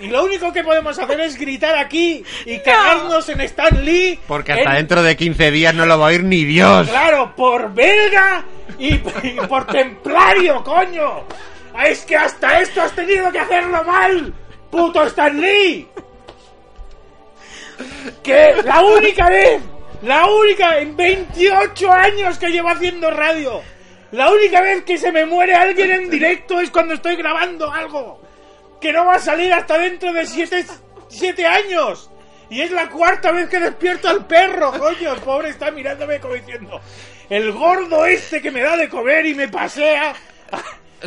[SPEAKER 2] y lo único que podemos hacer es gritar aquí y cagarnos en Stan Lee.
[SPEAKER 1] Porque hasta
[SPEAKER 2] en-
[SPEAKER 1] dentro de 15 días no lo va a oír ni Dios.
[SPEAKER 2] Claro, por belga y, y por templario, coño. Es que hasta esto has tenido que hacerlo mal, puto Stan Lee. Que la única vez, la única en 28 años que llevo haciendo radio, la única vez que se me muere alguien en directo es cuando estoy grabando algo. Que no va a salir hasta dentro de 7 siete, siete años. Y es la cuarta vez que despierto al perro, coño. El pobre está mirándome como diciendo: El gordo este que me da de comer y me pasea,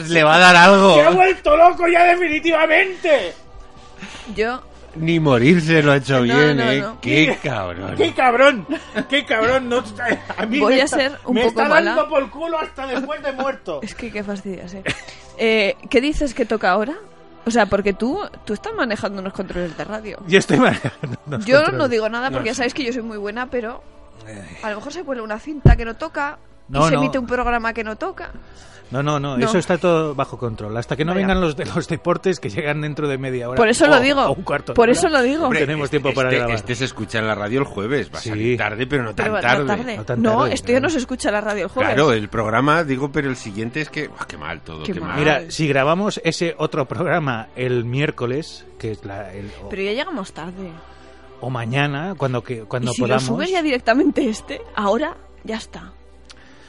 [SPEAKER 1] Le va a dar algo.
[SPEAKER 2] se ha vuelto loco ya definitivamente.
[SPEAKER 3] Yo
[SPEAKER 1] Ni morirse lo ha hecho bien,
[SPEAKER 3] no,
[SPEAKER 1] ¿eh?
[SPEAKER 3] no.
[SPEAKER 1] Qué cabrón.
[SPEAKER 2] ¡Qué cabrón! ¡Qué cabrón! No, a mí
[SPEAKER 3] Voy
[SPEAKER 2] me
[SPEAKER 3] a
[SPEAKER 2] está-
[SPEAKER 3] ser un
[SPEAKER 2] me
[SPEAKER 3] poco
[SPEAKER 2] está
[SPEAKER 3] mala.
[SPEAKER 2] dando por culo hasta después de muerto.
[SPEAKER 3] Es que qué fastidias, eh. Eh, ¿Qué dices que toca ahora? O sea, porque tú, tú estás manejando unos controles de radio.
[SPEAKER 2] Yo estoy [LAUGHS] manejando.
[SPEAKER 3] Yo no digo nada porque ya sabéis que yo soy muy buena, pero a lo mejor se cuela una cinta que no toca.
[SPEAKER 2] No,
[SPEAKER 3] y se
[SPEAKER 2] no.
[SPEAKER 3] emite un programa que no toca.
[SPEAKER 2] No, no, no,
[SPEAKER 3] No.
[SPEAKER 2] Eso está todo bajo control. Hasta que no
[SPEAKER 3] Vaya.
[SPEAKER 2] vengan los de los deportes que llegan dentro de media hora.
[SPEAKER 3] Por eso
[SPEAKER 2] o-
[SPEAKER 3] lo digo.
[SPEAKER 2] o un cuarto de
[SPEAKER 3] Por
[SPEAKER 2] hora,
[SPEAKER 3] eso lo digo.
[SPEAKER 2] no
[SPEAKER 1] Hombre,
[SPEAKER 2] tenemos
[SPEAKER 1] este-
[SPEAKER 2] tiempo para
[SPEAKER 1] este,
[SPEAKER 2] grabar.
[SPEAKER 1] Este se escucha en la radio el jueves. Va a
[SPEAKER 2] Sí.
[SPEAKER 1] salir tarde, pero no tan
[SPEAKER 3] Pero
[SPEAKER 1] tarde. Ah,
[SPEAKER 3] no tarde.
[SPEAKER 2] No
[SPEAKER 3] No,
[SPEAKER 2] tan tarde,
[SPEAKER 3] esto ya
[SPEAKER 2] claro.
[SPEAKER 3] no se escucha en la radio el jueves.
[SPEAKER 1] Claro, el programa, digo, pero el siguiente es que. Buah, ¡Qué mal todo!
[SPEAKER 3] Qué
[SPEAKER 1] ¡Qué, mal!
[SPEAKER 3] mal.
[SPEAKER 2] Mira, si grabamos ese otro programa el miércoles, que es la, el- o,
[SPEAKER 3] Pero ya llegamos tarde.
[SPEAKER 2] o mañana, cuando, que, cuando
[SPEAKER 3] y si
[SPEAKER 2] podamos.
[SPEAKER 3] lo subes ya directamente este, ahora ya está.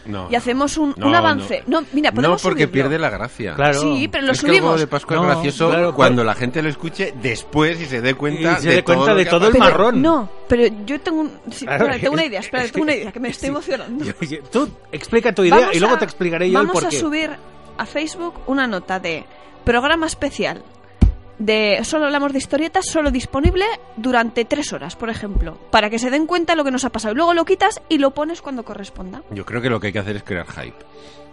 [SPEAKER 1] No,
[SPEAKER 3] Y hacemos un,
[SPEAKER 1] no,
[SPEAKER 3] un avance. No, mira,
[SPEAKER 1] No,
[SPEAKER 3] podemos
[SPEAKER 1] porque
[SPEAKER 3] subirlo.
[SPEAKER 1] pierde la gracia.
[SPEAKER 2] Claro.
[SPEAKER 3] Sí, pero lo
[SPEAKER 1] es que el huevo
[SPEAKER 3] subimos.
[SPEAKER 1] de Pascua
[SPEAKER 2] No,
[SPEAKER 1] es gracioso
[SPEAKER 2] claro,
[SPEAKER 1] cuando la
[SPEAKER 2] claro.
[SPEAKER 1] gente lo escuche después y se dé cuenta
[SPEAKER 2] Y se
[SPEAKER 1] de
[SPEAKER 2] dé
[SPEAKER 1] todo
[SPEAKER 2] cuenta
[SPEAKER 1] lo
[SPEAKER 2] de
[SPEAKER 1] que ha
[SPEAKER 2] todo el
[SPEAKER 3] Pero-
[SPEAKER 2] marrón.
[SPEAKER 3] No, pero yo tengo, un, sí,
[SPEAKER 2] Claro,
[SPEAKER 3] espera, tengo
[SPEAKER 2] es-
[SPEAKER 3] una idea, espera, tengo una idea, que me estoy emocionando.
[SPEAKER 2] Yo- yo- Tú explica tu idea
[SPEAKER 3] Vamos
[SPEAKER 2] y luego
[SPEAKER 3] a-
[SPEAKER 2] te explicaré yo el
[SPEAKER 3] Vamos
[SPEAKER 2] porqué.
[SPEAKER 3] a subir a Facebook una nota de programa especial de solo hablamos de historietas, solo disponible durante tres horas, por ejemplo, para que se den cuenta lo que nos ha pasado. Y Luego lo quitas y lo pones cuando corresponda.
[SPEAKER 1] pasado. Yo creo que lo que hay que hacer es crear hype.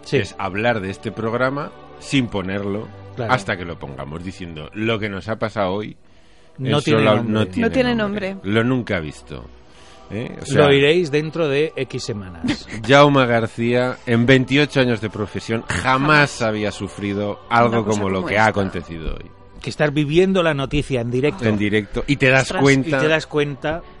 [SPEAKER 2] Sí.
[SPEAKER 1] Es hablar de este programa sin ponerlo
[SPEAKER 2] Claro.
[SPEAKER 1] hasta que lo pongamos diciendo lo que nos ha pasado hoy.
[SPEAKER 2] no
[SPEAKER 1] eso
[SPEAKER 2] tiene
[SPEAKER 1] lo-
[SPEAKER 2] nombre.
[SPEAKER 1] no tiene,
[SPEAKER 3] No tiene nombre.
[SPEAKER 1] Lo nunca he visto. ¿Eh? O sea,
[SPEAKER 2] Lo oiréis dentro de X semanas.
[SPEAKER 1] [LAUGHS] Jaume García, en 28 años de profesión, jamás había sufrido algo
[SPEAKER 3] Una cosa
[SPEAKER 1] como lo
[SPEAKER 3] como
[SPEAKER 1] que ha
[SPEAKER 3] esta.
[SPEAKER 1] acontecido hoy.
[SPEAKER 2] que estar viviendo la noticia en directo
[SPEAKER 1] En directo. Y te das
[SPEAKER 3] Ostras,
[SPEAKER 2] y
[SPEAKER 1] cuenta.
[SPEAKER 2] te das cuenta.
[SPEAKER 3] [LAUGHS]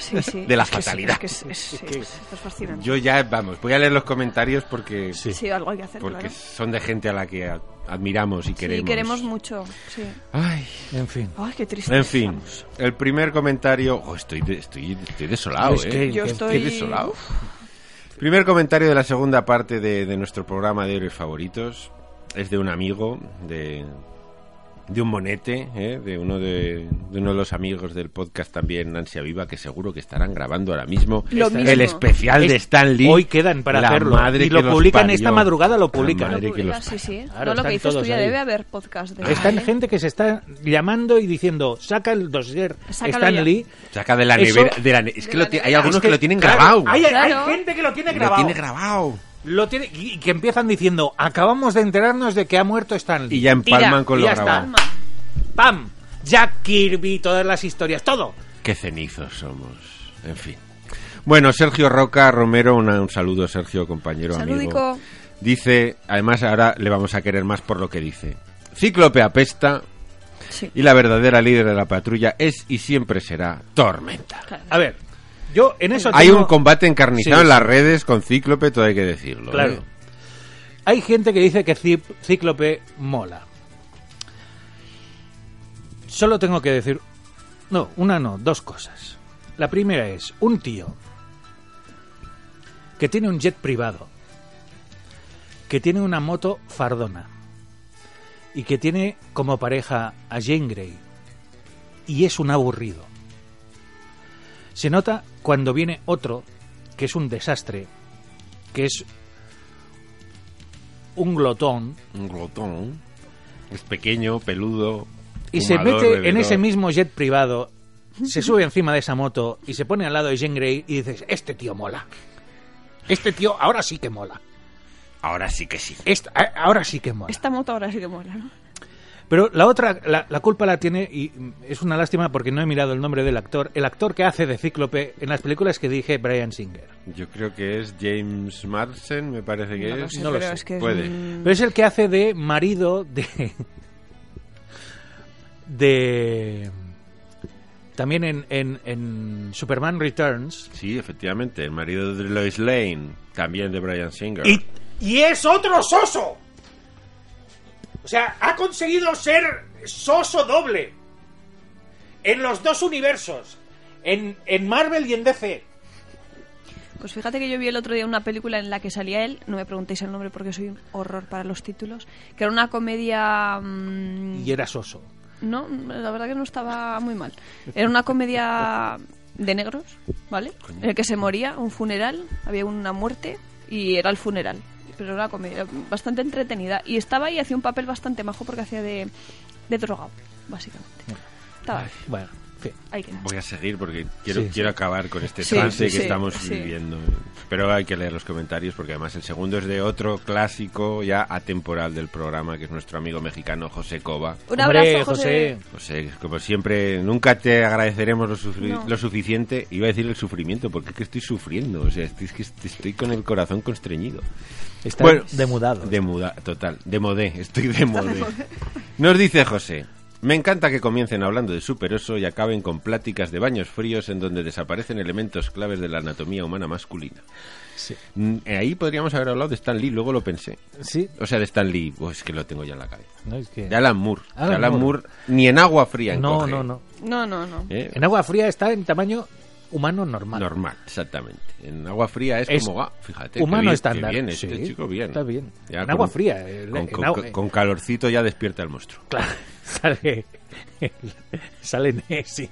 [SPEAKER 3] Sí, sí.
[SPEAKER 1] De la
[SPEAKER 3] Es que sí,
[SPEAKER 1] fatalidad.
[SPEAKER 3] es que es- es- es- esto es fascinante.
[SPEAKER 1] Yo ya, vamos, voy a leer los comentarios porque,
[SPEAKER 2] Sí.
[SPEAKER 3] Sí, algo hay que hacer,
[SPEAKER 1] porque
[SPEAKER 3] claro.
[SPEAKER 1] son de gente a la que a- admiramos y queremos.
[SPEAKER 3] Sí, queremos mucho. Sí.
[SPEAKER 1] Ay,
[SPEAKER 2] En fin.
[SPEAKER 3] Ay, qué triste.
[SPEAKER 1] en fin, el primer comentario. Oh, estoy, de- estoy, estoy desolado,
[SPEAKER 2] Es
[SPEAKER 1] eh.
[SPEAKER 2] que-
[SPEAKER 3] Yo
[SPEAKER 2] qué-
[SPEAKER 3] estoy
[SPEAKER 1] Qué desolado. Primer comentario de la segunda parte de, de nuestro programa de héroes favoritos. Es de un amigo, de, de un monete, ¿eh? de, uno de, de uno de los amigos del podcast también, Nancy Viva, que seguro que estarán grabando ahora mismo
[SPEAKER 3] Lo
[SPEAKER 1] el
[SPEAKER 3] mismo.
[SPEAKER 1] especial de
[SPEAKER 2] Es-
[SPEAKER 1] Stan Lee.
[SPEAKER 2] hoy quedan para
[SPEAKER 1] La
[SPEAKER 2] hacerlo.
[SPEAKER 1] madre
[SPEAKER 2] Y
[SPEAKER 1] que
[SPEAKER 2] lo
[SPEAKER 1] los
[SPEAKER 2] publican
[SPEAKER 1] parió.
[SPEAKER 2] esta madrugada, lo
[SPEAKER 1] La
[SPEAKER 2] publican.
[SPEAKER 1] madre
[SPEAKER 3] Lo
[SPEAKER 1] que los
[SPEAKER 3] publica, sí, sí.
[SPEAKER 2] Claro,
[SPEAKER 3] no, lo
[SPEAKER 2] están
[SPEAKER 3] que dices tú
[SPEAKER 2] todos
[SPEAKER 3] ya
[SPEAKER 2] ahí.
[SPEAKER 3] debe haber podcast. De
[SPEAKER 2] [LAUGHS]
[SPEAKER 3] ¿eh?
[SPEAKER 2] Está gente que se está llamando y diciendo, saca el dossier
[SPEAKER 3] Sácalo ya.
[SPEAKER 2] Stan Lee.
[SPEAKER 1] Saca de la
[SPEAKER 2] Eso-
[SPEAKER 1] nevera. de la ne- es
[SPEAKER 3] de
[SPEAKER 1] que
[SPEAKER 3] la
[SPEAKER 1] lo ti- hay
[SPEAKER 3] nevera.
[SPEAKER 1] algunos
[SPEAKER 2] Es
[SPEAKER 1] que, lo tienen
[SPEAKER 2] claro,
[SPEAKER 1] grabado.
[SPEAKER 2] Hay, hay
[SPEAKER 3] Claro.
[SPEAKER 2] gente que lo tiene
[SPEAKER 1] Lo
[SPEAKER 2] grabado.
[SPEAKER 1] tiene grabado.
[SPEAKER 2] Lo tiene- y que empiezan diciendo, acabamos de enterarnos de que ha muerto Stan Lee.
[SPEAKER 1] Y ya empalman con
[SPEAKER 2] y
[SPEAKER 1] lo
[SPEAKER 2] ya está.
[SPEAKER 1] grabado.
[SPEAKER 2] ¡Pam! Jack Kirby, todas las historias, todo.
[SPEAKER 1] Qué cenizos somos. En fin. Bueno, Sergio Roca Romero, una- un saludo, Sergio, compañero,
[SPEAKER 3] Saludico.
[SPEAKER 1] amigo. Dice, además ahora le vamos a querer más por lo que dice. Cíclope apesta
[SPEAKER 3] Sí.
[SPEAKER 1] y la verdadera líder de la patrulla es y siempre será Tormenta.
[SPEAKER 3] Claro.
[SPEAKER 2] A ver, yo en eso
[SPEAKER 1] Hay
[SPEAKER 2] tengo-
[SPEAKER 1] un combate encarnizado
[SPEAKER 2] Sí,
[SPEAKER 1] en las
[SPEAKER 2] sí.
[SPEAKER 1] redes con Cíclope, todo hay que decirlo. ¿eh?
[SPEAKER 2] Claro. Hay gente que dice que Cip- Cíclope mola. Solo tengo que decir. No, una no, dos cosas. La primera es un tío que tiene un jet privado, que tiene una moto fardona y que tiene como pareja a Jane Grey y es un aburrido. Se nota cuando viene otro que es un desastre, que es un glotón
[SPEAKER 1] Un glotón. Es pequeño, peludo.
[SPEAKER 2] y
[SPEAKER 1] fumador,
[SPEAKER 2] se mete en
[SPEAKER 1] bebedor.
[SPEAKER 2] ese mismo jet privado, se sube encima de esa moto y se pone al lado de Jane Grey y dices, este tío mola. Este tío ahora sí que mola.
[SPEAKER 1] Ahora sí que sí.
[SPEAKER 5] Este,
[SPEAKER 2] Est- a- ahora sí que mola.
[SPEAKER 3] Esta moto ahora sí que mola, ¿no?
[SPEAKER 5] eh, Pero la otra, la, la culpa la tiene, y mm, es una lástima porque no he mirado el nombre del actor, el actor que hace de Cíclope en las películas que dije Brian Singer.
[SPEAKER 1] Yo creo que es James Marsden, me parece que
[SPEAKER 3] No lo
[SPEAKER 1] es.
[SPEAKER 3] sé,
[SPEAKER 5] No lo
[SPEAKER 3] pero
[SPEAKER 5] sé,
[SPEAKER 3] es que es
[SPEAKER 1] puede.
[SPEAKER 3] un-
[SPEAKER 5] Pero es el que hace de marido de. [LAUGHS] de. También en, en- en Superman Returns.
[SPEAKER 1] Sí, efectivamente, el marido de Lois Lane, también de Brian Singer.
[SPEAKER 2] Y, y es otro soso. O sea, ha conseguido ser soso doble. En los dos universos. En, en Marvel y en DC.
[SPEAKER 3] Pues fíjate que yo vi el otro día una película en la que salía él, no me preguntéis el nombre porque soy un horror para los títulos, que era una comedia... mm,
[SPEAKER 5] Y era soso.
[SPEAKER 3] No, la verdad que no estaba muy mal. Era una comedia de negros, ¿vale? En el que se moría, un funeral, había una muerte y era el funeral. Pero era una comedia bastante entretenida. Y estaba ahí, hacía un papel bastante majo porque hacía de, de drogado, básicamente. Estaba
[SPEAKER 5] Bueno, en fin.
[SPEAKER 3] ahí que
[SPEAKER 1] Voy a seguir porque quiero,
[SPEAKER 5] Sí, sí.
[SPEAKER 1] quiero acabar con este
[SPEAKER 3] Sí,
[SPEAKER 1] trance
[SPEAKER 3] sí,
[SPEAKER 1] que
[SPEAKER 3] sí,
[SPEAKER 1] estamos
[SPEAKER 3] sí.
[SPEAKER 1] viviendo. Pero hay que leer los comentarios porque además el segundo es de otro clásico ya atemporal del programa, que es nuestro amigo mexicano José Cova.
[SPEAKER 3] Un
[SPEAKER 5] Hombre,
[SPEAKER 3] abrazo,
[SPEAKER 5] José.
[SPEAKER 3] José.
[SPEAKER 1] José, como siempre, nunca te agradeceremos lo, sufri-
[SPEAKER 3] No.
[SPEAKER 1] lo suficiente. Iba a decir el sufrimiento, porque es que estoy sufriendo. O sea, estoy, es que estoy con el corazón constreñido.
[SPEAKER 5] Está demudado. ¿eh?
[SPEAKER 1] Demuda, total. Demodé, estoy demodé. Nos dice José. Me encanta que comiencen hablando de superoso y acaben con pláticas de baños fríos en donde desaparecen elementos claves de la anatomía humana masculina.
[SPEAKER 5] Sí.
[SPEAKER 1] Mm, Ahí podríamos haber hablado de Stan Lee, luego lo pensé.
[SPEAKER 5] Sí,
[SPEAKER 1] O sea, de Stan Lee, pues es que lo tengo ya en la cabeza.
[SPEAKER 5] no es que.
[SPEAKER 1] De Alan Moore. Que
[SPEAKER 5] Alan
[SPEAKER 1] Alan,
[SPEAKER 5] Moore.
[SPEAKER 1] Moore. ni en agua fría
[SPEAKER 5] No,
[SPEAKER 1] encoge.
[SPEAKER 5] no, no.
[SPEAKER 3] No, no, no.
[SPEAKER 1] ¿Eh?
[SPEAKER 5] En agua fría está en tamaño humano normal.
[SPEAKER 1] Normal, exactamente. En agua fría es,
[SPEAKER 5] Es
[SPEAKER 1] como, ah, fíjate. qué
[SPEAKER 5] Humano
[SPEAKER 1] bien, qué
[SPEAKER 5] estándar.
[SPEAKER 1] bien, este
[SPEAKER 5] Sí,
[SPEAKER 1] chico bien.
[SPEAKER 5] Está bien.
[SPEAKER 1] Ya
[SPEAKER 5] en
[SPEAKER 1] con-
[SPEAKER 5] agua fría. el-
[SPEAKER 1] Con,
[SPEAKER 5] en
[SPEAKER 1] con-
[SPEAKER 5] agua-
[SPEAKER 1] con calorcito ya despierta el monstruo.
[SPEAKER 5] Claro, [LAUGHS] sale, sale Nessie.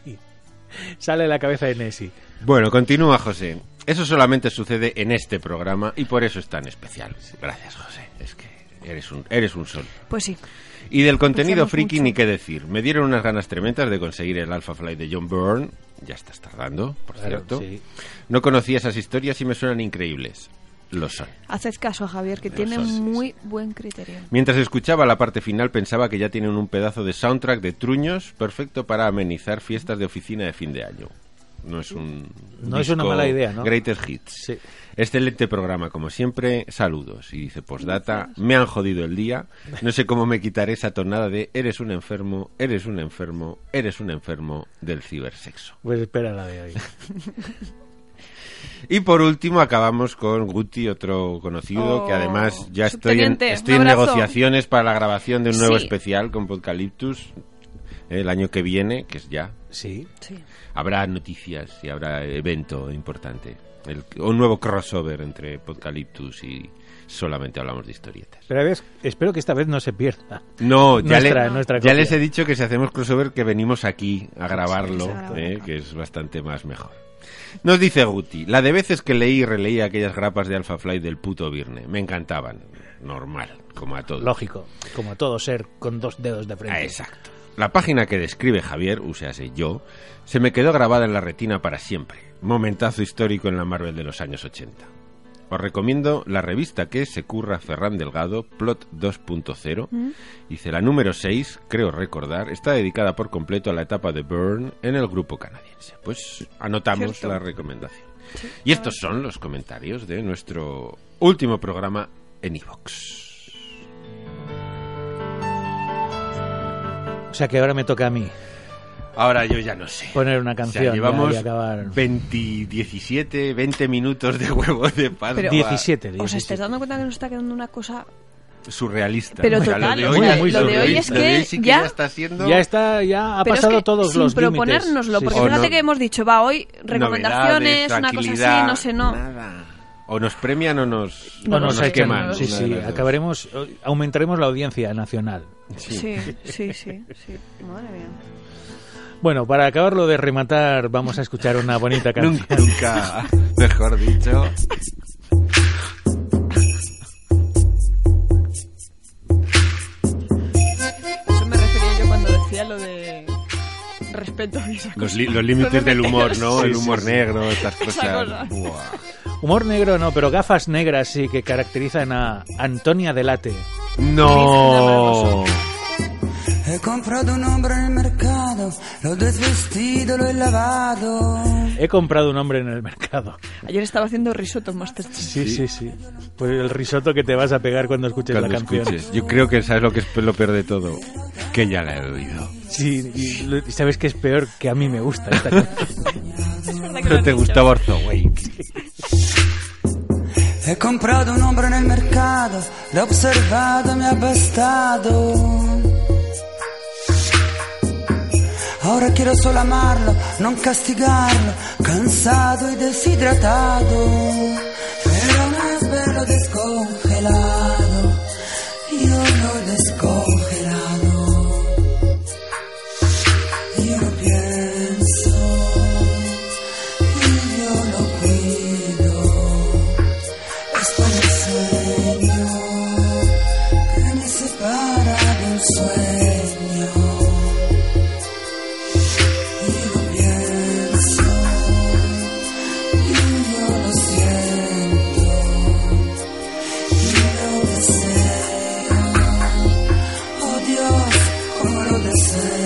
[SPEAKER 5] Sale la cabeza de Nessie.
[SPEAKER 1] Bueno, continúa José. Eso solamente sucede en este programa y por eso es tan especial. Gracias, José. Es que eres un, eres un sol.
[SPEAKER 3] Pues sí.
[SPEAKER 1] Y del contenido
[SPEAKER 3] Apreciamos
[SPEAKER 1] friki
[SPEAKER 3] mucho.
[SPEAKER 1] ni qué decir. Me dieron unas ganas tremendas de conseguir el Alpha Flight de John Byrne. Ya estás tardando, por cierto.
[SPEAKER 5] sí.
[SPEAKER 1] No conocía esas historias y me suenan increíbles. Lo son.
[SPEAKER 3] Haced caso a Javier, que
[SPEAKER 1] Los
[SPEAKER 3] tiene
[SPEAKER 1] ases.
[SPEAKER 3] muy buen criterio.
[SPEAKER 1] Mientras escuchaba la parte final pensaba que ya tienen un pedazo de soundtrack de truños perfecto para amenizar fiestas de oficina de fin de año. No es un
[SPEAKER 5] No es una
[SPEAKER 1] disco
[SPEAKER 5] mala idea, ¿no?
[SPEAKER 1] Greatest Hits.
[SPEAKER 5] Sí.
[SPEAKER 1] Excelente programa, como siempre. Saludos. Y dice postdata, me han jodido el día. No sé cómo me quitaré esa tonada de eres un enfermo, eres un enfermo, eres un enfermo del cibersexo.
[SPEAKER 5] Pues espera la de hoy.
[SPEAKER 1] Y por último acabamos con Guti, otro conocido,
[SPEAKER 3] Oh,
[SPEAKER 1] que además ya estoy en,
[SPEAKER 3] subteniente,
[SPEAKER 1] estoy
[SPEAKER 3] un
[SPEAKER 1] en
[SPEAKER 3] abrazo.
[SPEAKER 1] negociaciones para la grabación de un nuevo
[SPEAKER 3] Sí.
[SPEAKER 1] especial con Podcaliptus eh, el año que viene, que es ya.
[SPEAKER 5] Sí.
[SPEAKER 3] Sí.
[SPEAKER 1] Habrá noticias y habrá evento importante. El- un nuevo crossover entre Podcaliptus y solamente hablamos de historietas.
[SPEAKER 5] Pero a ver, espero que esta vez no se pierda.
[SPEAKER 1] No, ya,
[SPEAKER 5] Nuestra-
[SPEAKER 1] le-
[SPEAKER 5] nuestra
[SPEAKER 1] ya
[SPEAKER 5] copia.
[SPEAKER 1] les he dicho que si hacemos crossover que venimos aquí a grabarlo,
[SPEAKER 3] Sí, se graba
[SPEAKER 1] ¿eh?
[SPEAKER 3] acá.
[SPEAKER 1] que es bastante más mejor. Nos dice Guti, la de veces que leí y releí aquellas grapas de Alpha Flight del puto Virne, me encantaban. Normal, como a todos.
[SPEAKER 5] Lógico. Como todo ser con dos dedos de frente.
[SPEAKER 1] Ah, exacto. La página que describe Javier, uséase yo, se me quedó grabada en la retina para siempre. Momentazo histórico en la Marvel de los años 80. Os recomiendo la revista que se curra Ferran Delgado, Plot 2.0. Dice la número 6, creo recordar, está dedicada por completo a la etapa de Burn en el grupo canadiense. Pues anotamos
[SPEAKER 3] Cierto.
[SPEAKER 1] la recomendación. y estos son los comentarios de nuestro último programa en Evox.
[SPEAKER 5] O sea que ahora me toca a mí
[SPEAKER 1] Ahora yo ya no sé.
[SPEAKER 5] poner una canción.
[SPEAKER 1] O sea, llevamos
[SPEAKER 5] ya, y acabar.
[SPEAKER 1] 20, 17, 20 minutos de huevo de Pascua.
[SPEAKER 3] Pero-
[SPEAKER 5] 17,
[SPEAKER 3] ¿Os estáis
[SPEAKER 5] 17.
[SPEAKER 3] dando cuenta que nos está quedando una cosa
[SPEAKER 1] surrealista.
[SPEAKER 3] Pero
[SPEAKER 1] O sea,
[SPEAKER 3] total,
[SPEAKER 5] o sea, lo de
[SPEAKER 1] surrealista.
[SPEAKER 5] hoy es
[SPEAKER 1] Lo de
[SPEAKER 3] que
[SPEAKER 1] sí que
[SPEAKER 3] ya-
[SPEAKER 1] está siendo
[SPEAKER 5] Ya está, ya ha
[SPEAKER 3] Pero es
[SPEAKER 5] pasado
[SPEAKER 3] que
[SPEAKER 5] todos
[SPEAKER 3] sin
[SPEAKER 5] los
[SPEAKER 3] proponérnoslo,
[SPEAKER 5] límites.
[SPEAKER 3] porque
[SPEAKER 1] sí. O
[SPEAKER 3] fíjate
[SPEAKER 1] no-
[SPEAKER 3] que hemos dicho, va hoy, recomendaciones,
[SPEAKER 1] novedades,
[SPEAKER 3] una cosa
[SPEAKER 1] tranquilidad,
[SPEAKER 3] así, no sé, no.
[SPEAKER 1] nada. O nos premian o nos,
[SPEAKER 3] No
[SPEAKER 1] o
[SPEAKER 5] No
[SPEAKER 3] nos
[SPEAKER 5] nos
[SPEAKER 3] sé,
[SPEAKER 5] hay que
[SPEAKER 3] queman,
[SPEAKER 1] queman.
[SPEAKER 5] Sí,
[SPEAKER 1] una
[SPEAKER 5] sí,
[SPEAKER 1] de las dos.
[SPEAKER 5] acabaremos, aumentaremos la audiencia nacional.
[SPEAKER 3] Sí, sí, sí, sí. Madre mía.
[SPEAKER 5] Bueno, para acabarlo de rematar, vamos a escuchar
[SPEAKER 2] [LAUGHS]
[SPEAKER 5] una bonita canción.
[SPEAKER 1] Nunca, nunca, [LAUGHS] mejor dicho.
[SPEAKER 3] Eso me refería yo cuando decía lo de respeto a esa cosa.
[SPEAKER 1] Los, li- los límites del humor, ¿no?
[SPEAKER 3] Sí,
[SPEAKER 1] El
[SPEAKER 3] sí,
[SPEAKER 1] humor
[SPEAKER 3] sí.
[SPEAKER 1] negro, estas
[SPEAKER 3] Esa cosa.
[SPEAKER 1] cosas. Buah.
[SPEAKER 5] Humor negro no, pero gafas negras sí que caracterizan a Antonia Delate.
[SPEAKER 1] No.
[SPEAKER 6] He comprado un hombre en el mercado, lo desvestido, lo he lavado.
[SPEAKER 2] He comprado un hombre en el mercado.
[SPEAKER 3] Ayer estaba haciendo risotto en Masterchef.
[SPEAKER 2] Sí, sí, sí. Pues el risotto que te vas a pegar cuando escuches
[SPEAKER 1] Cuando
[SPEAKER 2] la canción.
[SPEAKER 1] escuches. Yo creo que sabes lo que es lo peor de todo. Que ya la he oído.
[SPEAKER 2] Sí, y lo- y sabes que es peor que a mí me gusta ¿eh? esta canción.
[SPEAKER 1] No te gustaba Orzoway.
[SPEAKER 6] He comprado un hombre en el mercado, lo he observado, me ha bastado. Ahora quiero solo amarlo, non castigarlo, cansado y deshidratado. Era un esbelo descongelado, yo lo he descongelado. Yo pienso y yo lo cuido. Esto mi sueño que me separa de un sueño. Y lo pienso y yo lo siento y lo deseo. Oh Dios, como lo deseo.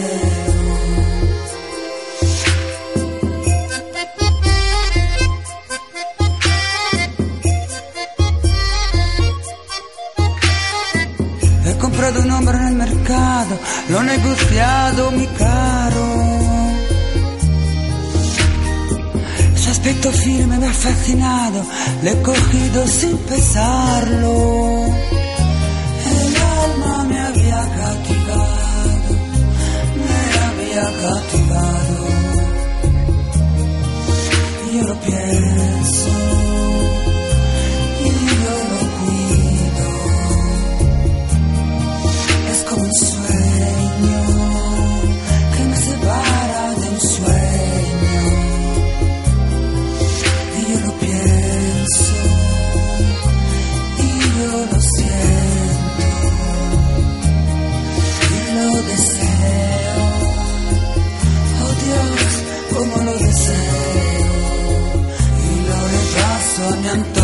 [SPEAKER 6] He comprado un hombre en el mercado, lo he negociado mi caro. Su aspecto firme me ha fascinado, le he cogido sin pesarlo. El alma me había cautivado, me había cautivado. Yo lo pienso y yo lo cuido es como un sueño que me separa de un sueño. Y yo lo pienso y yo lo siento y lo deseo. Oh Dios, como lo deseo y lo repaso a mi antojo. Oh,